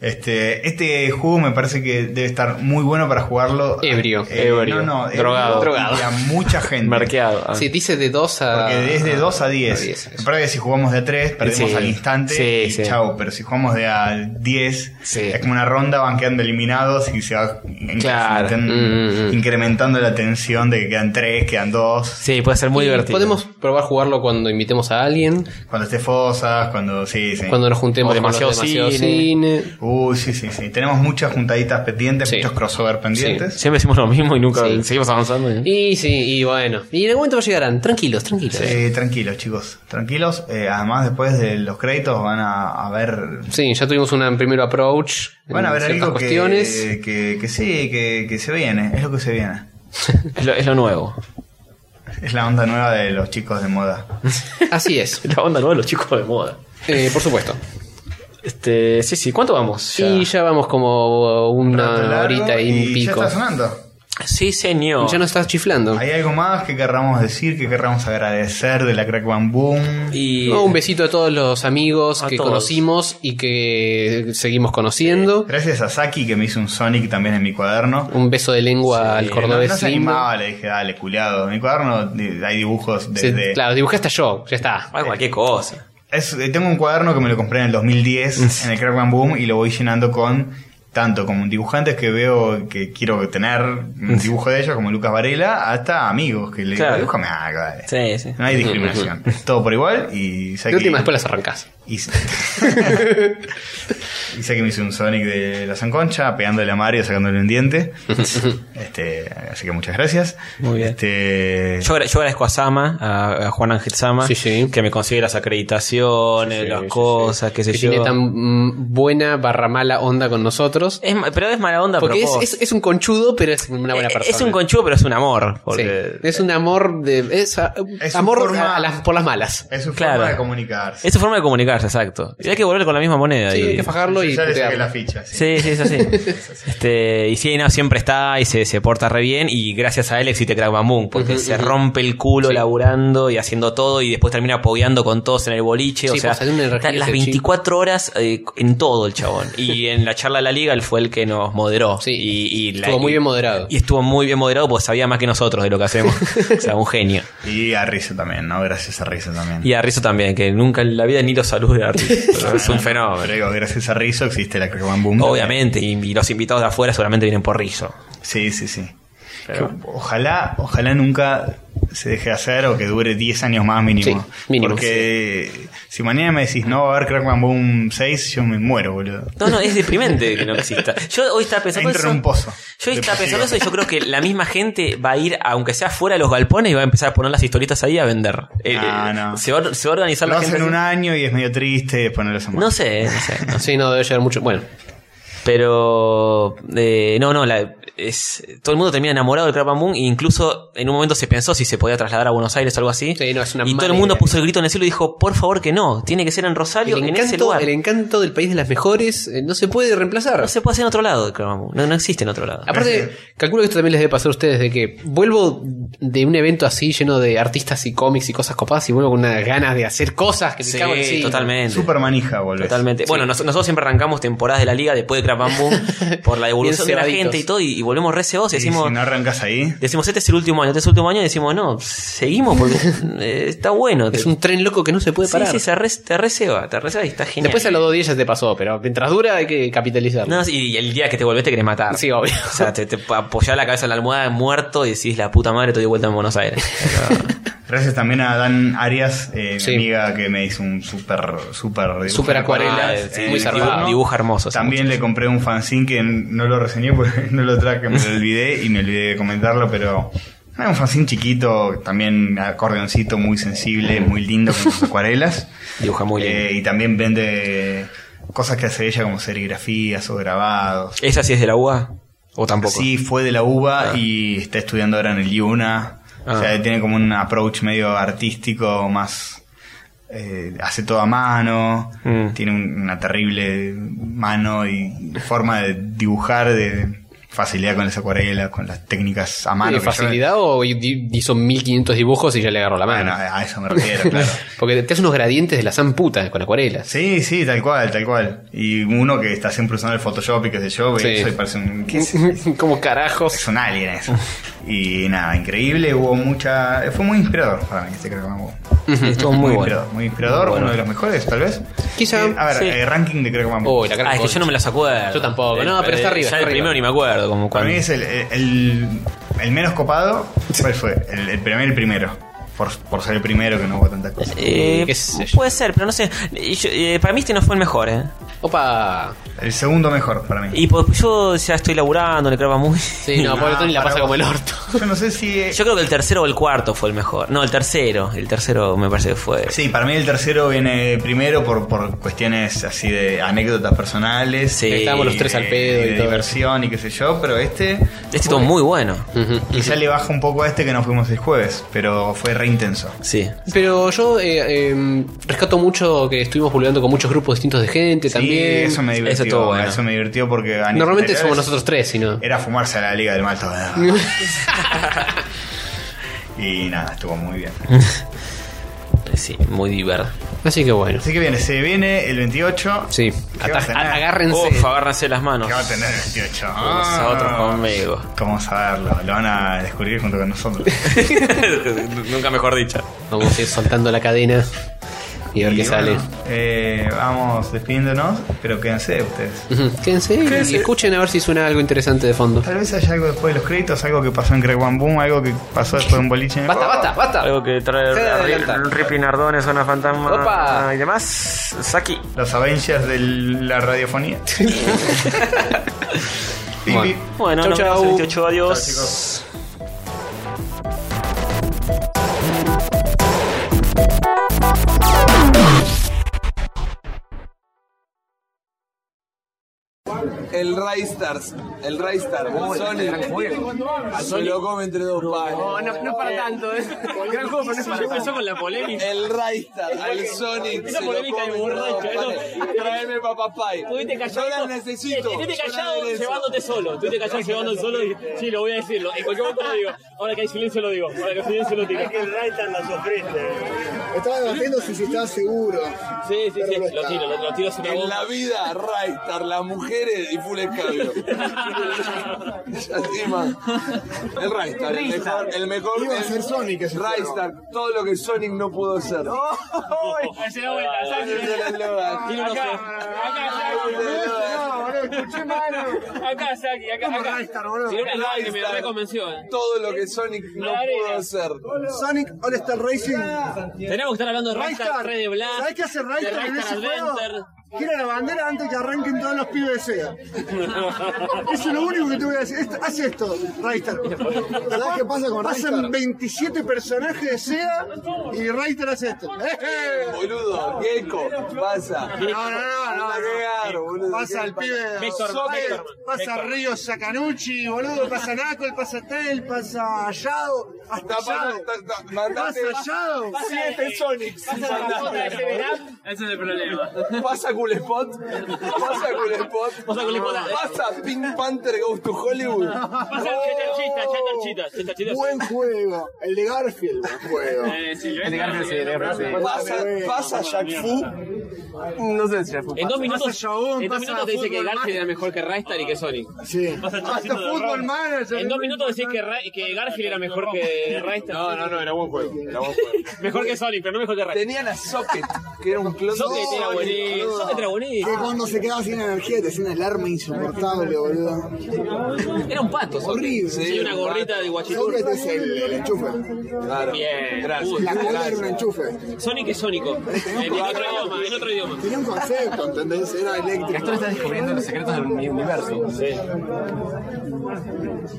Este, este juego me parece que debe estar muy bueno para jugarlo. Ebrio. Eh, Ebrio. No, no, ebrio Drogado. y Drogado. a mucha gente. Marqueado. ah. Sí, dice de 2 Ah, a. Porque es de 2 a 10. eso. Me parece que si jugamos de 3, perdemos Sí. al instante. Sí, y sí. Chau, pero si jugamos de a 10, Sí. es como una ronda, van quedando eliminados y se va Claro. incrementen- Mm, mm, mm. incrementando la tensión de que quedan 3, quedan 2. Sí, puede ser muy Y divertido. Podemos probar jugarlo cuando invitemos a alguien, Cuando esté Fosas, cuando. Sí, sí. cuando nos juntemos O demasiado con los demasiado cine. cine. Uy, sí, sí, sí. Tenemos muchas juntaditas pendientes, Sí. muchos crossover pendientes. Siempre decimos lo mismo y nunca Sí. seguimos avanzando. ¿eh? Y sí, y bueno. Y en algún momento llegarán. Tranquilos, tranquilos. Eh, tranquilos, chicos, tranquilos. Eh, además, después de los créditos van a, a ver. Sí, ya tuvimos una en primero approach. Van a en ver ciertas algo que, cuestiones. que, que sí, que, que se viene, es lo que se viene. Es, lo, es lo nuevo. Es la onda nueva de los chicos de moda. Así es, La onda nueva de los chicos de moda. eh, por supuesto. Este, sí, sí, ¿cuánto vamos? Ya. Y ya vamos como Rato una largo horita y un ya pico. está sonando. Sí, señor. Ya no estás chiflando. ¿Hay algo más que querramos decir, que querramos agradecer de la Crack Bam Boom? Y Oh, un besito a todos los amigos A que todos. conocimos y que seguimos conociendo. Gracias a Saki que me hizo un Sonic también en mi cuaderno. Un beso de lengua al no, cordobés. no se lindo. animaba, le dije, dale, culiado. En mi cuaderno di- hay dibujos Sí, desde... Claro, dibujé hasta yo, ya está. Ah, cualquier cosa. Es- eh, tengo un cuaderno que me lo compré en el 2010 en el Crack Bam Boom y lo voy llenando con tanto como dibujantes que veo que quiero tener un dibujo de ellos como Lucas Varela hasta amigos que le digo, Claro. dibújame algo, dale. Sí, sí. No hay discriminación. Todo por igual y sé De última, después las arrancás. Y, y sé que me hizo un Sonic de la Sanconcha, pegándole a Mario, sacándole un diente. este, así que muchas gracias. Muy bien. Este, Yo, agra- yo agradezco a Sama, a, a Juan Ángel Sama, Sí, sí. que me consigue las acreditaciones, Sí, sí, las sí, cosas, qué sé que yo. tiene tan mm, buena barra mala onda con nosotros. Es ma- pero es mala onda, Porque pero es, vos- es- es un conchudo, pero es una buena Eh, persona. es un conchudo, pero es un amor. Sí, Porque Es un amor de. Es, a- Es su amor forma- a- a las- por las malas. es su Claro. forma de comunicarse. Es su forma de lucrarse, exacto. Y hay que volver con la misma moneda. Sí, y- hay que fajarlo y ya le saqué putearlo. la ficha. sí. Sí, sí, es así. este, y sí, no, siempre está y se, se porta re bien. Y gracias a él existe Crack Bang Boom, porque Ujú, se ujú. rompe el culo laburando y haciendo todo y después termina apoyando con todos en el boliche. o Sí, sea, pues, hay una energía está las ese 24 horas eh, en todo el chabón. Y en la charla de la liga él fue el que nos moderó. Sí. y, y la- Estuvo muy y- bien moderado. Y estuvo muy bien moderado porque sabía más que nosotros de lo que hacemos. o sea, un genio. Y a Rizzo también, ¿no? Gracias a Rizzo también. Y a Rizzo también, que nunca en la vida ni lo salude a Rizzo. pero es un Pero fenómeno. digo, gracias a Rizzo existe la Crackman Boom. Obviamente, y, y los invitados de afuera seguramente vienen por Rizzo. Sí, sí, sí. Que Ojalá, ojalá nunca se deje de hacer o que dure 10 años más mínimo. Sí, mínimo, Porque si mañana me decís no va a haber Crackman Boom 6, yo me muero, boludo. No, no, es deprimente que no exista. Yo hoy estaba pensando Entro eso. en un pozo. Yo hoy estaba Depresivo. pensando eso y yo creo que la misma gente va a ir, aunque sea fuera de los galpones, y va a empezar a poner las historietas ahí a vender. Eh, Ah, eh, no. Se, va, se va a organizar Lo la gente. hacen un así. año y es medio triste y después no lo hacen más. No sé, no sé. no sé. Sí, no, debe llegar mucho. Bueno, Pero eh, no, no, la- es, todo el mundo termina enamorado del Crab Bang Boom e incluso en un momento se pensó si se podía trasladar a Buenos Aires o algo así. Sí, no, es una y todo el mala mundo idea. puso el grito en el cielo y dijo, por favor que no, tiene que ser en Rosario, el en ese encanto, lugar. el encanto del país de las mejores eh, no se puede reemplazar. No se puede hacer en otro lado el Crab Bang Boom. no, no existe en otro lado. Aparte, calculo que esto también les debe pasar a ustedes de que vuelvo de un evento así lleno de artistas y cómics y cosas copadas y vuelvo con unas ganas de hacer cosas que me Sí, cago en- sí. totalmente. Super manija, boludo. Totalmente. Bueno, nos- nosotros siempre arrancamos temporadas de la liga después de Crab Bang Boom por la evolución de la cebaditos. gente y todo, y, y volvemos re cebados y Y si decimos, no arrancas ahí, decimos, este es el último año, este es el último año, y decimos, no, seguimos porque eh, está bueno. Es un tren loco que no se puede Sí, parar. sí, se re- te receba, te receba y está genial. Después a los dos días ya te pasó, pero mientras dura hay que capitalizar. No, sí, y el día que te volvés te querés matar. Sí, obvio. O sea, te, te apoyás la cabeza en la almohada muerto y decís, la puta madre, estoy de vuelta en Buenos Aires. gracias también a Dan Arias, eh, Sí. mi amiga que me hizo un super, super dibujo. Super acuarela, Ah, en sí, el muy dibu- zarpado. cuaderno. dibuja hermoso. sí, También mucho. le compré un fanzine que no lo reseñé porque no lo traje, me lo olvidé y me olvidé de comentarlo, pero era un fanzine chiquito, también acordeoncito muy sensible, muy lindo con sus acuarelas. dibuja muy bien. Eh, y también vende cosas que hace ella como serigrafías o grabados. ¿Esa sí es de la UA? ¿O tampoco? Sí, fue de la UBA Ah. y está estudiando ahora en el IUNA. O sea, Ah. tiene como un approach medio artístico, más. eh, hace todo a mano, Mm. tiene un- una terrible mano y forma de dibujar, de facilidad con las acuarelas, con las técnicas a mano. ¿Tiene que yo- facilidad o y- di- hizo 1500 dibujos y ya le agarró la Bueno, eh. mano? a eso me refiero, claro. Porque te hace unos gradientes de la san puta con acuarelas. Sí, sí, tal cual, tal cual. Y uno que está siempre usando el Photoshop y qué sé yo, ve Sí. Mm, eso y parece un... ¿qué es Como carajos. Es un alien eso. Y nada, increíble, hubo mucha. Fue muy inspirador para mí este Crackman Boom. Estuvo muy, bueno. inspirador, muy inspirador, uno de los mejores, tal vez. Quizá, Eh, a ver, sí. eh, ranking de Crackman Boom. Uy, la cara Ah, es que concha. yo no me las acuerdo. Eh, Yo tampoco. No, pero está arriba, Ya está el arriba. primero ni me acuerdo. Como para cuando... mí es el, el, el- el menos copado. ¿Cuál fue? El, el primer, el primero. Por, por ser el primero que no hubo tantas cosas. Eh, qué sé yo. puede ser, pero no sé. Eh, yo- eh, para mí este no fue el mejor, ¿eh? Opa. El segundo mejor para mí. Ah, Y po- yo ya estoy laburando, le creo muy. Sí, no, pobre Tony la para pasa vos. como el orto. Yo no sé si. eh, Yo creo que el tercero o el cuarto fue el mejor. No, el tercero. El tercero me parece que fue. Sí, para mí el tercero viene primero por, por cuestiones así de anécdotas personales. Sí. Estábamos los y tres de- al pedo y de todo. diversión y qué sé yo, pero este. Este estuvo muy bueno. Quizá le baja un poco a este que no fuimos el jueves, pero fue re intenso. Sí. Pero yo eh, eh, rescato mucho que estuvimos publicando con muchos grupos distintos de gente Sí, también. eso me divirtió. eso estuvo Eso, bueno. me divirtió porque a nivel Normalmente general es- somos Eh. nosotros tres, si no. Era fumarse a la Liga del Mal todo. y nada, estuvo muy bien. eh, Sí, muy divertido. Así que bueno. Así que viene, se viene el 28. Sí. ¿Qué va a Ataj- tener? Oh, agárrense. Uf, agárrense las manos. ¿Qué va a tener el Ah. 28? Vamos a otros conmigo. ¿Cómo saberlo? Lo van a descubrir junto con nosotros. Nunca mejor dicho. Vamos a ir soltando la cadena y a ver Y qué sale. bueno, eh, vamos despidiéndonos, pero quédense ustedes. Ujú. Quédense y escuchen a ver si suena algo interesante de fondo. Tal vez haya algo después de los créditos, algo que pasó en Craig One Boom, algo que pasó después de un boliche en el Basta, bar. basta, basta. Algo que trae Sí, a Ri- adelanta. Ripley Nardone, Zona Fantasma Opa. y demás. Saki. Los Avengers de la radiofonía. Pi, pi. Bueno. Bueno, Chau, nos vemos el chau. 28. Adiós. Chau, chicos. el Raystars. El Raystar. Sonic. Se lo come entre dos palos. Gran juego, pero no es para empezó con la polémica. El Raystar, el Sonic. Esa se lo polémica come de borracho, entre dos eso. palos. Traeme papá pie. Tuviste callado. Yo las necesito. Tuviste Yo las callado merezco. llevándote solo. Tuviste callado llevándote solo y sí, lo voy a decirlo. En cualquier momento lo digo. Ahora que hay silencio lo digo. Ahora que hay silencio lo digo. El Raitan la sufriste. Estaba debatiendo si si estaba seguro. Sí, sí, sí. Lo tiro, lo, lo tiro sin En la la vida, Raystar, las mujeres y full escabio. Ya encima. El Raystar, el mejor. El mejor Iba a ser Sonic ese juego. Raystar, todo lo que Sonic no pudo ser. Se da vuelta, Ese ¿sabes? es el eslogan. Tiro no sé. No, boludo, escuché mal. Acá, Saki, acá, acá. Raystar, boludo. Tiró una eslogan que me Raystar. reconvenció. eh. Todo lo que Sonic no La arena. pudo ser. Sonic All Star Racing. Tenemos que estar hablando de Raystar, Raystar. Red de Black. ¿Sabés qué hace de Raystar en ese Raystar Adventure. juego? Gira la bandera antes que arranquen todos los pibes de SEA. Eso es lo único que te voy a decir. Esto- haz esto, Raystar. ¿Sabés qué pasa con Pasan Raystar? 27 personajes de SEA y Raystar hace esto. ¡Eh! Boludo, Gecko, pasa. No, no, no, no, Vas a cagar, boludo. no. Pasa el pibe. Víctor, Sobe, Víctor, pasa Víctor. Río Sacanucci, boludo. Pasa Nacol, pasa Tel, pasa Yao. Hasta Yao. Pasa Mandaste Yao. siete Sonics. La foto de Severán, Ese es el problema. Pasa Cool Spot. Pasa Cool Spot. Pasa Cool Spot. Pasa Pink Panther Goes to Hollywood. Pasa el Cheddar Cheetah, Cheddar Cheetah, Cheddar Cheetah. Buen juego. El de Garfield, buen juego. Eh, sí, yo- eh. Oh, Pasa, pasa Jack Fu. No sé si ya fue. En dos minutos, Pasa Shogun, en dos pasa minutos te dice que fútbol, Garfield magia. era mejor que Raystar y que Sonic. Sí. Hasta Football Manager. En dos minutos decís que, Ra- que Garfield era mejor que Raystar. No, no, no, era buen juego. Era buen juego. Mejor que Sonic, pero no mejor que Raystar. Tenían a Socket, que era un clon. Socket era buenísimo. Socket era buenísimo. Que cuando se quedaba sin energía te hacía una alarma insoportable, boludo. Era un pato, Socket. Horrible. Sí, una gorrita de guachiturro. Sócrates este es el, el enchufe. Claro. Bien. Gracias. Uy, La cola era un enchufe. Sonic es Sónico. En otro idioma, en otro idioma. Tenía un concepto, ¿entendés? Era eléctrico. Gastón está descubriendo los secretos del uni- universo.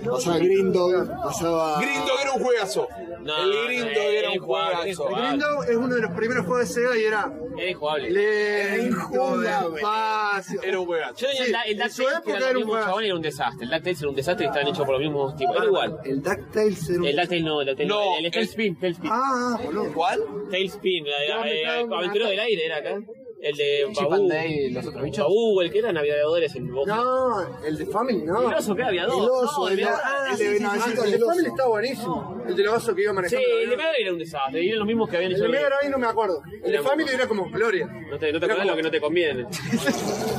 Pasaba Green Dog, pasaba... Grindo era un juegazo. No, el Grindo eh, era un injugable, juegazo. injugable. Nintendo es uno de los primeros juegos de SEGA y era Era injugable. lento, injugable. despacio. Era un juegazo. Yo tenía Sí, el, da- el en su DuckTales, que era época era lo un mismo, juegazo. Ah. chabón, era un desastre. El DuckTales era un desastre y estaban hechos por los mismos tipos. Era igual. El DuckTales era un... El DuckTales no, el DuckTales No, El, el- el Tailspin, Tailspin. Ah, boludo. ¿Cuál? Tailspin, la- la- eh, Aventurero del Aire era acá. El de Chip Babu. and Dale y los otros bichos. Babu, el que eran aviadores en Bob. Ah, No, el de Family no. El oso que había dos. El oso, No, el, el- ah, el de Ah, Benaventito el del de Family oso. estaba buenísimo. El de los osos que iba Sí, manejando. el de Mega era un desastre. Y eran los mismos que habían El hecho. de el- Mega Drive no me acuerdo. El de Family era como Gloria. No te, no te acordás lo que no te conviene.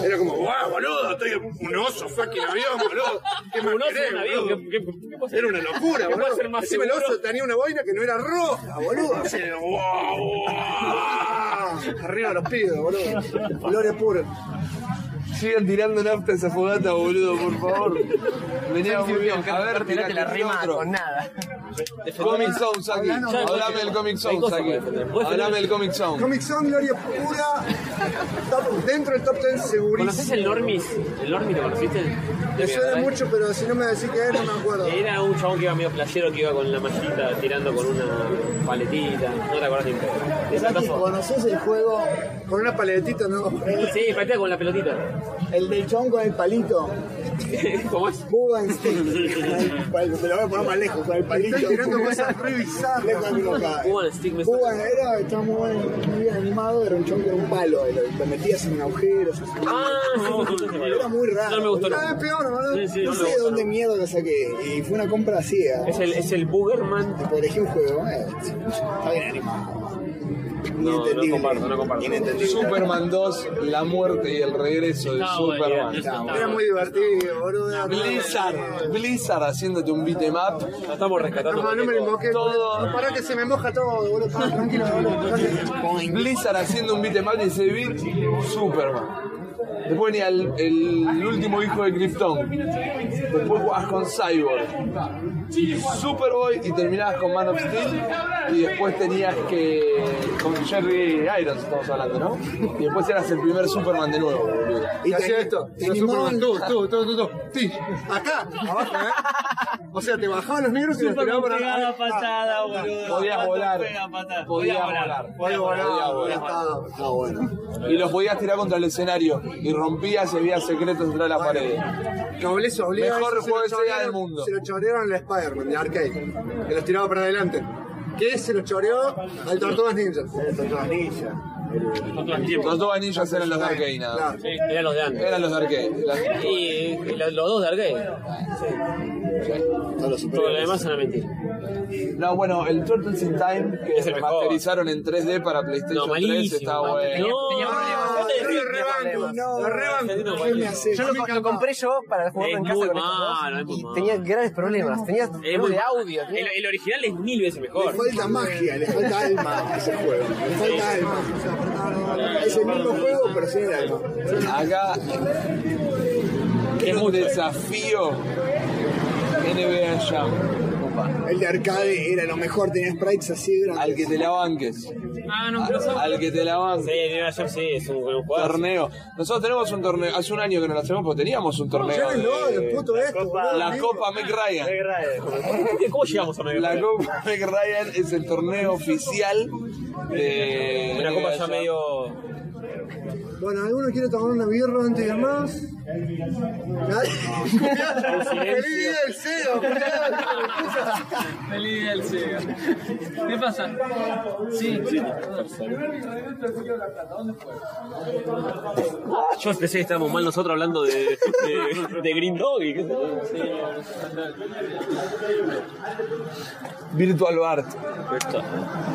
Era como, guau, boludo, estoy un oso fucking avión, boludo. ¿Qué más Un oso querés, en un avión. boludo? ¿Qué, qué, qué puede ser? Era una locura, ¿Qué puede boludo. ser más Encima el seguro? oso tenía una boina que no era roja, Ah, boludo. Así, guau, guau. Arriba los pibes, boludo. Colores puros. Sigan tirando nafta a esa fogata, boludo, por favor. Venía muy bien. A ver, Tirate la tirate rima otro. con nada. Comic Sounds aquí. Ya, Hablame ya, el ya. Comic Hay Sounds cosas aquí. para defender. Puedes Hablame defender. el Comic Sounds. Comic Zone, Gloria pura. top- dentro del top 10 ¿Conocés segurísimo. el Normis? ¿El Normis lo conociste? Me suena mucho, pero si no me decís que es, no me acuerdo. Era un chabón que iba medio playero que iba con la mallita tirando con una paletita. No te acordás ni un pedo. Esa ¿Sabés que pasó. ¿Conocés el juego? Con una paletita, ¿no? Sí, patea con la pelotita. El del chon con el palito. ¿Cómo es? este, Bubenstein. Bueno, Te lo voy a poner más lejos, con el palito. Están tirando cosas re bizarras. Lejos de mi local. Cuban Stick me Cuba era, estaba muy, buen- muy bien animado, era un chon con un palo, y lo, lo metías en agujeros. así. Ah, Era era muy raro. No me gustó. Cada vez peor, boludo. Sí, sí, no no sé me de gustó, dónde no. mierda lo saqué. Y fue una compra ciega. Es el, es el Boogerman. Tipo, elegí un juego. eh, Está bien animado. No, no Inentendible. comparto, no comparto. Inentendible. Superman 2, la muerte y el regreso de Está bueno, Superman. está bueno. Era muy divertido, boludo. Blizzard, Blizzard haciéndote un beat em up. Lo estamos rescatando. No, no me lo moqué. Todo- Pará que se me moja todo, boludo. Pará, Tranquilo, boludo. Blizzard haciendo un beat em up y se beat Superman. Después venía el, el, el último hijo de Krypton. Después jugabas con Cyborg. Superboy y terminabas con Man of Steel. Y después tenías que. con Jerry Irons estamos hablando, ¿no? Y después eras el primer Superman de nuevo, boludo. Y Y hacía esto. te Era animaban- Superman, tú, tú, tú, tú, tú. Sí. Acá, abajo, ¿eh? O sea, te bajaban los negros y los Súper tiraban para pegada patada, ah, boludo. Podías Cuánto volar. pega patada. Podías volar. Podías volar, Podías boludo, está- Ah, está bueno. Y los podías tirar contra el escenario. Y rompías y había secretos detrás de la pared. Nobleza obliga Mejor eso se juego lo de pelea chorearon- del mundo. Se lo chorearon al Spider-Man de arcade. Que los tiraba para adelante. Que se lo choreó al Tortugas Ninja. Eh, Tortugas Ninja. Los dos anillos eran los de arcade, nada más. Sí, eran los de antes. Eran los de arcade. Las- Y, y los, los dos de arcade. Todo lo demás era mentira. No, bueno, el Turtles in Time que Es el mejor. remasterizaron en 3D para No, PlayStation 3 malísimo. está bueno. No, No, rebanco. ¿Qué me hace? Yo lo, lo compré yo para jugarlo Es en casa muy con estos dos, malo, es muy y malo. tenía grandes problemas. Tenía Es problemas muy de audio. El, tenía- el original es mil veces mejor. Le falta magia, le falta alma a ese juego. Le falta alma. Es el mismo juego, pero sin alma. Acá es un desafío NBA Jam, compa. El de arcade era lo mejor, tenía sprites así Al que grandes. te la banques. Ah, no, Al que te la Sí, banques. Neo Jam sí, es un buen juego. Torneo. Nosotros tenemos un torneo. Hace un año que no lo hacemos, porque teníamos un torneo. Llévenlo, de- eh, el puto esto. boludo, la amigo. Copa Meg Ryan. ¿Cómo llegamos a Neo La Jam? Copa Meg Ryan es el torneo oficial de. Una copa NBA Eh, ya Jam. medio. Bueno, ¿alguno quiere tomar una birra antes de irnos? ¿Nadie? ¡Feliz día del CEO! muchachos. Feliz día del Sega. ¿Qué pasa? Sí. Yo pensé que estábamos mal nosotros hablando de, de, de Green Dog y qué sé yo. Virtual Art.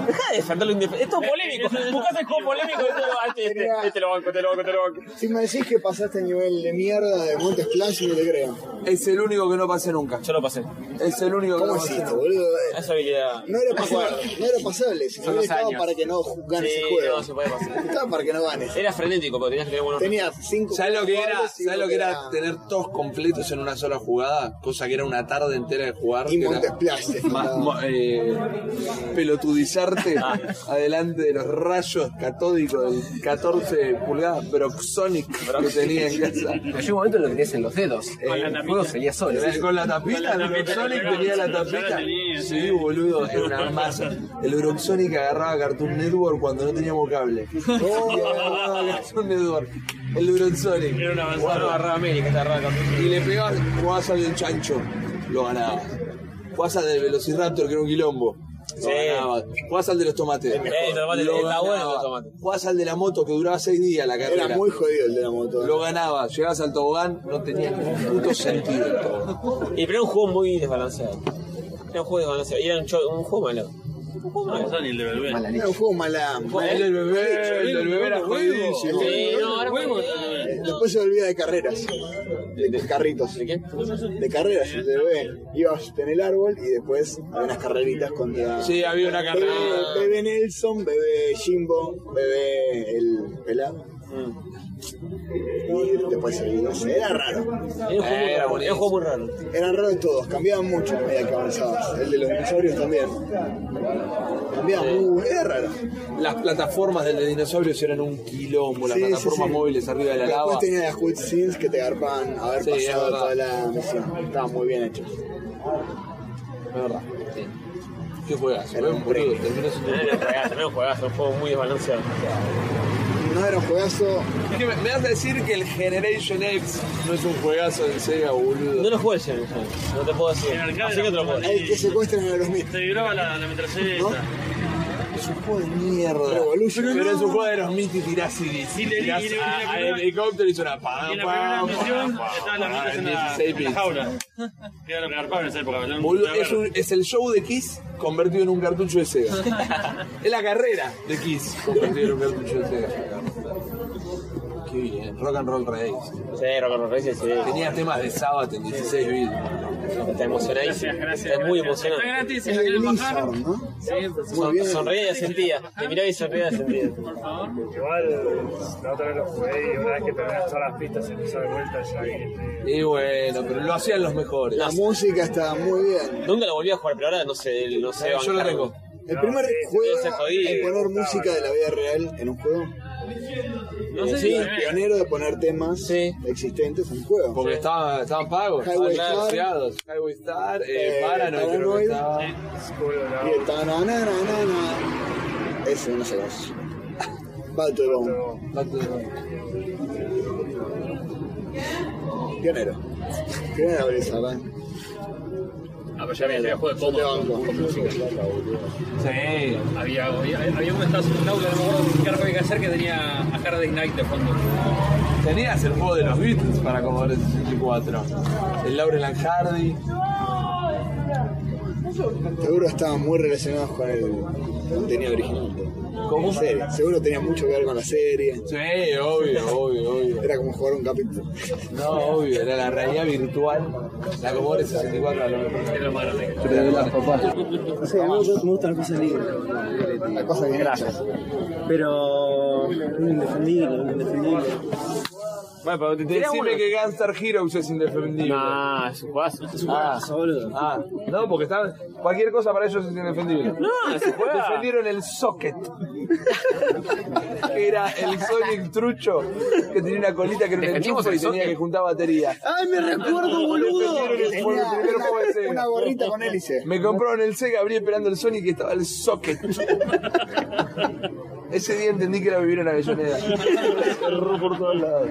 Deja de saltar lo indefendido. Esto es polémico. Buscás el juego polémico y todo. Ah, este, este, este lo banco, te lo banco, te lo banco. Si me decís que pasaste el nivel de mierda de Montes Clash, no te creo. Es el único que no pasé nunca. Yo lo pasé. Es el único que no ¿Cómo pasé hiciste, nunca. boludo? Eh, Esa habilidad. No era pasable, no era pasable. Si no los estaba años. para que no ju- ganes Sí, el juego. no, se puede pasar. Estaba para que no ganes. Era frenético porque tenías que tener buenos. Tenía cinco. ¿Sabes lo que era? jugadores y ¿Sabes lo que era era- tener todos completos en una sola jugada? Cosa que era una tarde entera de jugar. Y que Montes era Plaz, se más- faltaba. mo- eh, pelotudizarte adelante de los rayos catódicos del 14 pulgadas Broxonic que tenía en casa. Pero llegó un momento en lo que tenías en los dedos. el juego salía solo. Con la tapita, el tapita Broxonic que le tenía la pegaban, ya la tapita. tenía, Sí, boludo, era una masa. El Broxonic agarraba Cartoon Network cuando no teníamos cable. Y agarraba Cartoon Network. El Broxonic. Era una avanzada. agarraba América, esta rara. y le pegabas, jugabas al del chancho, lo ganabas. Jugabas al del Velociraptor, que era un quilombo. Lo Sí. ganabas. Jugabas al de los tomates. el tomate, Lo está bueno el ganabas. tomate. Jugabas al de la moto que duraba seis días la carrera. Era muy jodido el de la moto. ¿eh? Lo ganabas. Llegabas al tobogán, no tenía ningún puto sentido. el tobogán. Y pero era un juego muy desbalanceado. Era un juego desbalanceado. Y era un, cho- un juego malo. Un juego malo. Era un juego mala. El del bebé, el del bebé era jodidísimo. Sí, no, ahora juego. Después se olvida de carreras. De, de carritos. ¿De qué? De carreras, el de bebé. Ibas en el árbol y después había unas carreritas contra. Sí, había una Bebé, carrera. bebé Nelson, bebé Jimbo, bebé el pelado. Y después el- no sé, era raro. Eh, Era un juego, muy raro, era un juego muy raro. Eran raros todos, cambiaban mucho a medida que avanzabas. El de los dinosaurios también. Cambiaba muy, era raro. Las plataformas del de dinosaurios eran un quilombo, las Sí, sí, plataformas sí. móviles arriba de la Pero lava. Después tenía las Hood Scenes que te garpaban haber Sí, es pasado verdad. toda la misión. Estaban muy bien hechos. La verdad. ¿Qué juegas? Era un Boludo, terminó siendo un No era un juegazo, no era un juegazo. Un juego muy desbalanceado. No era un juegazo. Es que me, me vas a decir que el Generation X no es un juegazo de Sega, No boludo. lo jugué el Shenmue, no te puedo decir. En arcade Así que te lo puedo era decir. El que secuestran a los mismos. Se vibraba la, la metralleta. Es un juego de mierda. Revolution. Pero es un juego de los mitos y tirás y Y le- y le- tirás y le- a- y al le- helicóptero y suena pa, Y en la pa, primera pa, misión pa, estaban las pa, mitas en la, 16 en la bits. jaula. Que era lo que garpaba en esa época. era un- Boludo, una es, verga. un- es el show de Kiss convertido en un cartucho de Sega. es la carrera de Kiss convertido en un cartucho de Sega. Qué bien, Rock and Roll Race. Sí, Rock and Roll Racing, sí. Tenía temas de Sabbath en 16 bits. Está emocionado. Gracias, gracias. Está muy gracias. emocionado. Está gratis Es en de el Blizzard, pajar. ¿no? Sí, Muy pues, Son, bien. sonreía y asentía. Te miraba y sonreía y asentía. por favor. Igual, la otra vez lo jugué y una vez que terminaste todas las pistas se puso de vuelta ya que... Y bueno, pero lo hacían los mejores. Eh, La música estaba muy bien. Nunca lo volví a jugar, pero ahora no sé, no sé. Eh, yo lo bancarlo. tengo. El primer sí, juego se jodía. en poner música de la vida real en un juego No Eh, sé sí, si- pionero de poner temas existentes en juegos. Porque estaban, estaban pagos, estaban Highway Star. asociados. Highway Star, eh, Eh, Paranoid, creo que Paranoid. estaba. Y el tanananana. Ese no sé más. Battlebone. Pionero. Pionero de esa, ¿eh? ¿verdad? Ah, pero ya había videojuegos de todo, con, con música. Sí. Había, había, había uno que estaba en un aula, no me acuerdo qué arco había que hacer, que tenía a Hardy Knight de fondo. Tenías el juego de los Beatles para Commodore 64. El Laurel and Hardy. Seguro estaban muy relacionados con el contenido original. ¿Cómo? Serie. Seguro tenía mucho que ver con la serie. Sí, obvio, obvio, obvio. Era como jugar un capítulo. No, obvio, era la realidad virtual. La Commodore 64 a lo mejor. Pero de las papás. No sé, a mí yo me gusta las cosas libres. La cosa bien Gracias. Pero. Un indefendible, un indefendible. Bueno, pero te, Sería decime bueno. que Gunstar Heroes es indefendible. Nah, es un juegazo. Es un juegazo, boludo. Ah, no, porque están, cualquier cosa para ellos es indefendible. No, se juega. Defendieron el socket. que era el Sonic trucho que tenía una colita que era un Defendimos enchufe el y tenía socket. que juntar batería. ¡Ay, me recuerdo, boludo! Defendieron el- fue el primer juego de Sega. Una gorrita con hélice. Me compraron el Sega, abrí esperando el Sonic y estaba el socket. Ese día entendí que era vivir en Avellaneda. Cerró por todos lados.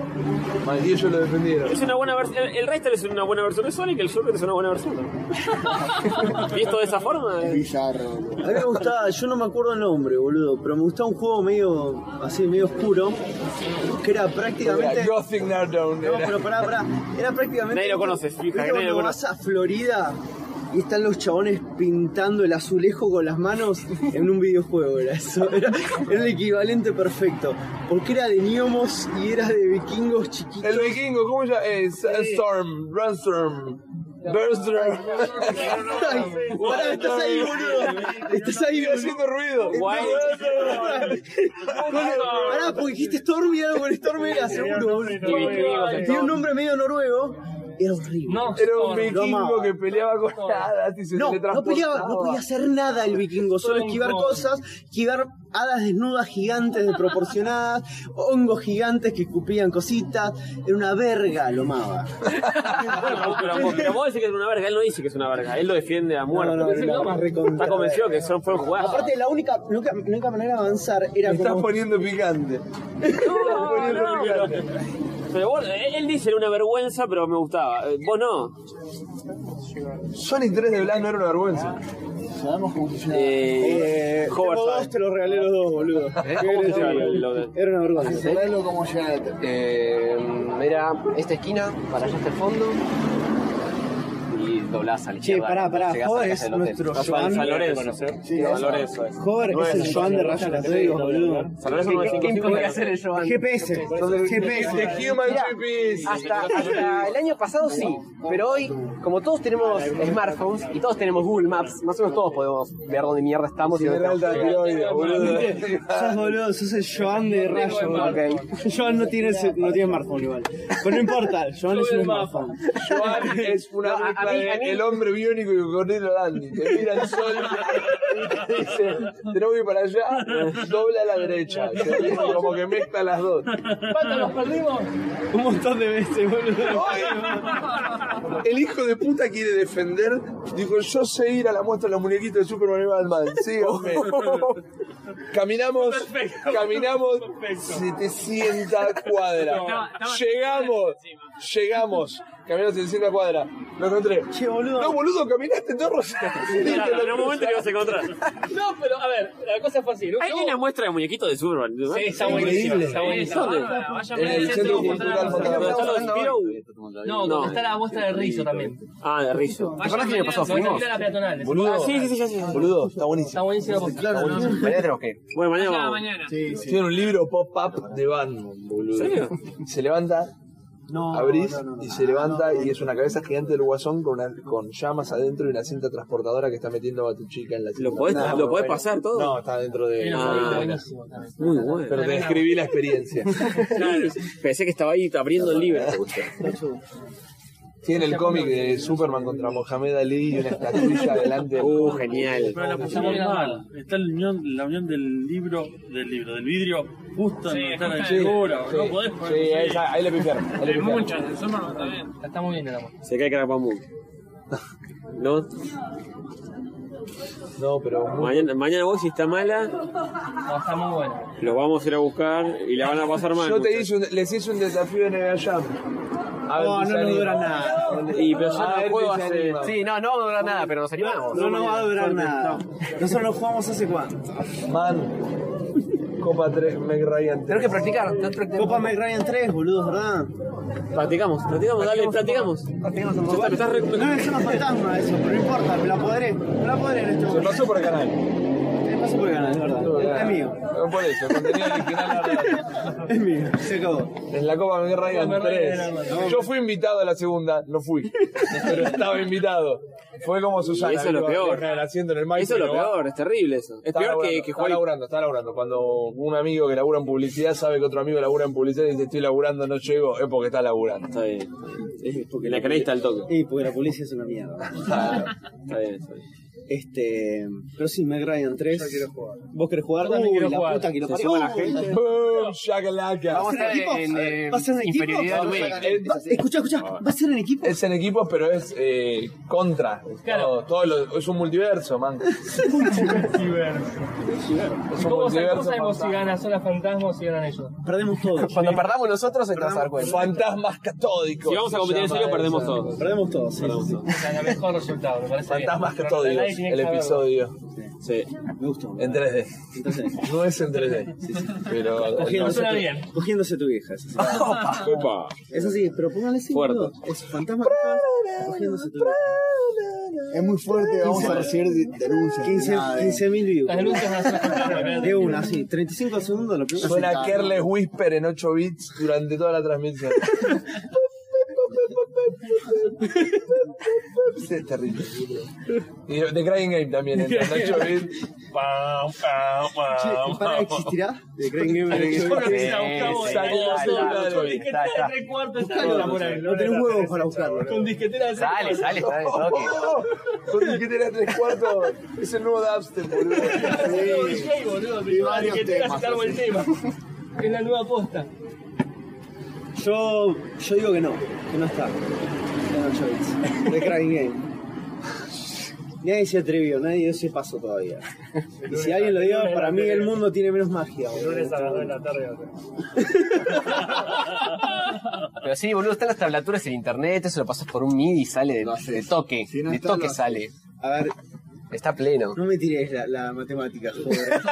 Mal, y ellos lo defendieron. Es una buena versión. El Raster es una buena versión de Sonic, el Joker es una buena versión. ¿Visto de esa forma? Bizarro. A mí me gustaba, yo no me acuerdo el nombre, boludo, pero me gustaba un juego medio así, medio oscuro, que era prácticamente. Era Gothic Nardone. No, pero pará, pará. Era prácticamente. Nadie lo conoce, fija, ¿Viste nadie cuando lo conoce. vas a Florida y están los chabones pintando el azulejo con las manos en un videojuego, era eso. Era, era el equivalente perfecto. Porque era de gnomos y era de vikingos chiquitos. El vikingo, ¿cómo se llama? Eh, Sandstorm, Runstorm, Burnstorm. Pará, estás ahí, boludo. Estás ahí, boludo. haciendo ruido. Pará, porque dijiste Storm y algo con Storm era seguro. boludo. Tiene un nombre medio noruego. Era horrible. Era un Lo amaba. vikingo que peleaba con hadas y se No, no peleaba, teletransportaba. no podía hacer nada el vikingo, solo esquivar cosas, esquivar hadas desnudas gigantes desproporcionadas, hongos gigantes que escupían cositas, era una verga, lo amaba. Bueno, pero, vos- pero vos decís que es una verga, él no dice que es una verga, él lo defiende a muerte. no, no, no, más recontra. Está convencido que son fueron jugadas. Aparte, la única, nunca, nunca manera de avanzar era Me estás como... poniendo picante. No, no, pero, pero vos, él él dice era una vergüenza, pero me gustaba. Eh, Vos no. Sonic 3 de Blas no era una vergüenza. Ah, Sabemos cómo funciona. Eh, Tengo dos, te los regalé los dos, ¿Eh? boludo. ¿Cómo se llama el- lo de- Era una vergüenza. Sabelo cómo llega la tele. Eh, era esta esquina, para allá hasta el fondo. Y doblás a la Che, izquierda. pará, pará, llegás a la Joder casa es del hotel. nuestro Vas a Joan. San Lorenzo. Sí, San es- Lorenzo es. Joder es el Joan de Rayos Católicos, boludo. San Lorenzo no es ¿Qué cinco, implica cinco, ser el cinco. Joan? GPS, GPS. The Human Mirá, Ah, GPS. Hasta, hasta el año pasado sí, pero hoy, como todos tenemos smartphones y todos tenemos Google Maps, más o menos todos podemos ver dónde mierda estamos y dónde General de tenemos que llegar. tiroides, boludo. Sos boludo, sos el Joan de Rayo. boludo. Joan no tiene, ese- no tiene smartphone igual. Pero no importa, Joan es un smartphone. Joan es una No, a- mezcla a mí- de a mí- el hombre biónico y Cornelio Landi. Te mira el sol y te dice, tenemos que ir para allá, dobla a la derecha. Te- Como que mezcla las dos. Un montón de veces, boludo. El hijo de puta quiere defender. Dijo, yo sé ir a la muestra de los muñequitos de Superman y Batman. Síganme. Caminamos, caminamos 700 cuadras. Llegamos, llegamos. Caminamos 700 cuadras. Lo encontré. Che, boludo. No, boludo, caminaste todo Rosario. Claro, en algún momento te ibas a encontrar. No, pero a ver, la cosa fue así. ¿no? Hay una muestra de muñequitos de Superman. ¿no? Sí, está buenísimo. Increíble. Está buenísimo. ¿Dónde? Ah, vayan En por el Centro vamos a Cultural la- Fontana Pero está lo de Spiro. No, No. donde está la muestra de Rizzo también. Ah, de Rizzo. ¿Te acuerdas que me pasó? Mañana Fuimos. se va a la peatonal. Boludo. Ah, sí, sí, sí, ya sí. Boludo, está buenísimo. Está buenísimo. Claro, Mañana tenemos que ir. Bueno, mañana Mañana, vamos. mañana. Tiene un libro pop-up de Batman, boludo. serio? Se levanta, No, abrís no, no, no. y se levanta y es una cabeza gigante del guasón con, una- con llamas adentro y una cinta transportadora que está metiendo a tu chica en la cinta. ¿Lo podés, Nada, ¿lo podés bueno. pasar todo? No, está dentro de Ah. una vitrina. Muy bueno. Pero te describí la experiencia. Pensé que estaba ahí abriendo el libro. Tiene el cómic de Superman contra Mohamed Ali y una estatuilla delante. Uh, genial. Pero la pusimos mal. Está la unión, la unión del libro, del libro, del vidrio, justo en donde está la sí, figura. sí, no podés poner- sí, esa- ahí le pifiaron, ahí le Hay pifiaron. muchas, en Superman está bien. La estamos viendo la Se cae Carapamú. ¿No? No, pero. Mañana, mañana vos, si está mala, No, está muy buena. los vamos a ir a buscar y la van a pasar mal. Yo te hice un- les hice un desafío en el Jam. A ver No, Oh, si no se nos dura animan. nada. Y, pero yo A no ver juego si se hace- animan. Sí, no, no va a durar nada, pero nos animamos. No nos va a durar nada. Nosotros no jugamos hace cuánto. Man. Copa 3, Meg Ryan. Tenemos que practicar. Copa Meg Ryan 3, boludo, ¿verdad? Practicamos, practicamos, dale, practicamos. Practicamos un poco. No me llama fantasma eso, pero no importa, me la podré. Me la podré en este momento. pasó por el canal. Se pasó por el canal, es verdad. Es mío. No, por eso, el contenido original ahora- Es mío, se acabó. En la Copa Meg Ryan Copa Meg Ryan 3. Yo fui invitado a la segunda, no fui. Pero estaba invitado. Fue como Susana. Y eso es lo ¿viste? peor. Deja el asiento en el mic, Eso es lo pero va. peor, es terrible eso. Es Está peor laburando, que, que Está jugar. laburando, está laburando. Cuando un amigo que labura en publicidad sabe que otro amigo labura en publicidad y dice estoy laburando, no llego, es porque está laburando. Está bien. Es porque la canasta al toque. Y porque la policía es una mierda. Está bien, está bien. Este, pero sí, Meg Ryan 3. Yo quiero jugar. ¿Vos querés jugar? Yo también Uy, quiero la jugar. Puta que lo Se parió. suma la gente. ¡Boom! ¡Shakalaka! ¿Va a ser en equipo? ¿Va a ser en equipo? Escucha, escucha, ¿va a ser en equipo? Es en equipo, pero es eh, contra. Todo, todo lo- es un multiverso, man. Es un ¿Cómo sa- multiverso cómo sabemos si fantasma. ganan son las fantasmas o si ganan ellos? Perdemos todos. Cuando perdamos nosotros, se te vas a dar cuenta. Fantasmas catódicos. Si vamos a competir en se serio, llama perdemos eso. todos. Perdemos todos, sí. sí, sí. O sea, el mejor resultado, me parece. bien. Fantasmas Pero catódicos, nadie tiene que el saberlo. episodio. Sí. Me gustó. En 3D. No es en 3D. Pero. Cogiéndose, no. tu, cogiéndose tu vieja. sí, sí. Opa. Es así, pero póngale así. Fuerte. boludo. Es fantasma. Cogiéndose tu vieja. Es muy fuerte, vamos a recibir de- denuncias. 15 Nada de- 15.000 views. Las denuncias van a ser fantasma. De una, sí. 35 segundos lo primero. Suena Kerles Whisper en 8 bits durante toda la transmisión. es terrible. Y The Crying Game también en 8 bits. Pam, pam, pam, ¿Para pam. existirá? De Crane Game. Sí, sí, Salió sí, solo, sí, con sí, disquetera está, de tres cuartos, está Buscalo, sola no por ahí. tenés- No tenés huevos para buscarlo. Con disquetera de tres Sale, cuartos. sale, sale, toque. Con disquetera de tres cuartos. Es el nuevo dubstep, boludo. Sí, boludo, pero la disquetera se cargó el tema. Es la nueva posta. Yo, yo digo que no, que no está. En 8 bits. De Crane Game. Nadie se atrevió, nadie se pasó todavía. Y si alguien lo dio, para mí el mundo tiene menos magia. El lunes a las 2 de la tarde. Pero sí, boludo, están las tablaturas en internet, eso lo pasas por un MIDI y sale de, de toque. no de está, toque lo sale. A ver, Está pleno. no me tires la, la matemática, joder.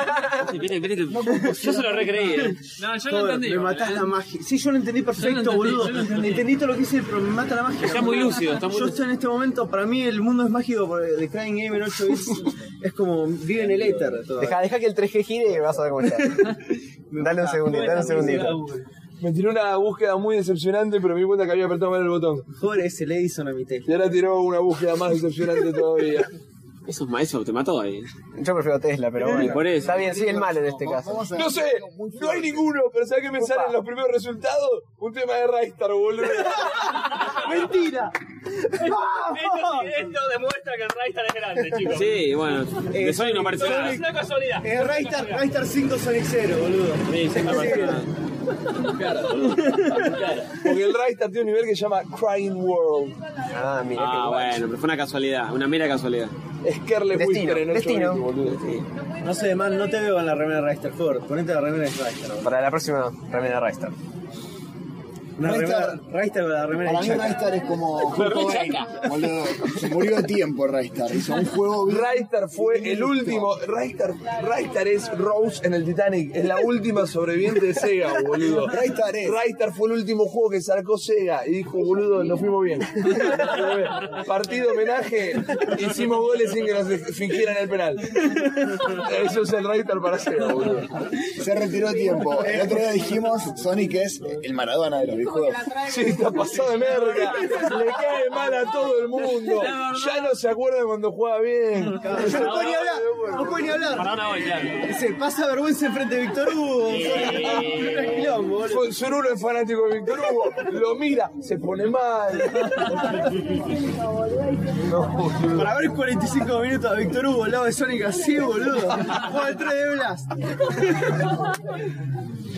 Yo se lo recreí. eh. No, yo Joder, Me matás la magia. Sí, yo lo entendí perfecto, boludo. entendí todo lo que hice, pero me mata la magia. Está muy lúcido, está muy Yo estoy en este momento, para mí el mundo es mágico, porque The Crying Game en 8 bits es como vive en el éter. todo. Deja, deja que el 3G gire y vas a ver cómo está. dale un segundito, dale un segundito. Me tiró una búsqueda muy decepcionante, pero me di cuenta que había apretado mal el botón. Joder, ese Edison a mi tele. Y ahora tiró una búsqueda más decepcionante todavía. Eso es maestro, te mató ahí. Yo prefiero Tesla, pero Sí, bueno. por eso. Está bien, sí, el malo en este caso. No sé, no hay ninguno, pero ¿sabes qué me salen los primeros resultados? Un tema de Raystar, boludo. ¡Mentira! Esto, esto demuestra que el Raystar es grande, chicos. Sí, bueno. De Sony no aparece No, nada. Es una casualidad. Eh, Raystar, Raystar 5 Sonic 0, boludo. Sí, sí, no aparece nada. Porque el Raystar tiene un nivel que se llama Crying World. Ah, mira. Ah, bueno, pero fue una casualidad, una mera casualidad. Es Kerle Destino, Whisper en 8 destino. bits, boludo. No sé, man, no te veo en la remera de Raystar, joder. Ponete la remera de Raystar. Para la próxima remera de Raystar. Una Raystar- remera, Raystar con la remera Para de mí Chuck. Raystar es como Kurt Cobain, boludo. Se murió a tiempo Raystar. Hizo un juego bien. Raystar fue el último. Raystar, Raystar es Rose en el Titanic. Es la última sobreviviente de Sega, boludo. Raystar es. Raystar fue el último juego que sacó Sega. Y dijo, boludo, nos fuimos bien. Nos fuimos bien. Partido homenaje. Hicimos goles sin que nos fingieran el penal. Eso es el Raystar para Sega, boludo. Se retiró a tiempo. El otro día dijimos, Sonic es el Maradona de los juego. Sí, está pasado de merda. Le cae mal a todo el mundo. Ya no se acuerda cuando juega bien. No puede ni hablar, no puede ni hablar. Para una hoy, claro. Dice, pasa vergüenza enfrente de Víctor Hugo. Su- Surulo es fanático de Víctor Hugo, lo mira, se pone mal. Para ver 45 minutos de Víctor Hugo al lado de Sonic así, boludo. Juega el 3 de Blast.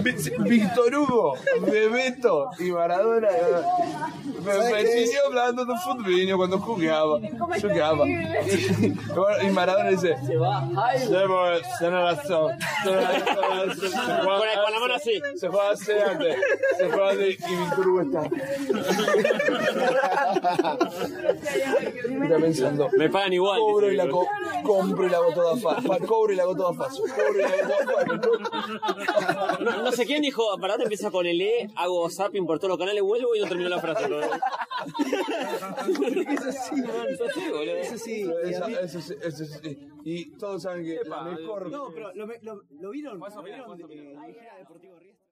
Vi- Víctor Hugo, Bebeto y Maradona. Me, me siguió hablando de Futbino cuando jugaba. Jugaba. Y Maradona dice: Debo- tiene razón. tiene razón". Se juega- Con la- con la mano así. Se juega así antes. Se juega así y Víctor Hugo está. Está pensando. Me pagan igual. Cobro y la co- compro y la hago toda fácil. Cobro y la hago toda fácil. Cobro y la hago toda fácil. No, no sé quién dijo, para te empieza con el E, hago zapping por todos los canales, vuelvo y no termino la frase. ¿no? Eso sí, Eso sí, boludo. Eso sí, eso, eso sí, eso sí. Y todos saben que la mejor. No, pero lo, lo- lo vieron. ¿Lo vieron? Eh, Ligera Deportivo Riestra.